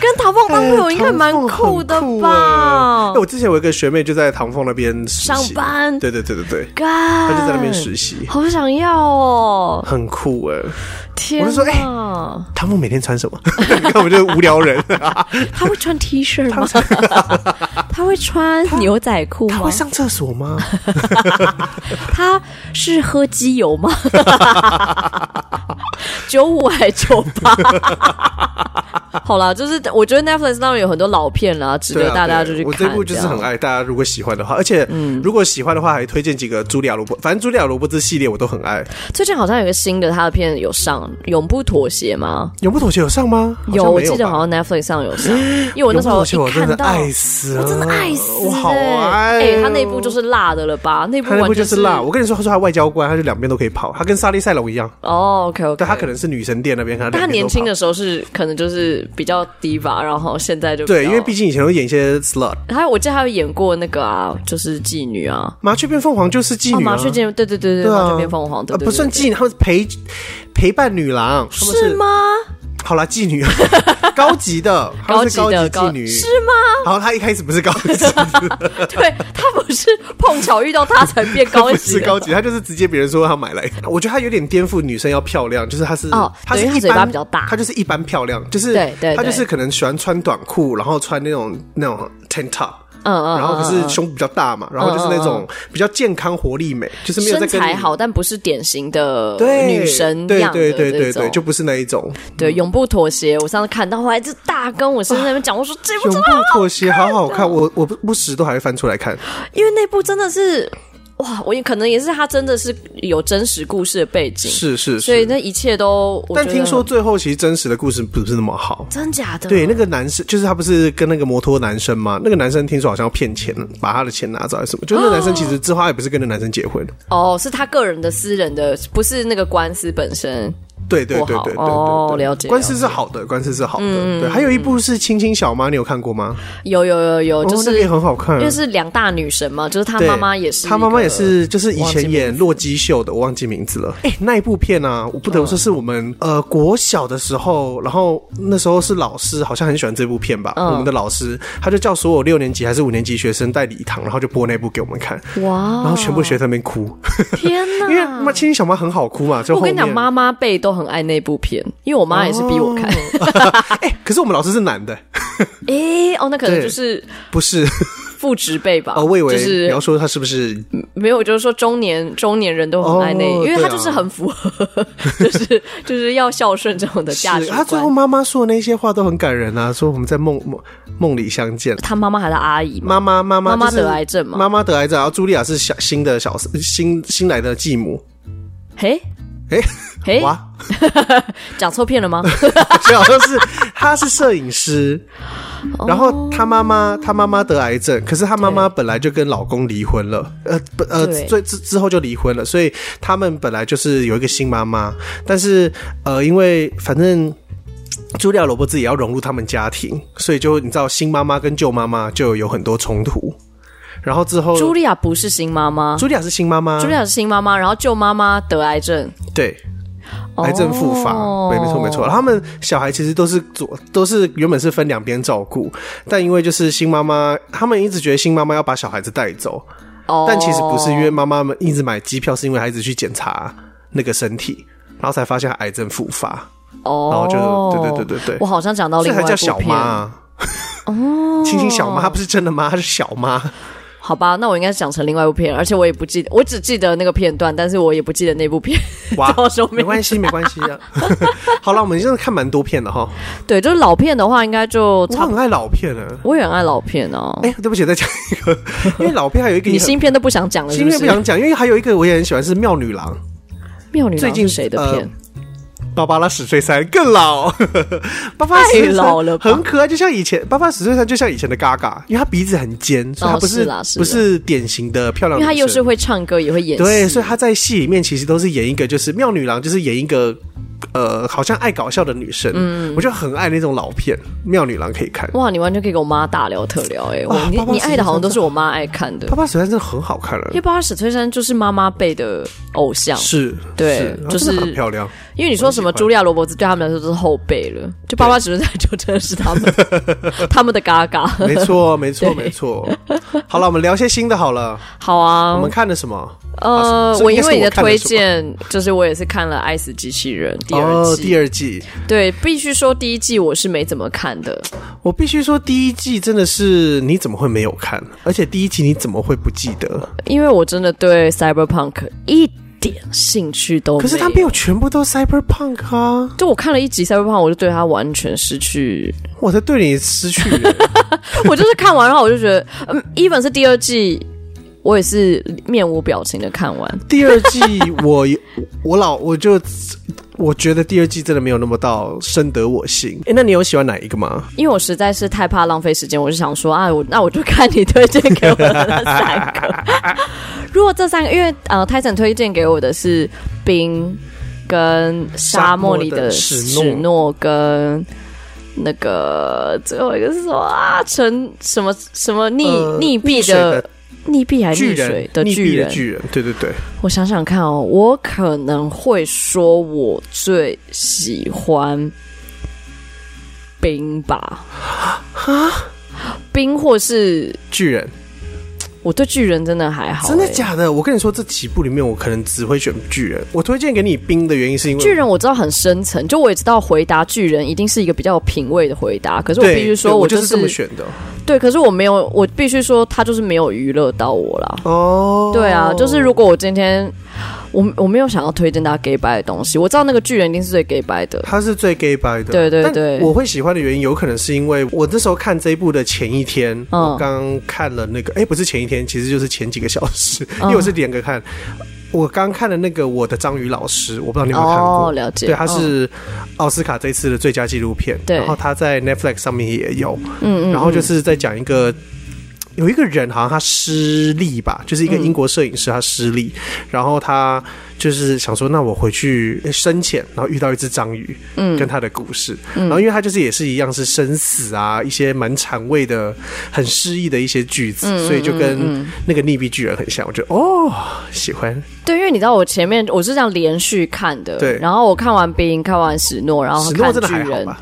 跟唐凤当朋友应该蛮酷的
哎唐凤很酷
吧？
欸哎我之前有一个学妹就在唐凤那边实习
上班
对对对对对，
干，
她
他
就在那边实习，
好想要哦！
很酷哎、
天
我就说哎
哪，
唐凤每天穿什么？ 你看我就是无聊 人，
啊他会穿 T 恤吗？ 他会穿牛仔裤
他
吗
会？上厕所吗？
他是喝机油 吗？九五还九八？好啦，就是我觉得 Netflix 当然有很多老片啦，值
对
得
啊
大家就
对
去看。
我这部就是
样嗯
很爱，大家如果喜欢的话，而且如果喜欢的话，还推荐几个茱莉亚·罗伯，反正茱莉亚·罗伯兹系列我都很爱。
最近好像有个新的他的片有上，《永不妥协》吗？
永不妥协有上吗？好像
我
没有
记得
吧
好像 Netflix 上有 上，因为我
永
那
不
时候
妥协，我
一
真的
看到，
爱死了，
我真的爱死、欸，
我好爱、
哎、他那部就。是辣的了吧？那部
他那部
完
就
全
是辣，我跟你说，他说他外交官，他就两边都可以跑，他跟莎莉赛龙一样，
哦，OK OK，
但他可能是女神殿那边，他
嗯但他
两边
年
都
轻
跑
的时候是可能就是比较低吧，然后现在就比
对，
较
因为毕竟以前都演一些 slut，
还有我记得他有演过那个啊，就是妓女啊，
麻雀变凤凰就是妓女、
哦、
啊
麻雀变对对对
对啊
麻雀变凤凰，对
呃
对对
不算妓女，他们是陪陪伴女郎，他们
是吗？
好啦，妓女， 高级的，她
高
们
级
是高级
的
妓女，
是吗？
然后他一开始不是高级，
对他不是碰巧遇到他才 变
他
高
不
级
是
的
高级，他就是直接别人说他买来。我觉得他有点颠覆女生要漂亮，就是他是
哦
他是
对因为她
一
嘴巴
般
比较大
他就是一般漂亮，就是
对对
他就是
对
可能喜欢穿短裤，然后穿那种那种 tank top。
嗯嗯
然后可
嗯
是
嗯
胸比较大嘛，然后就是那种比较健康活力美，就是没有在
哦身
跟
材
你
好，但不是典型的
对
女神
对
样的
对对对
那种
对，就不是那一种
对永不妥协。我上次看到后来就大跟我先生在那边讲，我说这部
永
真的
不妥协，好好看，我我不不时都还会翻出来看。
因为那部真的是。哇，我也可能也是他真的是有真实故事的背景，
是是
所以
是。
那一切都，我
但
觉得
听说最后其实真实的故事不是那么好。
真假的，
对，那个男生就是他，不是跟那个摩托男生吗？那个男生听说好像要骗钱，把他的钱拿走还是什么？就那个男生其实之后他也不是跟那个男生结婚。
哦，是他个人的私人的，不是那个官司本身。
对对
不
对
好
对对对
哦
对
了解嗯
官司是好的，官司是好的。对，还有一部是《亲亲小妈》，你有看过吗？
有有有有，就
哦，
是、
那个也很好看
因。为是两大女神嘛，就是她
对
妈妈也是一个，
她妈妈也是，就是以
忘记
前演《洛基秀》的，我忘记名字了。哎、那一部片啊，我不得不说是我们、呃国小的时候，然后那时候是老师好像很喜欢这部片
嗯
吧，我们的老师他就叫所有六年级还是五年级学生带礼堂，然后就播那部给我们看，
哇，
然后全部学生在那边哭，
天哪！
因为妈亲亲小妈很好哭嘛，
啊
就
我
后
跟
面
你讲，妈妈辈都很爱那部片，因为我妈也是逼我看。
哎、可是我们老师是男的，
诶，哦，那可能
对
就是
不 是？
父职辈吧。
哦，我以为、
就是
你要说他是不是
没有，就是说中年中年人都很爱那，
哦
因为
对
他
啊
就是很符合， 就是就是要孝顺这种的价值
是啊他最后
观。
妈妈说的那些话都很感人啊，说我们在梦梦梦里相见。
他妈妈还是阿姨嘛，
妈妈，妈妈
妈妈
就是
得癌症嘛
妈妈得癌症，然后茱莉亚是小新的小新新来的继母。
嘿
哎、
嘿，
哇，
讲错片了吗？
这好像是她是摄影师，然后她妈妈她妈妈得癌症，可是她妈妈本来就跟老公离婚了，呃不呃
对
最之之后就离婚了，所以他们本来就是有一个新妈妈，但是呃因为反正。茱莉亚·罗伯兹也要融入他们家庭，所以就你知道新妈妈跟旧妈妈就有很多冲突，然后之后
茱莉亚不是新妈妈，
茱莉亚是新妈妈，
茱莉亚是新妈妈，然后舅妈妈得癌症，
对，癌症复发，
哦
对，没错没错。他们小孩其实都是左，都是原本是分两边照顾，但因为就是新妈妈，他们一直觉得新妈妈要把小孩子带走，
哦，
但其实不是，因为妈妈们一直买机票是因为孩子去检查那个身体，然后才发现癌症复发，
哦，
然后就、对对对对
我
对，
好像讲到
所
另
以
外
还
一
叫
部
小妈
片，
啊。 哦，亲亲小妈，她不是真的妈，她是小 妈。
好吧，那我应该讲成另外一部片，而且我也不记得，我只记得那个片段，但是我也不记得那部片
哇
叫什么
没
名。
关系，没关系啊。 好了，我们真的看蛮多片的哈，
对，就是老片的话，应该就
我
差不
很爱老片啊。
我也很爱老片哦。
哎、对不起，再讲一个，因为老片还有一个
你
也很
新片都不想讲了是
新
不
片
是？
不想讲，因为还有一个我也很喜欢是《妙女郎
妙女郎
最近呃
是谁的片？
芭芭拉史翠珊》，更老， 芭芭拉史翠
太
珊
老了吧
很可爱，就像以前芭芭拉史翠珊就像以前的 Gaga，因为她鼻子很尖，所以她不
哦是啦是啦
不是典型的漂亮
因为
女生，
她又是会唱歌，也会演戏。
对，所以她在戏里面其实都是演一个就是妙女郎，就是演一个。呃，好像爱搞笑的女生，嗯，我就很爱那种老片，妙女郎可以看。
哇，你完全可以跟我妈大聊特聊哎、我
哇
你
爸爸
你
是
爱的好像都是我妈爱看的
芭。芭拉史翠珊真的很好看了
因为，巴史翠珊就是妈妈辈的偶像，
是，
对
是然后
就是
真的很漂亮。
因为你说什么
我很喜
茱
欢
莉亚·罗伯兹对他们来说都是后辈了，就爸爸只是在就真的是他们 他们的嘎嘎。
没错，没错，没错。好了，我们聊些新的好了。
好啊
我，们看的什么？
呃
啊，是
我
应
因
该
为
是
你的
我看的
推
是吧
荐，就是我也是看了《爱死机器人》第二
哦，
季，
第二季。
对，必须说第一季我是没怎么看的，
我必须说，第一季真的是你怎么会没有看？而且第一季你怎么会不记得？
因为我真的对 Cyberpunk 一点兴趣都没有。
可是它没有全部都 cyberpunk 啊！
就我看了一集 Cyberpunk，我就对它完全失去
我在对你失去了。
我就是看完，然后我就觉得，嗯，even 是第二季，我也是面无表情的看完。
第二季我我老我就我觉得第二季真的没有那么到深得我心。哎、那你有喜欢哪一个吗？
因为我实在是太怕浪费时间，我就想说啊，我那我就看你推荐给我的那三个。如果这三个，因为呃，泰森推荐给我的是冰跟沙漠里的
沙漠的
史
史诺
诺跟。那个最后一个是什么啊？成什么什么逆
呃
逆
溺
毙
水
的逆毙还是
巨
溺水
人，
的
溺
巨
毙的
人？
巨人，对对对，
我想想看哦，我可能会说我最喜欢冰吧，啊，冰或是
巨人。
我对巨人真的还好、
真的
欸？
假的？我跟你说，这几部里面我可能只会选巨人。我推荐给你冰的原因是因为
巨人我知道很深层，就我也知道回答巨人一定是一个比较有品味的回答，可是我
对
必须说
对我
就是
这么选的
对，可是我没有，我啊必须说他就是没有娱乐到我啦。
哦。
对啊，就是如果我今天我我没有想要推荐大家 gay 白的东西，我知道那个巨人一定是最 gay 白的，
他是最 gay 白的，
对对
但
对
我会喜欢的原因，有可能是因为我那时候看这一部的前一天，
嗯
我刚看了那个，哎、不是前一天，其实就是前几个小时，
嗯
因为我是连着看。我刚看了那个《我的章鱼老师》，我不知道你有没有看过，
哦了解
对，他是奥斯卡这次的最佳纪录片，
对
然后他在 Netflix 上面也有，
嗯嗯，
然后就是在讲一个。有一个人好像他失利吧，就是一
嗯
个英国摄影师，他失利，然后他就是想说，那我回去深潜，然后遇到一只章鱼，嗯，跟他的故事，
嗯
然后因为他就是也是一样是生死啊，一些蛮禅味的、很诗意的一些句子，
嗯
所以就跟那个溺毙巨人很像，我觉得哦，喜欢，
对，因为你知道我前面我是这样连续看的，
对
然后我看完冰，看完史诺，然后
史
看
诺真的
巨
还好
人，
吧，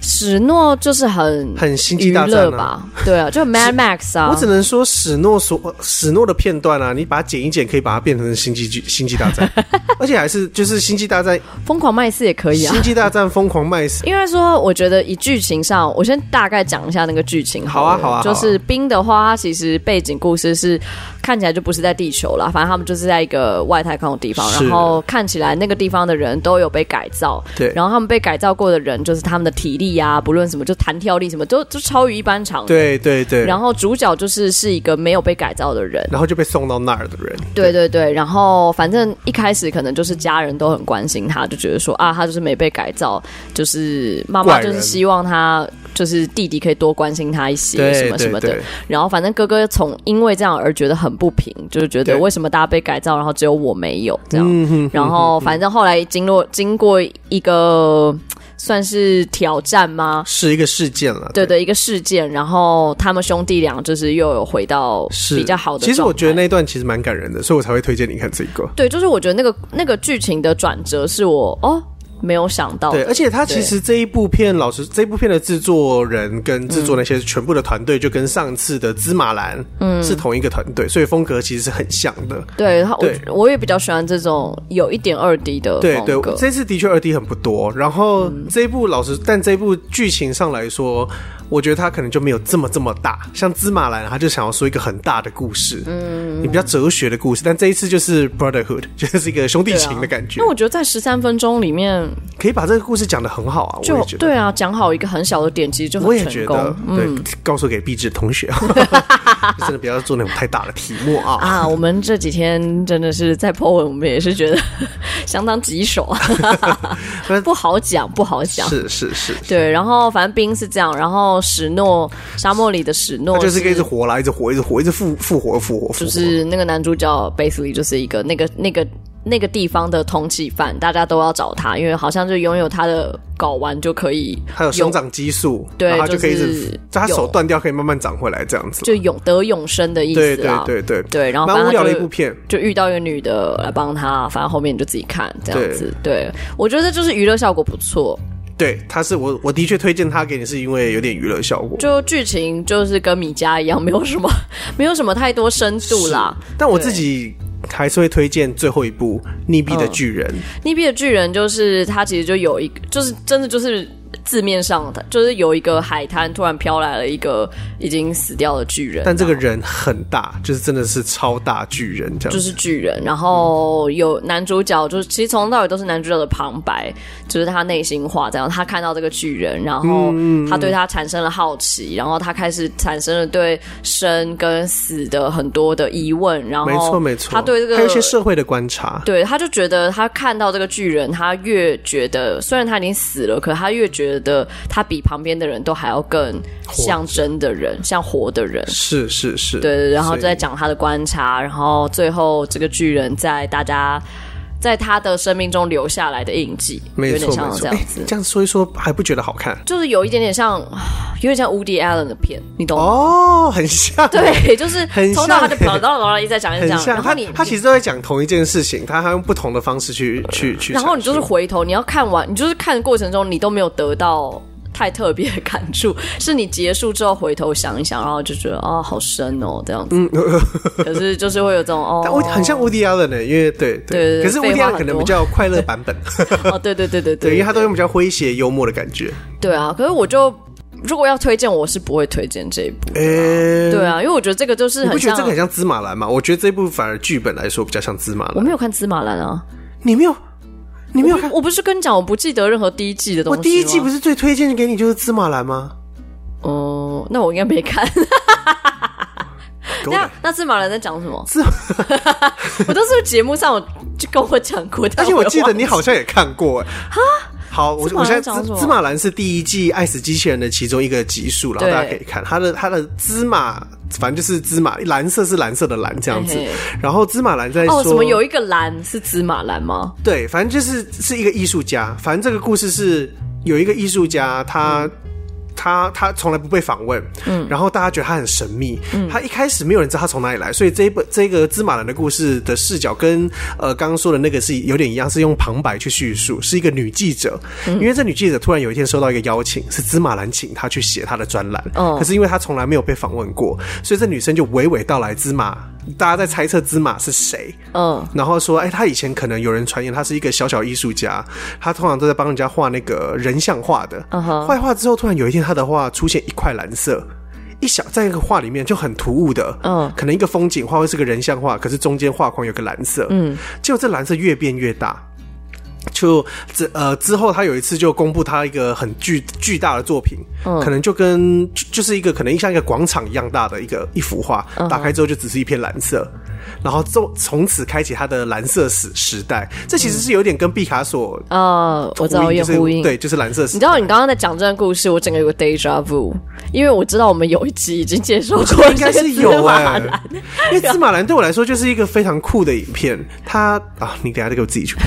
史诺就是很
很星际
娱
大
乐
战啊。
吧，对啊，就 Mad Max 啊，
我只能说史诺所史诺的片段啊，你把它剪一剪，可以把它变成星际剧星际大 战，而且还是就是星际大战
疯狂麦斯也可以啊
星。际大战疯狂麦斯，
应该说，我觉得以剧情上，我先大概讲一下那个剧情了
好啊好啊好啊
就是冰的话，它其实背景故事是看起来就不是在地球啦，反正他们就是在一个外太空的地方，
是
然后看起来那个地方的人都有被改造，
对
然后他们被改造过的人，就是他们的体力啊，不论什么，就弹跳力什么，都就超于一般常人。
对对对，
然
后
后主角就是是一个没有被改造的人，
然后就被送到那儿的人，
对对对，然后反正一开始可能就是家人都很关心他，就觉得说啊，他就是没被改造，就是妈妈
怪
就
人
是希望他就是弟弟可以多关心他一些
对
什么什么的
对对。
然后反正哥哥从因为这样而觉得很不平，就是觉得
对
为什么大家被改造，然后只有我没有这样。
嗯 哼，
然后反正后来经过经过一个算是挑战吗？
是一个事件了，
对对，一个事件，然后他们兄弟俩就是又有回到
是
比较好的状态。
其实我觉得那一段其实蛮感人的，所以我才会推荐你看这个。
对，就是我觉得那个那个剧情的转折是我哦没有想到
对，
的，
而且他其实这一部片，老师这一部片的制作人跟
嗯
制作那些全部的团队，就跟上次的《芝麻蓝》嗯是同一个团队，所以风格其实是很像的。
对，然后
对
我我也比较喜欢这种有一点二 D 的
对
风
对
格，，嗯
这次的确二 D 很不多。然后这一部老实，但这一部剧情上来说，我觉得它可能就没有这么这么大。像芝麻蓝，他就想要说一个很大的故事，嗯，你比较哲学的故事。但这一次就是 brotherhood，就是一 个兄弟情的感觉，
啊那我觉得在十三分钟里面
可以把这个故事讲得很好啊。我
就
也觉得，
对啊，讲好一个很小的点，其实就
我
很
也觉
成
得
功，嗯
对，告诉给壁纸同 学，真的不要做那种太大的题目啊。
啊。我们这几天真的是在 po 文，我们也是觉得 相当棘手 啊，不好讲，不好讲。
是是是，
对，然后反正冰是这样，然后史诺沙漠里的史诺
他就是一直活啦，一直活，一直活，一直复复活，复活，复
就
活。
是那个男主角 basically 就是一个那个那个那个地方的通缉犯，大家都要找他，因为好像就拥有他的睾丸就可以
还有生长激素，
对
然后它就可以一
就是
直，它
有
手断掉可以慢慢长回来这样子。
就永得永生的意
对
思
对
啦。
对对，
对然后
蛮无
反正
聊
他
的一
就
部片，
就遇到一个女的来帮
嗯
他，反正后面你就自己看这样子。对我觉得就是娱乐效果不错，
对，它是我我的确推荐它给你，是因为有点娱乐效果。
就剧情就是跟米家一样，没有什么 没有什么太多深度啦。
但我自己还是会推荐最后一部《溺毙的巨人》
逆币的巨人就是他，其实就有一个，就是真的就是字面上的，就是有一个海滩突然飘来了一个已经死掉的巨人，
但这个人很大，就是真的是超大巨人这样
就
子。
是巨人，然后有男主角，就是其实从头到尾都是男主角的旁白，就是他内心话这样。他看到这个巨人，然后
嗯
他对他产生了好奇，然后他开始产生了对生跟死的很多的疑问，然后
没错没错，
他对这个
还有一些社会的观察，
对，他就觉得他看到这个巨人，他越觉得虽然他已经死了，可他越觉得他比旁边的人都还要更像真的人，像活的人。
是是是，
对对对，然后
所以
就在讲他的观察，然后最后这个巨人在大家在他的生命中留下来的印记，
没
有
错
点
没
像
错，
这样
哎
子，
这样说一说还不觉得好看
就是有一点点像， 有点像 Woody Allen 的片，你懂吗？
哦，很像
对，就是
很
从到他
像
就跑到了，一直在讲一直
很
讲，
像
然后
他
你，
他其实都在讲同一件事情，他还用不同的方式去去去。
然后你就是回头，你要看完，你就是看的过程中，你都没有得到太特别的感触，是你结束之后回头想一想，然后就觉得哦，好深哦，这样子。可是就是会有这种哦，
嗯 但我很像 Woody Allen 呢、因为对
对对
可是
废
Woody
话很
Allen 可能
多
比较快 乐版本，
哦，对对对对
对，因
对
为他都用比较诙谐幽默的感觉。
对啊！可是我就如果要推荐，我是不会推荐这一部。
诶
对啊，因为我觉得这个就是
嗯你
很
不觉
像
得这个很像芝麻蓝吗？我觉得这部反而剧本来说比较像芝麻
我
蓝。
没有看《芝麻蓝》啊，
你没有，你没有看？
我不是跟你讲，我不记得任何第一季的东
我
西吗。
第一季不
是
是最推荐给你就是芝麻蓝吗？
哦、那我应该没看。
狗
那
仔
那《芝麻蓝》在讲什么？
芝，
我都是节目上我就跟我讲过，
而
但
且我记
也忘
得
了
你好像也看过哎。哈，好，我
芝麻
我
蓝
现在
讲什
芝
么
芝麻蓝是第一季《爱死机器人》的其中一个集数，然后
对
大家可以看它的它的芝麻，反正就是芝麻蓝色是蓝色的蓝这样子
嘿嘿。
然后芝麻蓝在说
哦，什么有一个蓝是芝麻蓝吗？
对，反正就是是一个艺术家。反正这个故事是有一个艺术家，他、他他从来不被访问，嗯，然后大家觉得他很神秘，嗯，他一开始没有人知道他从哪里来，所以这一本这个芝麻人的故事的视角跟呃刚刚说的那个是有点一样，是用旁白去叙述，是一个女记者，因为这女记者突然有一天收到一个邀请，是芝麻兰请她去写她的专栏，
哦
可是因为她从来没有被访问过，所以这女生就娓娓道来芝麻，大家在猜测芝麻是谁，
嗯，
然后说，哎、他以前可能有人传言他是一个小小艺术家，他通常都在帮人家画那个人像画的，
嗯哼
坏画之后，突然有一天他的画出现一块蓝色。一小在一个画里面就很突兀的，
嗯
可能一个风景画或是个人像画，可是中间画框有个蓝色，嗯，结果这蓝色越变越大，就之呃之后，他有一次就公布他一个很巨巨大的作品，
嗯
可能就跟就就是一个可能像一个广场一样大的一个一幅画，
嗯
打开之后就只是一片蓝色，然后从从此开启他的蓝色时时代。这其实是有点跟毕卡索
啊，我知道
呼应
有
就是
呼应。
对，就是蓝色时
你知。道你刚刚在讲这段故事，我整个有个 deja vu，因为我知道我们有一集已经介绍过
应该
这个
是有
芝麻啊
哎、因为《芝麻蓝》对我来说就是一个非常酷的影片。它啊，你等一下再给我自己去 看。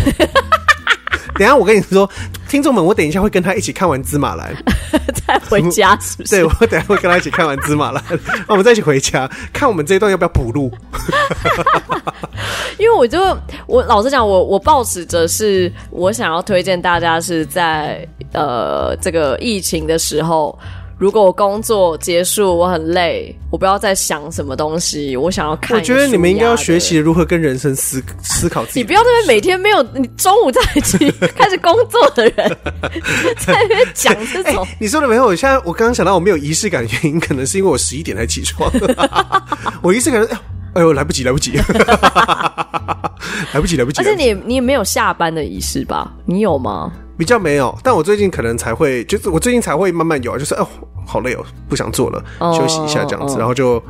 等一下我跟你说，听众们，我等一下会跟他一起看完《芝麻蓝》。
再回家是不
对，
是？
我等一下会跟他一起看完《芝麻蓝》，那 我们再一起回家看我们这一段要不要补录。
因为我就我老实讲，我我抱持着是我想要推荐大家是在呃这个疫情的时候。如果我工作结束，我很累，我不要再想什么东西，我想要看。
我觉得你们应该要学习如何跟人生思思考 自己。
你不要在那边每天没有你中午在一起开始工作的人， 在那边讲这 种。
哎你说的没有，我现在我刚刚想到我没有仪式感的原因，可能是因为我十一点才起 床，我仪式感是哎呦哎呦来不及来不及， 来不及来不及，
而且
来不及
你你也没有下班的仪式吧？你有吗？
比较没有，但我最近可能才会，就是我最近才会慢慢有，就是哦好累哦，不想做了，
哦
休息一下这样子，
哦
然后就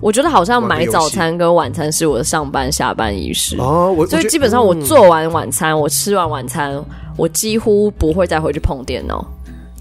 我觉得好像
玩个
买
游戏
早餐跟晚餐是我的上班下班仪式，
哦我我
所以
觉
基本上我做完晚餐，我吃完晚餐，我几乎不会再回去碰电脑，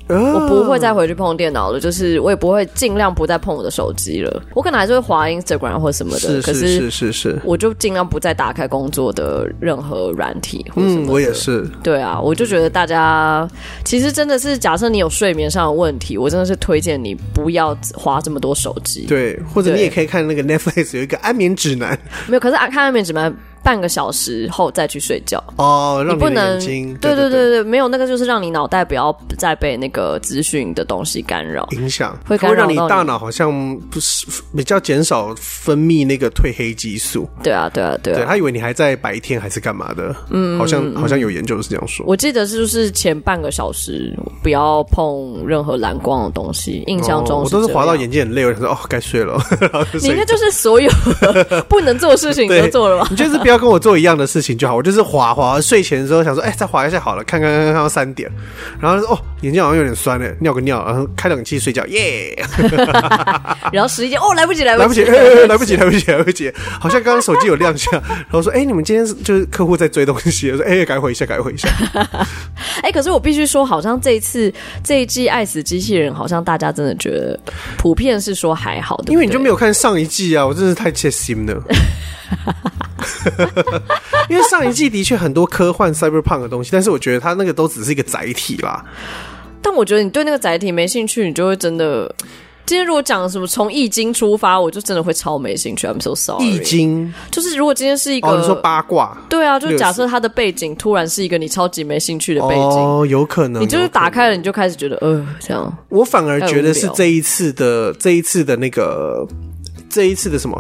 我
我
不会再回去碰电脑了，就是我也不会尽量不再碰我的手机了。我可能还是会滑 Instagram 或什么的，
啊是
可
是是是是，
我就尽量不再打开工作的任何软体或什么
嗯，
的
我也是，
对啊，我就觉得大家其实真的是，假设你有睡眠上的问题，我真的是推荐你不要花这么多手机。，
对，或者你
对
也可以看那个 Netflix 有一个安眠指南
没有，可是啊，看外面只能半个小时后再去睡觉，
哦，让
你
你
不
的
能
眼睛
对
对
对对，没有那个就是让你脑袋不要再被那个资讯的东西干扰。
影响，
会
它
干
会
扰
让你
到
大
你
脑好像不是比较减少分泌那个褪黑激素，
对啊，对啊，对
对
啊。
他以为你还在白天还是干嘛的，嗯，好像好像有研究是这样说，
我记得是就是前半个小时不要碰任何蓝光的东西，印象中
哦我
这
都
样、
是滑到眼睛很累，我想说哦该睡了， 然后就
你应
睡
该。就是所有 不能做的事情你都
对
做了吧？
你就是不要跟我做一样的事情就好。我就是滑滑，睡前的时候想说，哎、再滑一下好了，看看看看到三点，然后就说哦，眼睛好像有点酸了，尿个尿，然后开冷气睡觉，耶、
然后十一点哦，来不及，来
来
不
不
及，
及， 哎哎哎来不及，来不及，来不及。好像刚刚手机有亮相， 然后说：“哎、你们今天是就是客户在追东西，我说哎、改回一下，改回 一下。
哎、可是我必须说，好像这一次这一季《爱死机器人》，好像大家真的觉得普遍是说还好，对不对
因为你就没
有
有看上一季啊，我真是太切心 了。因为上一季的确很多科幻 cyberpunk 的东西，但是我觉得它那个都只是一个载体啦。
但我觉得你对那个载体没兴趣，你就会真的。今天如果讲什么从易经出发，我就真的会超没兴趣。I'm so sorry。
易经
就是如果今天是一个，
哦，你说八卦
对啊，就是
六十
假设它的背景突然是一个你超级没兴趣的背景，
哦，有可能
你就是
有可能
打开了，你就开始觉得呃这样。
我反而觉
太
得
无
是
聊
这一次的这一次的那个这一次的什么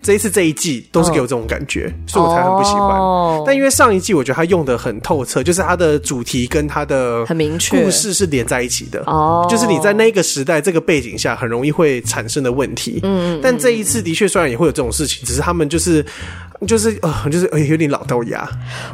这一次这一季都是给我这种感觉，所以我才很不喜欢。
哦
但因为上一季我觉得他用的很透彻，就是他的主题跟他的
很明确
故事是连在一起的。
哦
就是你在那个时代这个背景下，很容易会产生的问题。嗯，但这一次的确虽然也会有这种事情，只是他们就是就是呃就是、呃有点老掉牙。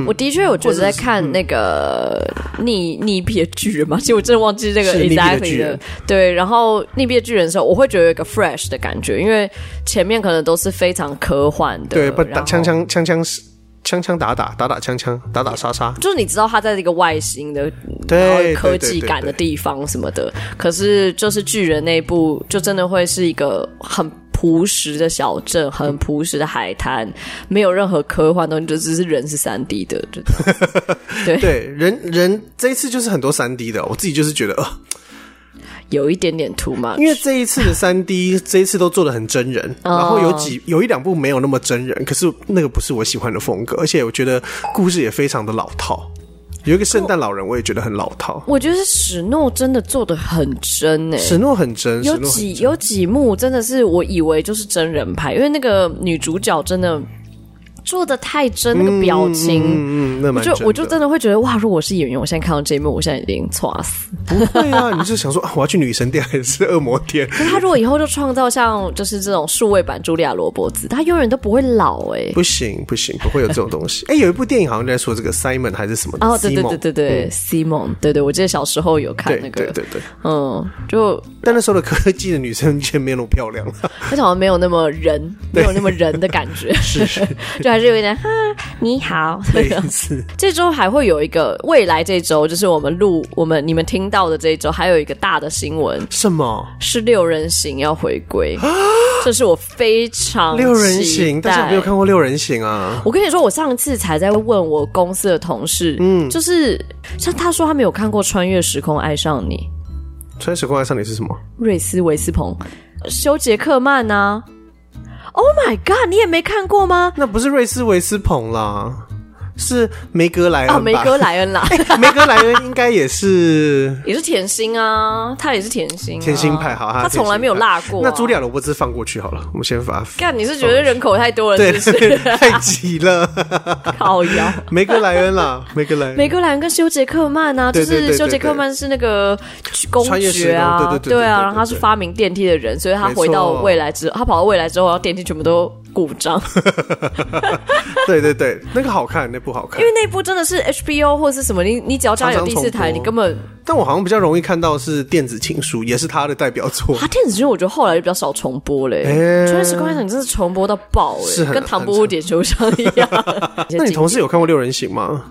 我的确有觉得在
嗯
看那个逆逆变巨人嘛， 其实我真的忘记这个
是逆变的
exactly
巨人
的对。然后逆变巨人的时候，我会觉得有一个 fresh 的感觉，因为前面可能都是非常科幻的，
对，不
然
打
后
枪。枪枪枪枪枪打打打打枪枪打打杀杀。
就是你知道它在一个外星的，
对
然后
对
科技感的
对对
地方什么的，可是就是巨人那一部就真的会是一个很朴实的小镇，很朴实的海滩，没有任何科幻东西，就只是人是三 D 的，就
对，人人这一次就是很多三 D 的，我自己就是觉得呃，
有一点点 too much。
因为这一次的三 D，这一次都做的很真人，
哦
然后有几有一两部没有那么真人，可是那个不是我喜欢的风格，而且我觉得故事也非常的老套。有一个圣诞老人，我也觉得很老套。
我觉得史诺真的做的很真诶、
史诺很真，
有
史诺很
几有几幕真的是我以为就是真人拍，因为那个女主角真的做的太真，那个表情。
嗯嗯，那
我
蛮
就我就
真的
真的会觉得哇！如果我是演员，我现在看到这一幕，我现在已经猝死。
不会啊，你就想说啊我要去女神店还是恶魔店？
可是他如果以后就创造像就是这种数位版茱莉亚·罗伯兹，他永远都不会老哎、
不行不行，不会有这种东西。哎、有一部电影好像在说这个 Simon 还是什么的
哦，对对
Simon
对对对，Simon，对对，我记得小时候有看那
对
个，
对对对。
嗯，就
但那时候的科技的女生却没有那么漂亮了。
而且好像没有那么人，没有那么人的感 觉，是是， 就还是有一点哈，你好。
类似
这周还会有一个未来这周，就是我们录我们你们听到的这一周，还有一个大的新闻
什么
是六人行要回归，这是我非常
啊六人行？
期待
大家有没有看过六人行啊？
我跟你说，我上次才在问我公司的同事，嗯，就是像他说他没有看过《穿越时空爱上你》，
穿时空爱上你是什么？
瑞斯维斯彭、修杰克曼啊。Oh my god！你也没看过吗？
那不是瑞斯维斯彭啦，是梅格莱恩吧
啊，梅格莱恩啦，
梅格莱恩应该也是
也是甜心啊，他也是甜心、啊，
甜 心派，好，
他从来没有落过、啊
那茱莉亚罗伯兹放过去好了，我们先把它
干，你是觉得人口太多了，
对
是不是？
太急了。
靠腰。
梅格莱恩啦，梅格莱 恩
梅格莱恩跟修杰克曼啊，就
对对对
是
对
修杰克曼是那个公
穿越时
爵啊，
空对对对对
啊，
对对
然后他是发明电梯的人，所以他
没
回到
错
未来之后，他跑到未来之后，然后电梯全部都故 障。
对对对，那个好看，那部好看
因。为那部真的是 HBO 或是什么，你你只要家里有
常
第
常
四台，
重播
你根本
但我好像比较容易看到是电子情书，也是他的代表作
他。电子剧我觉得后来就比较少重播嘞。
哎
穿越时空爱上你真是重播到爆哎、
是很
跟唐伯虎点秋香一样。
那你同事有看过六人行吗？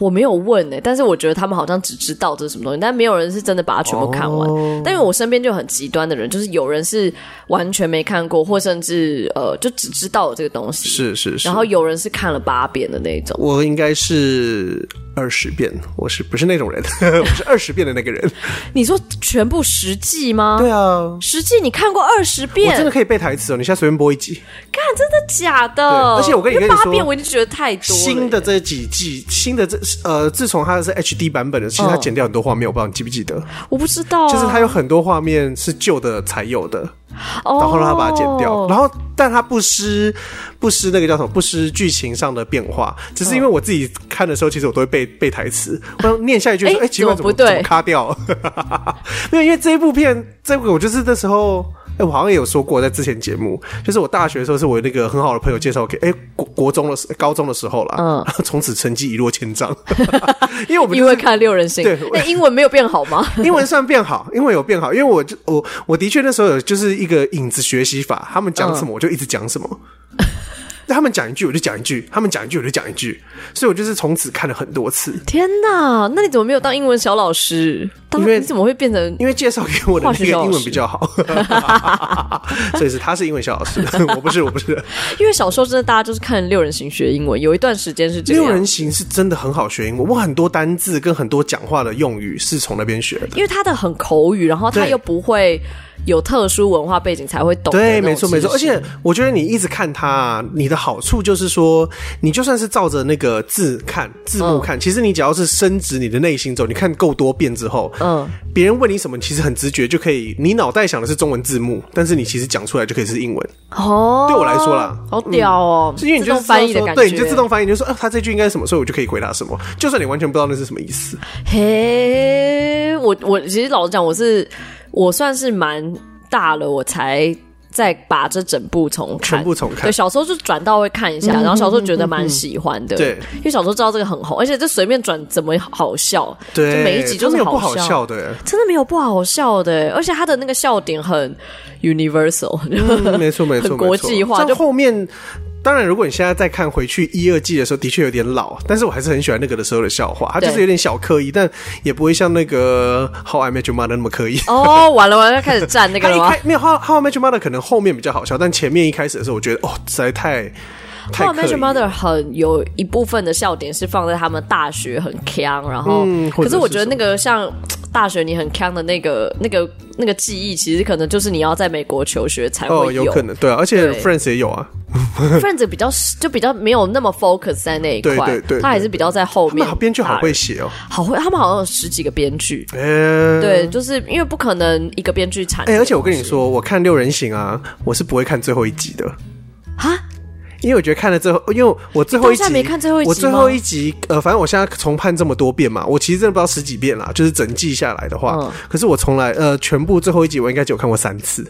我没有问哎、但是我觉得他们好像只知道这是什么东西，但没有人是真的把它全部看完。
哦
但因为我身边就有很极端的人，就是有人是完全没看过，或甚至呃就只知道有这个东西，
是是是。
然后有人是看了八遍的那种。
我应该是二十遍，我是不是那种人？ 我是二十遍的那个 人。
你说全部实际吗？
对啊，
实际你看过二十
我
遍，
真的可以背台词哦。你现在随便播一集，
干真的假的？
对而且我跟你
因为
跟你
八
说
遍我已经觉得太多了。欸
新的这几季，新的这呃，自从它是 HD 版本的，其实它剪掉很多画面，我不知道你记不记得，
我不知嗯道啊、
就是它有很多画面是旧的才有的，
哦，
然后让它把它剪掉，然后但它不失不失那个叫什么，不失剧情上的变化，只是因为我自己看的时候，其实我都会背背台词，我念下一句说，
哎
哎、奇怪，
怎么
怎么
不对
怎么卡掉？ 没有，因为这一部片，这部我就是那时候。哎、我好像也有说过，在之前节目，就是我大学的时候，是我那个很好的朋友介绍给，哎、国国中的时高中的时候啦，嗯，然后 从此成绩一落千丈， 因为我们
因为看六人行
对，
那英文没有变好 吗？
英文算变好，英文有变好，因为我就我我的确那时候有就是一个影子学习法，他们讲
嗯
什么我就一直讲什么。 他们讲一句我就讲一句，他们讲一句我就讲一句，所以我就是从此看了很多次。
天哪，那你怎么没有当英文小老师？当
因为
你怎么会变成？
因为介绍给我的
化
那
学
个
小老师
英文比较好， 所以是他是英文小老师， 我不是我不是。
因为小时候真的大家就是看六人行学英文，有一段时间是这样。
六人行是真的很好学英文，我很多单字跟很多讲话的用语是从那边学的。
因为他的很口语，然后他
对
又不会有特殊文化背景才会懂的那
对，
种
没错没错，
知
而
识
且我觉得你一直看它、啊，你的好处就是说，你就算是照着那个字看字
嗯
幕看，其实你只要是深植你的内心之后，你看够多遍之后，
嗯，
别人问你什么，你其实很直觉就可以，你脑袋想的是中文字幕，但是你其实讲出来就可以是英文，
哦，
对我来说啦嗯
好屌哦，
是因为你
自
就
动
知道
翻译的
说
感觉，
对，你就自动翻译，你就说，啊，他这句应该是什么，所以我就可以回答什么，就算你完全不知道那是什么意思，
嘿，我我其实老实讲，我是我算是蛮大了，我才。再把这整部重看，
全部重看嗯
对，小时候就转到会看一下，然后小时候觉得蛮喜欢的，
对
因为小时候知道这个很红，而且这随便转怎么好笑，
对，
就每一集就
它没
是
有不好
笑，
笑的。
真的没有不好笑的，而且他的那个笑点很 universal，、
嗯没错没错，
很国
没错
际化
像
就
后面，当然，如果你现在再看回去一二季的时候，的确有点老，但是我还是很喜欢那个的时候的笑话，它就是
对
有点小刻意，但也不会像那个《How I Met Your Mother》那么刻意。
哦，完了完了，要开始站那个
它
了
一
吗
开？没有《How How I Met Your Mother》可能后面比较好笑，但前面一开始的时候，我觉得哦，实在太太
《How I
刻
Met
意
Your
了。
Mother》很有一部分的笑点是放在他们大学很强，然后、
嗯
可
或者是
是我觉得那个像大学你很强的那个那个那个记忆，其实可能就是你要在美国求学才
哦，
会
有可能对啊，而且
对
Friends 也有啊，
Friends 比较就比较没有那么 focus 在那一块，
对对对
他还是比较在后
他们
面
好。编剧好会写哦，
好会，他们好像有十几个编剧，
哎，
对，就是因为不可能一个编剧产。
哎、而且我跟你，说，我看《六人行》啊，我是不会看最后一集的
啊，
因为我觉得看了最后，因为我最后一
你到现
集
在没看最后一集
我最后
吗
一集呃，反正我现在重看这么多遍嘛，我其实真的不知道十几遍啦，就是整季下来的话，
嗯
可是我从来呃，全部最后一集我应该只有看过三次，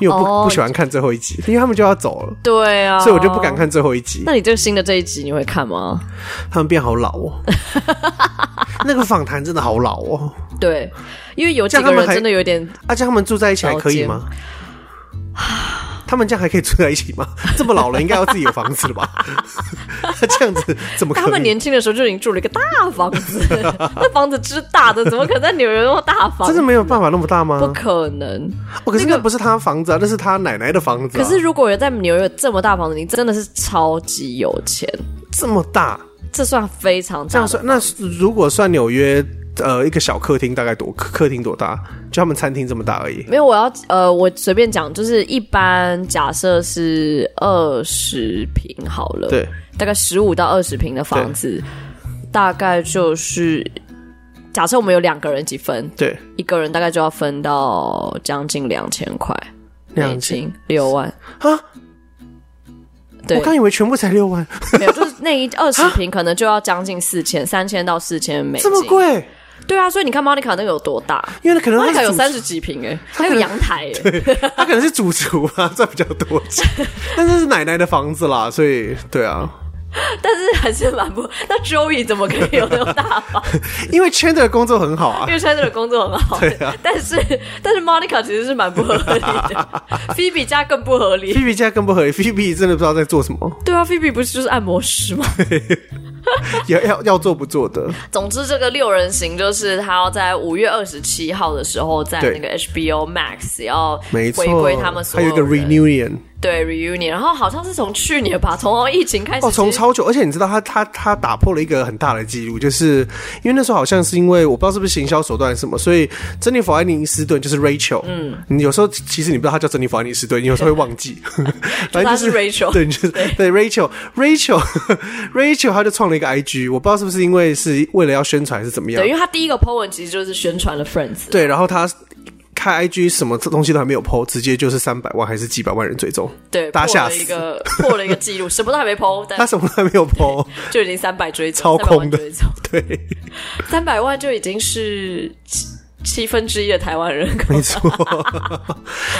因为我不、
哦
不喜欢看最后一集，因为他们就要走了，
对啊，
所以我就不敢。看最后一集。
那你这个新的这一集你会看吗？
他们变好老哦， 那个访谈真的好老哦，
对，因为有
这
几
样他
个
们
人
还
真的有点
而且他们住在一起还可以吗？他们这样还可以住在一起吗？这么老了，应该要自己有房子了吧？ 这样子怎么可以？
他们年轻的时候就已经住了一个大房 子，那房子之大的，怎么可能在纽约那么大房？
真的没有办法那么大吗？
哦不可能。
哦，可是那不是他房子啊，那是他奶奶的房子、啊。
可是如果有在纽约有这么大房子，你真的是超级有钱，
这么大，
这算非常
这
大的。
样算那如果算纽约呃一个小客厅大概多客厅多大？就他们餐厅这么大而已。
没有，我要呃，我随便讲，就是一般假设是二十平好了，
对，
大概呃十五到二十平的房子，大概就是假设我们有两个人一起分，
对，
一个人大概就要分到将近两千块，美
两千
金六万
啊！
对
我，刚以为全部才六万，
没有，就是那一二十平可能就要将近四千，三千到四千美金。
这么？贵，
对啊，所以你看 Monica 那个有多大
因为可能他
？Monica
是
有
主
三十几平哎、还有阳台哎、
他可能是主厨啊，赚比较多 钱，但是是奶奶的房子啦，所以对啊，
但是还是蛮不。那 Joey 怎么可以有那种大 房？
因为 Chandler 的工作很好啊
因，为 Chandler 的工作很好，但是但是 Monica 其实是蛮不合理的 ，Phoebe 家更不合理。
菲比家更不合理，菲比真的不知道在做什么，
对啊，Phoebe 不是就是按摩师吗？
也要要做不做的，
总之，这个六人行就是他要在五月二十七号的时候，在
对
那个 HBO Max 要
没
回
错，
归他们所
还有一个
人
reunion
对 reunion，然后好像是从去年吧，从疫情开始
哦，从
其实
超久，而且你知道他他他打破了一个很大的记录，就是因为那时候好像是因为我不知道是不是行销手段还是什么，所以珍妮弗·安妮斯顿就是 Rachel，嗯，你有时候其实你不知道她叫珍妮弗·安妮斯顿，你有时候会 忘记，反正
她
就是
Rachel
对，你就是对 Rachel，Rachel，Rachel 她就创了一个 IG，我不知道是不是因为是为了要宣传还是怎么样
对，，因为他第一个 po 文其实就是宣传了 Friends，
对，然后她开 IG 什么东西都还没有 PO，直接就是三百万还是几百万人追踪，
对，
大家
破
吓
了
死
一个破了一个记 录，什么都还没 po，但
她什么都还没有 PO，
就已经三百追踪，
超空的对。
三百万就已经是七七分之一的台湾人口，
没错，
哦，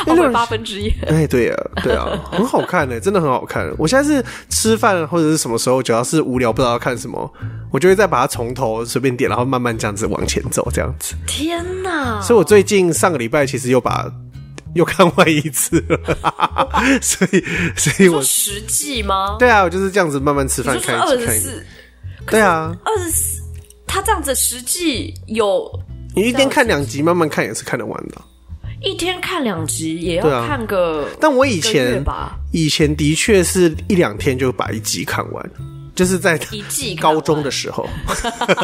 不是八分之一。
哎，对啊，对啊，很好看呢、真的很好看。我现在是吃饭或者是什么时候，只要是无聊不知道要看什么，我就会再把它从头随便点，然后慢慢这样子往前走，这样子。
天哪！
所以我最近上个礼拜其实又把又看完一次了， 所以所以
你说
我啊
实际吗？
对啊，我就是这样子慢慢吃
你
饭
说是
看
二
一集
十
看一集，
四，
对啊，
二十四，他这样子实际有
你一天看两集，慢慢看也是看得完的。
一天看两集，也
对
要
啊
看个
但我以
一个月
前
吧。
以前的确是一两天就把一集看完，就是在
一季看
高中的时候，
哦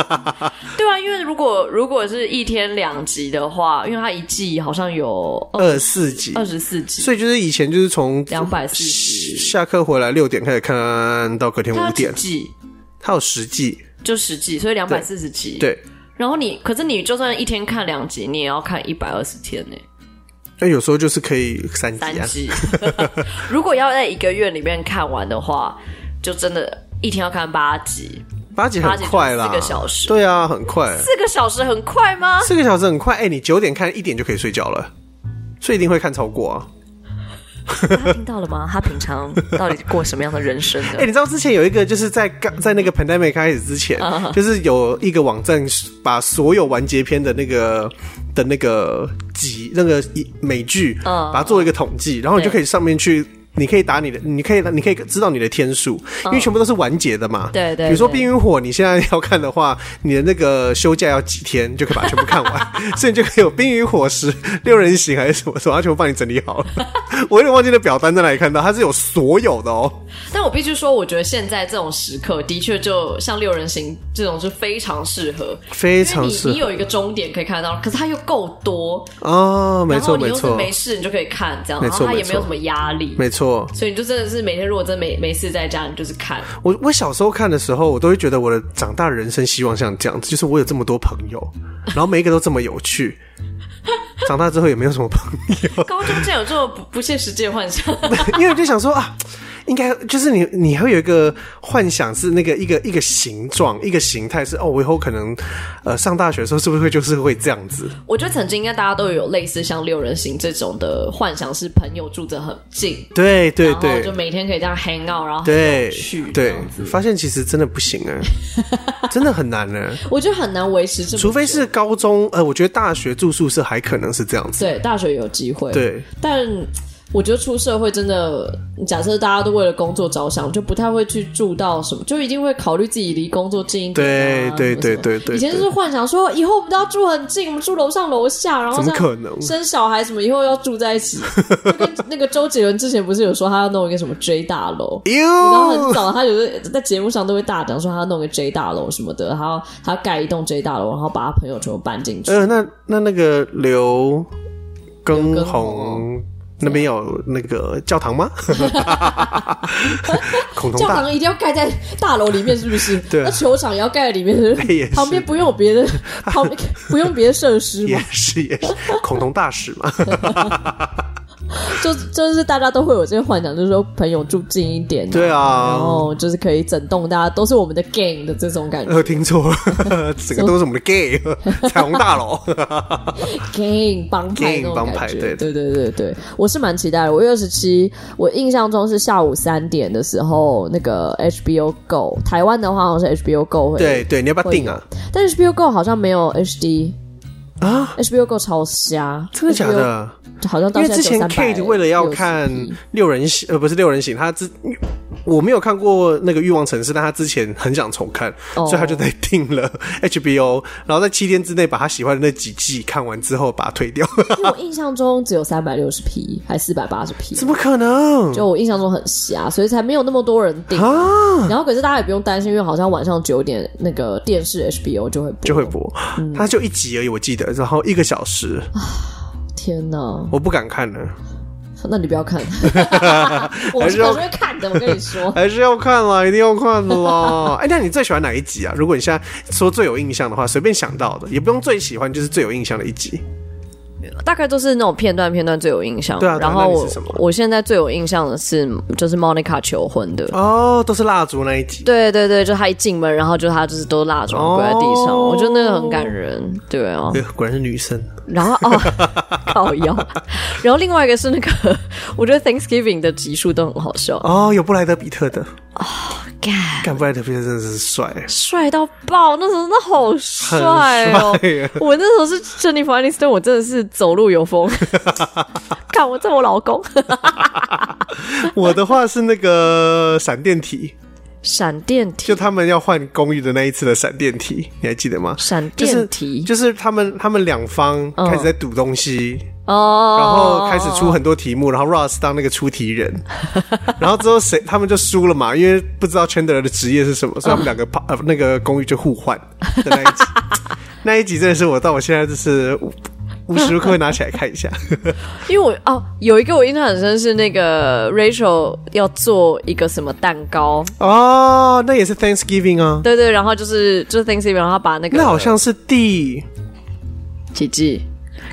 对啊，因为如果如果是一天两集的话，因为它一季好像有
二四集，
二十四集，
所以就是以前就是从
240
下课回来六点开始看到隔天
它
五
有几
点，
季
它有十季，
就十季，所以两百四十集。，
对，
然后你可是你就算一天看两集，你也要看一百二十天呢、
那有时候就是可以三集
三
啊，
季。 如果要在一个月里面看完的话，就真的一天要看八集，
八集
八
很
集
快
就
啦，
是四个小时
对啊，很快，
四个小时很快吗？
四个小时很快，哎，你九点看一点就可以睡觉了，所以一定会看超过啊。
他啊听到了吗？他平常到底过什么样的嗯人生
哎、？你知道之前有一个就是在刚在那个 pandemic 开始之前，
嗯
就是有一个网站把所有完结篇的那个的那个集那个一美剧，
嗯
把它做一个统计，然后你就可以上面去。你可以打你的，你可以你可以知道你的天数，因为全部都是完结的嘛。
嗯对对
比如说《
对
冰与火》，你现在要看的话，你的那个休假要几天就可以把它全 部看完，所以你就可以有《冰与火十六人行》还是什么什么，它全部帮你整理好了。 我有点忘记那表单在哪里看到，它是有所有的哦。
但我必须说，我觉得现在这种时刻的确就像六人行这种是非常适合，
非常
因为
适
你你
合
有一个终点可以看到，可是它又够多，
哦，没
然
错
后你
没
又是
错
没事，你就可以看这样，
没
然
错
后它也
没
没
错
有什么压力，
没错。
所以你就真的是每天如果真的没没事在家，你就是看。
我我小时候看的时候，我都会觉得我的长大人生希望像这样子，就是我有这么多朋友， 然后每一个都这么有趣。长大之后也没有什么朋友，
高中竟然有这么不不切实际的幻想，
因为我就想说啊，应该就是你你还会有一个幻想是那个一个一个形状一个形态是哦，我以后可能呃上大学的时候是不是会就是会这样子？
我觉得曾经应该大家都有类似像六人行这种的幻想，是朋友住得很近，
对对
然后
对
就每天可以这样 hang out，然后很有
对
趣这
对
样子，
发现其实真的不行哎、真的很难啊呢、
我觉得很难维持这么久，
除非是高中，呃，我觉得大学住宿舍还可能是这样子。
对大学有机会，
对，
但我觉得出社会真的，假设大家都为了工作着想，就不太会去住到什么，就一定会考虑自己离工作近一点、啊。
对
什么
对
什么
对对对
以前就是幻想说，以后我们都要住很近，我们住楼上楼下，然后
怎么
像
可能
生小孩什么，以后要住在一 起。就跟那个周杰伦之前不是有说他要弄一个什么 J 大楼？然后很
哟，
早，他有时候在节目上都会大讲说他要弄个 J 大楼什么的，然后他要盖一栋 J 大楼，然后把他朋友全部搬进去。
呃，那那那个刘
刘
耕
耕
宏
宏
那边有那个教 堂吗？孔同
教
大
堂一定要盖在大楼里面，是不是？
对啊
那球场也要盖在里面，是不是
也是
旁边不用有别的，旁边不用别的设施
也
嘛，
是也是孔同大使嘛，
就就是大家都会有这个幻想，就是说朋友住近一点、
对啊
然后就是可以整栋大家都是我们的 gang 的这种感觉
呃，听错 了，整个都是我们的 gay 彩虹大楼。
，gang 帮派
gang
那种
帮派
感觉，
对
对对对对，我是蛮期待的。我二十七，我印象中是下午三点的时候，那个 HBO Go，台湾的话好像是 HBO Go 会
对对，你要不要定啊？
但 HBO Go 好像没有 HD
啊
，HBO Go 超瞎，
真的假？的？
好像到
因为
现在
之前
只有360
Kate 为了要看
P
六人行，呃，不是六人行，他之我没有看过那个《欲望城市》，但他之前很想重看，
哦
所以他就在订了 HBO，然后在七天之内把他喜欢的那几季看完之后，把它退 掉。
因为我印象中只有三百六十 P 还四百八十 P，
怎么可能
就我印象中很瞎，所以才没有那么多人订。
啊？
然后可是大家也不用担心，因为好像晚上九点那个电视 HBO 就会播
就会播，
嗯
他就一集而已，我记得，然后一个小时，
天哪，
我不敢看了，
那你不要看，我是本身会看的，我跟你 说。
还是要看啦，一定要看 的啦。哎，那你最喜欢哪一集啊？如果你现在说最有印象的话，随便想到的，也不用最喜欢，就是最有印象的一集。
大概都是那种片段片段最有印象。
对啊对啊
然后
那你
我
是什么
我现在最有印象的是就是 Monica 求婚的。
哦，都是蜡烛那一集。
对对对，就他一进门，然后就他就是都蜡烛
哦
跪在地上，我觉得那个很感人，对啊。
对，果然是女生。
然后哦， 靠腰，然后另外一个是那个， 我觉得 Thanksgiving 的集数都很好笑，
哦，有布莱德比特的，
干
干布莱德比特真的是帅。
帅到爆，那时候真的好帅哦
很帅耶！
我那时候是 Jennifer Aniston，我真的是走路有 风，看我这我老公，
我的话是那个闪电体，
闪电
就
体，
他们要换公寓的那一次的闪电体，你还记得吗？
闪
就是
电体，
就是他们他们两方
嗯
开始在赌东西，
哦，
然后开始出很多题目，然后 Ross 当那个出题人， 然后之后谁他们就输了嘛，因为不知道 Chandler 的职业是 什么，所以他们两个跑、呃那个公寓就互换的那一集，那一集真的是我到我现在就是无无时无刻会拿起来看 一下，
因为我哦有一个我印象很深是那个 Rachel 要做一个什么蛋糕，
哦，那也是 Thanksgiving 啊，
对对，然后就是就是 Thanksgiving，然后他把那个
那好像是第
奇迹。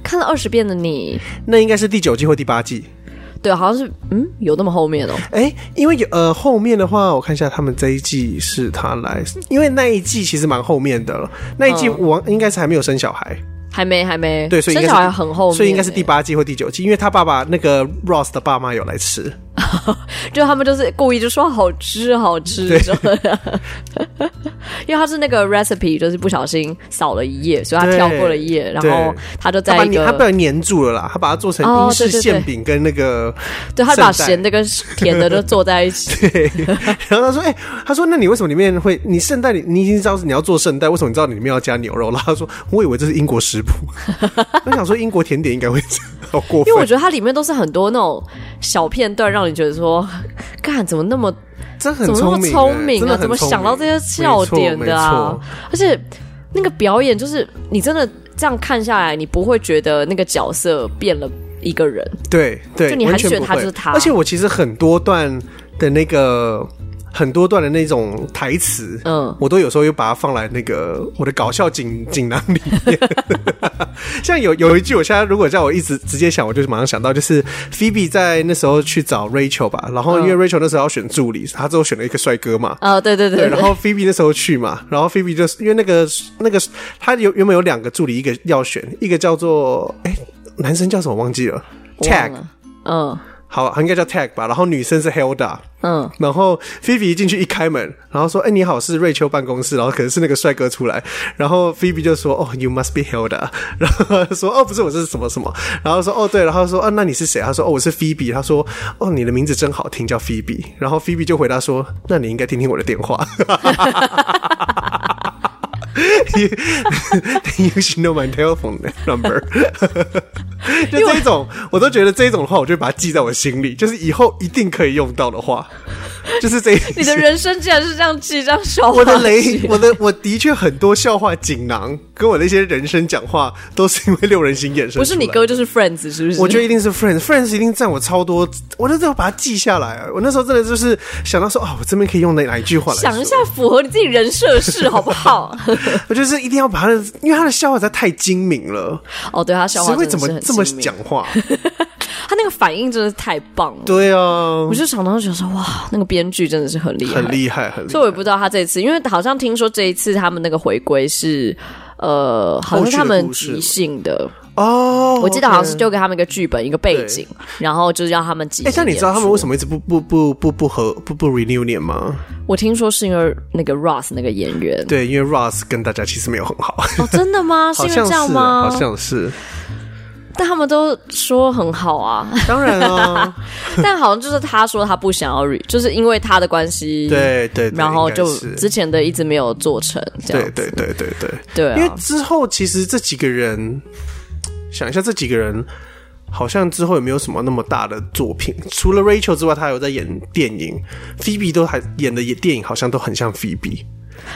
看了二十遍的你，
那应该是第九季或第八季，
对，好像是嗯，有那么后面哦。
哎，因为有呃后面的话，我看一下他们这一季是他来，因为那一季其实蛮后面的了，那一季
嗯
我应该是还没有生小孩，
还没，还没，
对，所以应
生
该
小
是
孩很后面欸，
所以应该是第八季或第九季，因为他爸爸那个 Ross 的爸妈有来吃，
就他们就是故意就说好吃好吃
对
什么的， 因为他是那个 recipe，就是不小心扫了一页，所以他
对
跳过了一页，然
对
后他就
他把
在一
你他被
个，
粘住了啦，他把它做成
哦
英式
对对对
馅饼跟那个
对，他把
圣诞
咸的跟甜的都做在一起，
对， 然后他说：“哎、他说那你为什么里面会你圣诞里你已经知道是你要做圣诞，为什么你知道你里面要加牛肉了？”他说：“我以为这是英国 食谱，我想说英国甜点应该会这样好过
因为我
分，
觉得它里面都是很多那种小片段，让你觉得说， 干怎么那么
真的很
怎么那么
聪明、欸
聪明
真
啊？
的
怎
很
么
聪明
想到这些笑点的啊？而且那个表演，就是你真的这样看下来，你不会觉得那个角色变了一个人。
对对，
就你
完
还
全
选
不
他
会
就是他
而且我其实很多段的那个。很多段的那种台词，
嗯
我都有时候又把它放来那个我的搞笑锦锦囊里面。 像有有一句，我现在如果叫我一直直接想，我就马上想到，就是 Phoebe 在那时候去找 Rachel 吧，然后因
嗯
为 Rachel 那时候要选助理，她最后选了一个帅哥嘛，
啊，对对
对，
对
然后 Phoebe 那时候去嘛，然后 Phoebe 就是因为那个那个他有原本有两个助理，一个要选，一个叫做哎、男生叫什么忘记了，Tag，
嗯
好应该叫 Tag 吧，然后女生是 Hilda。
嗯，
然后菲比一进去一开门，然后说：“哎、你好，是瑞秋办公室。”然后可能是那个帅哥出来，然后菲比就说：“哦，You must be Hilda。”然 后他说：“哦，不是，我是什么什么。”然后说：“哦，对。”然后说：“啊，那你是谁？”他说：“哦，我是菲比。”他说：“哦，你的名字真好听，叫菲比。”然后菲比就回答说：“那你应该听听我的电话。” you, you should know my telephone number 。就这一种，我都觉得这一种的话，我就会把它记在我心里，就是以后一定可以用到的话，就是这一。
你的人生竟然是这样记这样笑话，
我的雷，我的我的确很多笑话锦囊，跟我的一些人生讲话，都是因为六人行衍生。
不是你，哥就是 Friends，是不是？
我觉得一定是 Friends，Friends 一定占我超多，我那时候把它记下来。我那时候真的就是想到说，哦，我这边可以用哪哪一句话来说
想一下符合你自己人设是好不 好？
我就是一定要把他的，因为他的笑话实在太精明了，
哦，对他笑
谁
话
会
真的
怎么
是很
这么
精明
讲，话？
他那个反应真的是太棒了。
对啊
我，就常常觉得说，哇，那个编剧真的是很厉害，
很厉害，很厉
所以我也不知道他这一次，因为好像听说这一次他们那个回归是，呃，好像是他们即兴的，
害哦。
我记得好像是就给他们一个剧本、一个背景，然后就是让他们即兴。
哎，但你知道他们为什
么？
么一直不不不不不和不不 reunion 吗？
我听说是因为那个 Ross 那个演员，
对，因为 Ross 跟大家其实没有很好，
哦，真的 吗？是
好
因为
像
这
是，
样吗？
好像是。
但他们都说很好啊，
当然啊，
但好像就是他说他不想要 re，就是因为他的关系，，
对对，对
然后
应该
就是之前的一直没有做成，这
对
样
对对对对，
对
因为
啊，
之后其实这几个人，想一下这几个人。好像之后也没有什么那么大的作品，除了 Rachel 之外，她还有在演电影。Phoebe 都还演的也电影，好像都很像 Phoebe。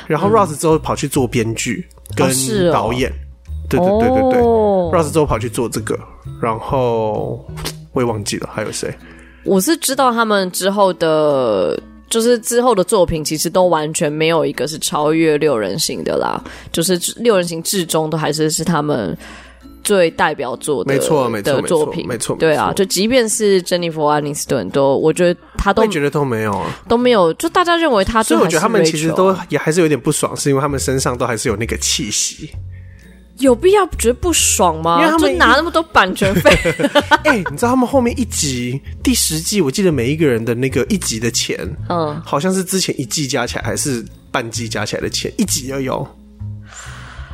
然后 Ross 之后跑去做编剧跟
嗯是哦
导演，对对对对对、
哦
r o s s 之后跑去做这个，然后我也忘记了还有谁。
嗯我是知道他们之后的，就是之后的作品，其实都完全没有一个是超越六人行的啦。就是六人行至终都还是是他们最代表作的，
没错没错
的
没错
作品，
没错没
对啊，
错
就即便是珍妮佛·安妮斯顿，都我觉得他
我
都
也觉得都没有啊。
都没有，就大家认为他就
所以我
还
觉
是
得他们其
Rachel
实
啊
都也还是有点不爽，是因为他们身上都还是有那个气息。
有必要觉得不爽吗？
因为他们
就拿那么多版权 费，
哎、你知道他们后面一集第十季，我记得每一个人的那个一集的钱，
嗯，
好像是之前一季加起来还是半季加起来的钱，一集而已哦。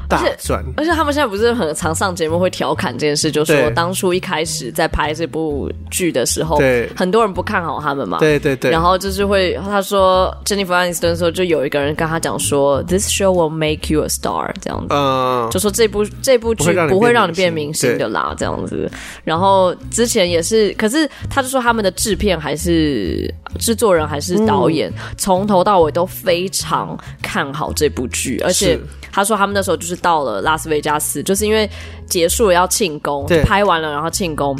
大赚。
而且他们现在不是很常上节目会调侃这件事，就说
对
当初一开始在拍这部剧的时候
对，
很多人不看好他们嘛。
对对
哦
对
然后就是会，他说 Jennifer Aniston 说，就有一个人跟他讲说，This show will make you a star，这样子。
嗯，
就说这部这部
不
剧
会让你
不会
变
让你
明
变
星
明星
对
的啦，这样子。然后之前也是，可是他就说他们的制片还是制作人还是导演，
嗯
从头到尾都非常看好这部剧，而且
是
他说他们那时候就是到了拉斯维加斯，就是因为结束了要庆功，
对
拍完了然后庆功。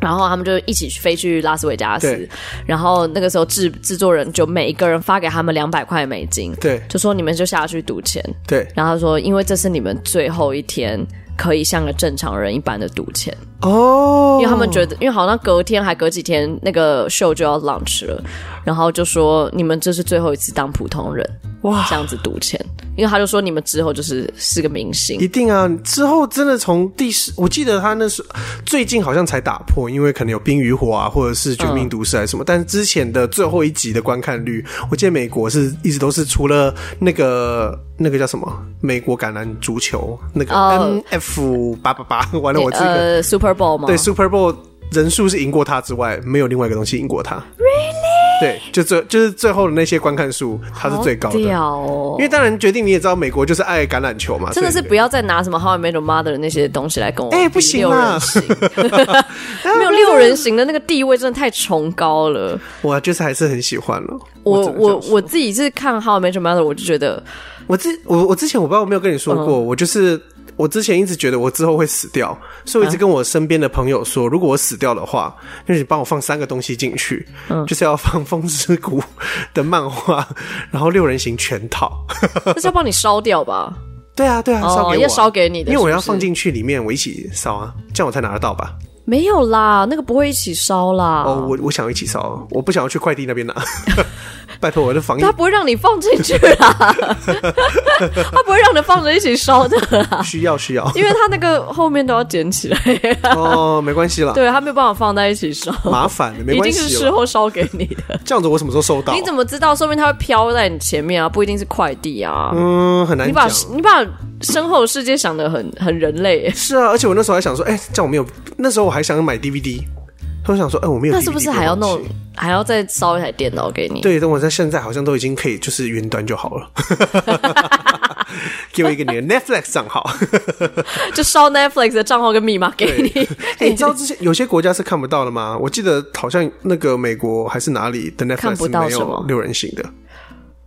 然后他们就一起飞去拉斯维加斯
对，
然后那个时候制制作人就每一个人发给他们两百块美金，
对
就说你们就下去赌钱，
对
然后他说，因为这是你们最后一天可以像个正常人一般的赌钱，
哦，
因为他们觉得，因为好像隔天还隔几天那个秀就要 launch 了，然后就说你们这是最后一次当普通人
哇
这，样子赌钱，因为他就说你们之后就是是个明星
一，定啊！之后真的从第十，我记得他那时候最近好像才打破，因为可能有《冰与火》啊，或者是《绝命毒师》还是
嗯
什么。但是之前的最后一集的观看率，我记得美国是一直都是除了那个那个叫什么美国橄榄足球那个
哦
N F 八八八， 完了我这个、
呃，Super Bowl 嘛，
对 Super Bowl 人数是赢过他之外，没有另外一个东西赢过他。Really？对，就最就是最后的那些观看数，他是最高的。
好屌哦
因为当然决定你也知道，美国就是爱橄榄球嘛，
真的是
所以
不要再拿什么《How I Met Your Mother》那些东西来跟我
哎
比
不行
六人
啦
行， 没有六人行的那个地位真的太崇高了。
我就是还是很喜欢了。
我
只能这
我
样说
我自己是看《How I Met Your Mother》，我就嗯觉 得
我之我我之前我不知道我没有跟你说过，我就是我之前一直觉得我之后会死掉，所以
嗯
我一直跟我身边的朋友说，如果我死掉的话，就是你帮我放三个东西进去，
嗯
就是要放《风之谷》的漫画，然后六人行全套。
那是要帮你烧掉吧？
对啊，对啊，
哦
烧、给我啊、
要烧给你的
因为我要
是不是
放进去里面，我一起烧啊，这样我才拿得到吧。
没有啦，那个不会一起烧啦。
哦，我我想要一起烧，我不想要去快递那 边拿。拜托，我的防疫
他不会让你放进去啦， 他不会让你放着一起烧的 啦，
需要 需要
因为他那个后面都要捡起 来，
哦，没关系啦，
啊对他没有办法放在一起烧，
麻烦的没
一
关
定是
系
事
啦。
后烧给你的。
这样子我什么时候收到？
你怎么知道？说明他会飘在你前面啊，不一定是快递啊。
嗯，很难
你把
讲。
你把身后的世界想的很很人类耶，
是啊，而且我那时候还想说，哎、这样我没有，那时候我还想买 DVD，我想说，哎、我没有 DVD
那是
这个东西。
不是还要弄还要再烧一台电脑给你？
对，但我在现在好像都已经可以就是云端就好了。给我一个你的 Netflix 账 号。
就烧 Netflix 的账号跟密码给你。
哎、你知道之前有些国家是看不到的吗？我记得好像那个美国还是哪里的
看不
Netflix
到
没
什
有
么
六人行的。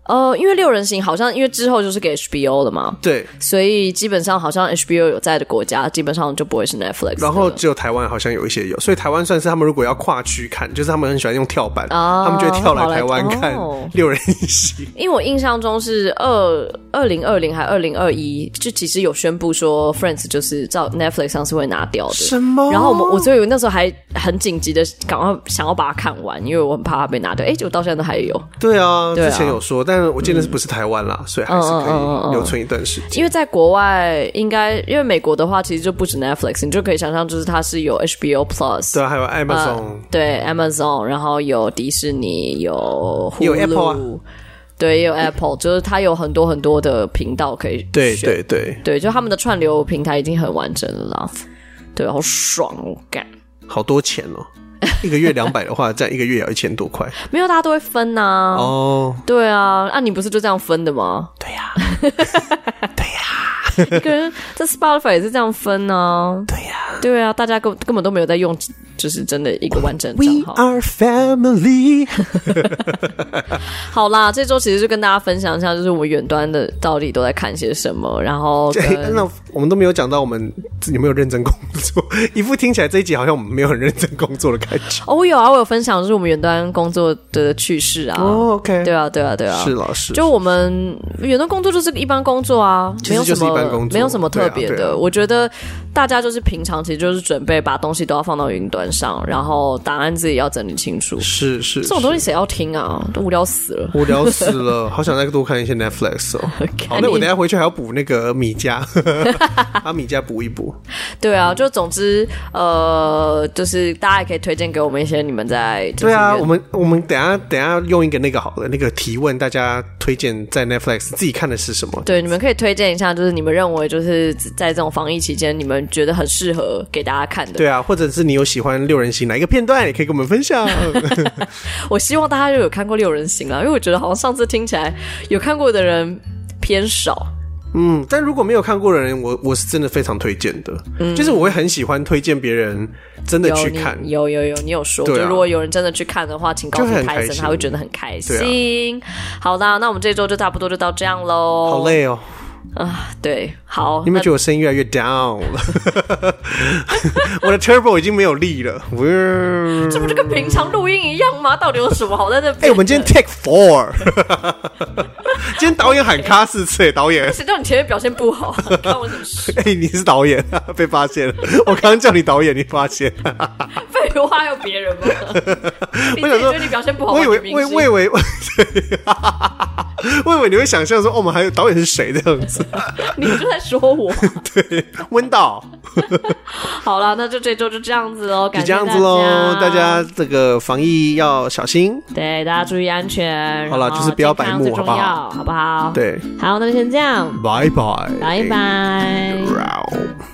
呃，因为六人行好像因为之后就是给 HBO 了嘛，
对，
所以基本上好像 HBO 有在的国家，基本上就不会是 Netflix 的。
然后只有台湾好像有一些有，所以台湾算是他们如果要跨区看，就是他们很喜欢用跳板，
哦
他们就会跳来
跑来
台湾看
哦
六人行。
因为我印象中是二二零二零还二零二一，就其实有宣布说 Friends 就是照 Netflix 上是会拿掉的。
什么
然后我们我所以我那时候还很紧急的赶快想要把它看完，因为我很怕它被拿掉。哎，结果到现在都还有。
对啊，
对啊
之前有说，但是我记得是不是台湾啦，所以还是可
嗯嗯嗯嗯嗯
以留存一段时间。
因为在国外应该，因为美国的话其实就不止 Netflix，你就可以想象就是它是有 HBO Plus，
对啊，还有 Amazon，、
对 Amazon，然后有迪士尼，有 Hulu,
有 Apple 啊
对，也有 Apple，就是它有很多很多的频道可以
对
选
对对，
对，就他们的串流平台已经很完整了啦。对，好爽哦，感
好多钱哦、一个月两百的话，这样一个月也要一千多块
没有大家都会分呐、
哦。
对啊，那、你不是就这样分的吗？
对呀、
一个人在 Spotify 也是这样分呢、
对呀、
对啊，大家根根本都没有在用，就是真的一个完整
w
账
e
号。
are family 。
好啦，这周其实就跟大家分享一下，就是我们远端的到底都在看些什么，然 后跟
哎那我们都没有讲到我们有没有认真工作，一副听起来这一集好像我们没有很认真工作的感 觉。
哦，我有啊，我有分享，就是我们远端工作的趣事啊。
哦，OK，
对啊，对啊，对啊。
是老师，
就我们远端工作就是一般工作啊，
其
没
实
有什
就是一般
么
工作
没有什么特别
对啊对
的。
啊
我觉得大家就是平常其实就是准备把东西都要放到云端上，然后档案自己要整理清楚。
是是，
这
这
种东西谁要听啊？都无聊死了。
无聊死了，好想再多看一些 Netflix 哦。好，那我等一下回去还要补那个米家，把米家补一补。
对啊，就总之呃，就是大家也可以推荐给我们一些你们在 就是
对啊，
原
我们我们等一下等一下用一个那个好了，那个提问大家推荐在 Netflix 自己看的是什么？
对，你们可以推荐一下，就是你们认为就是在这种防疫期间，你们觉得很适合给大家看的。
对啊，或者是你有喜欢六人行哪一个片段，也可以跟我们 分享。
我希望大家就有看过《六人行》啦，因为我觉得好像上次听起来有看过的人偏少。
嗯，但如果没有看过的人，我我是真的非常推荐的，就是我会很喜欢推荐别人真的
有
去
你
看。
嗯有有有，你有说，
对啊
就如果有人真的去看的话，请告诉
就会很
泰
开
森，
心啊
他会觉得很开心。好啦，那我们这周就差不多就到这样喽。
好累哦，
啊，对，好，哎
你有没有觉得我声音越来越 down 了？我的 turbo 已经没有 力了。
那这不就跟平常录音一样吗？到底有什么好在那边的？
哎、我们今天 take four，今天导演喊咔四次，哎导演。
谁叫你前面表现不好， 看我怎么事？
哎、你是导演， 被发现了。我刚刚叫你导演，你发现？
废话，还有别人吗？你
我
自己觉
想说
得你表现不好，
我以为
你，明
我
星
我以为， 我以为你会想象说，哦，我们还有导演是谁这样 子？
你就在说我。
对，温导。
好了，那就这周就这样子 喽，
就
感
这
谢
样子喽，大家这个防疫要小心。
对大家注意安全。
好啦
然后
就是不要白目
健康最重
好不
要好不好？，
对，
好，那就先这样，
拜拜，
拜拜。
Round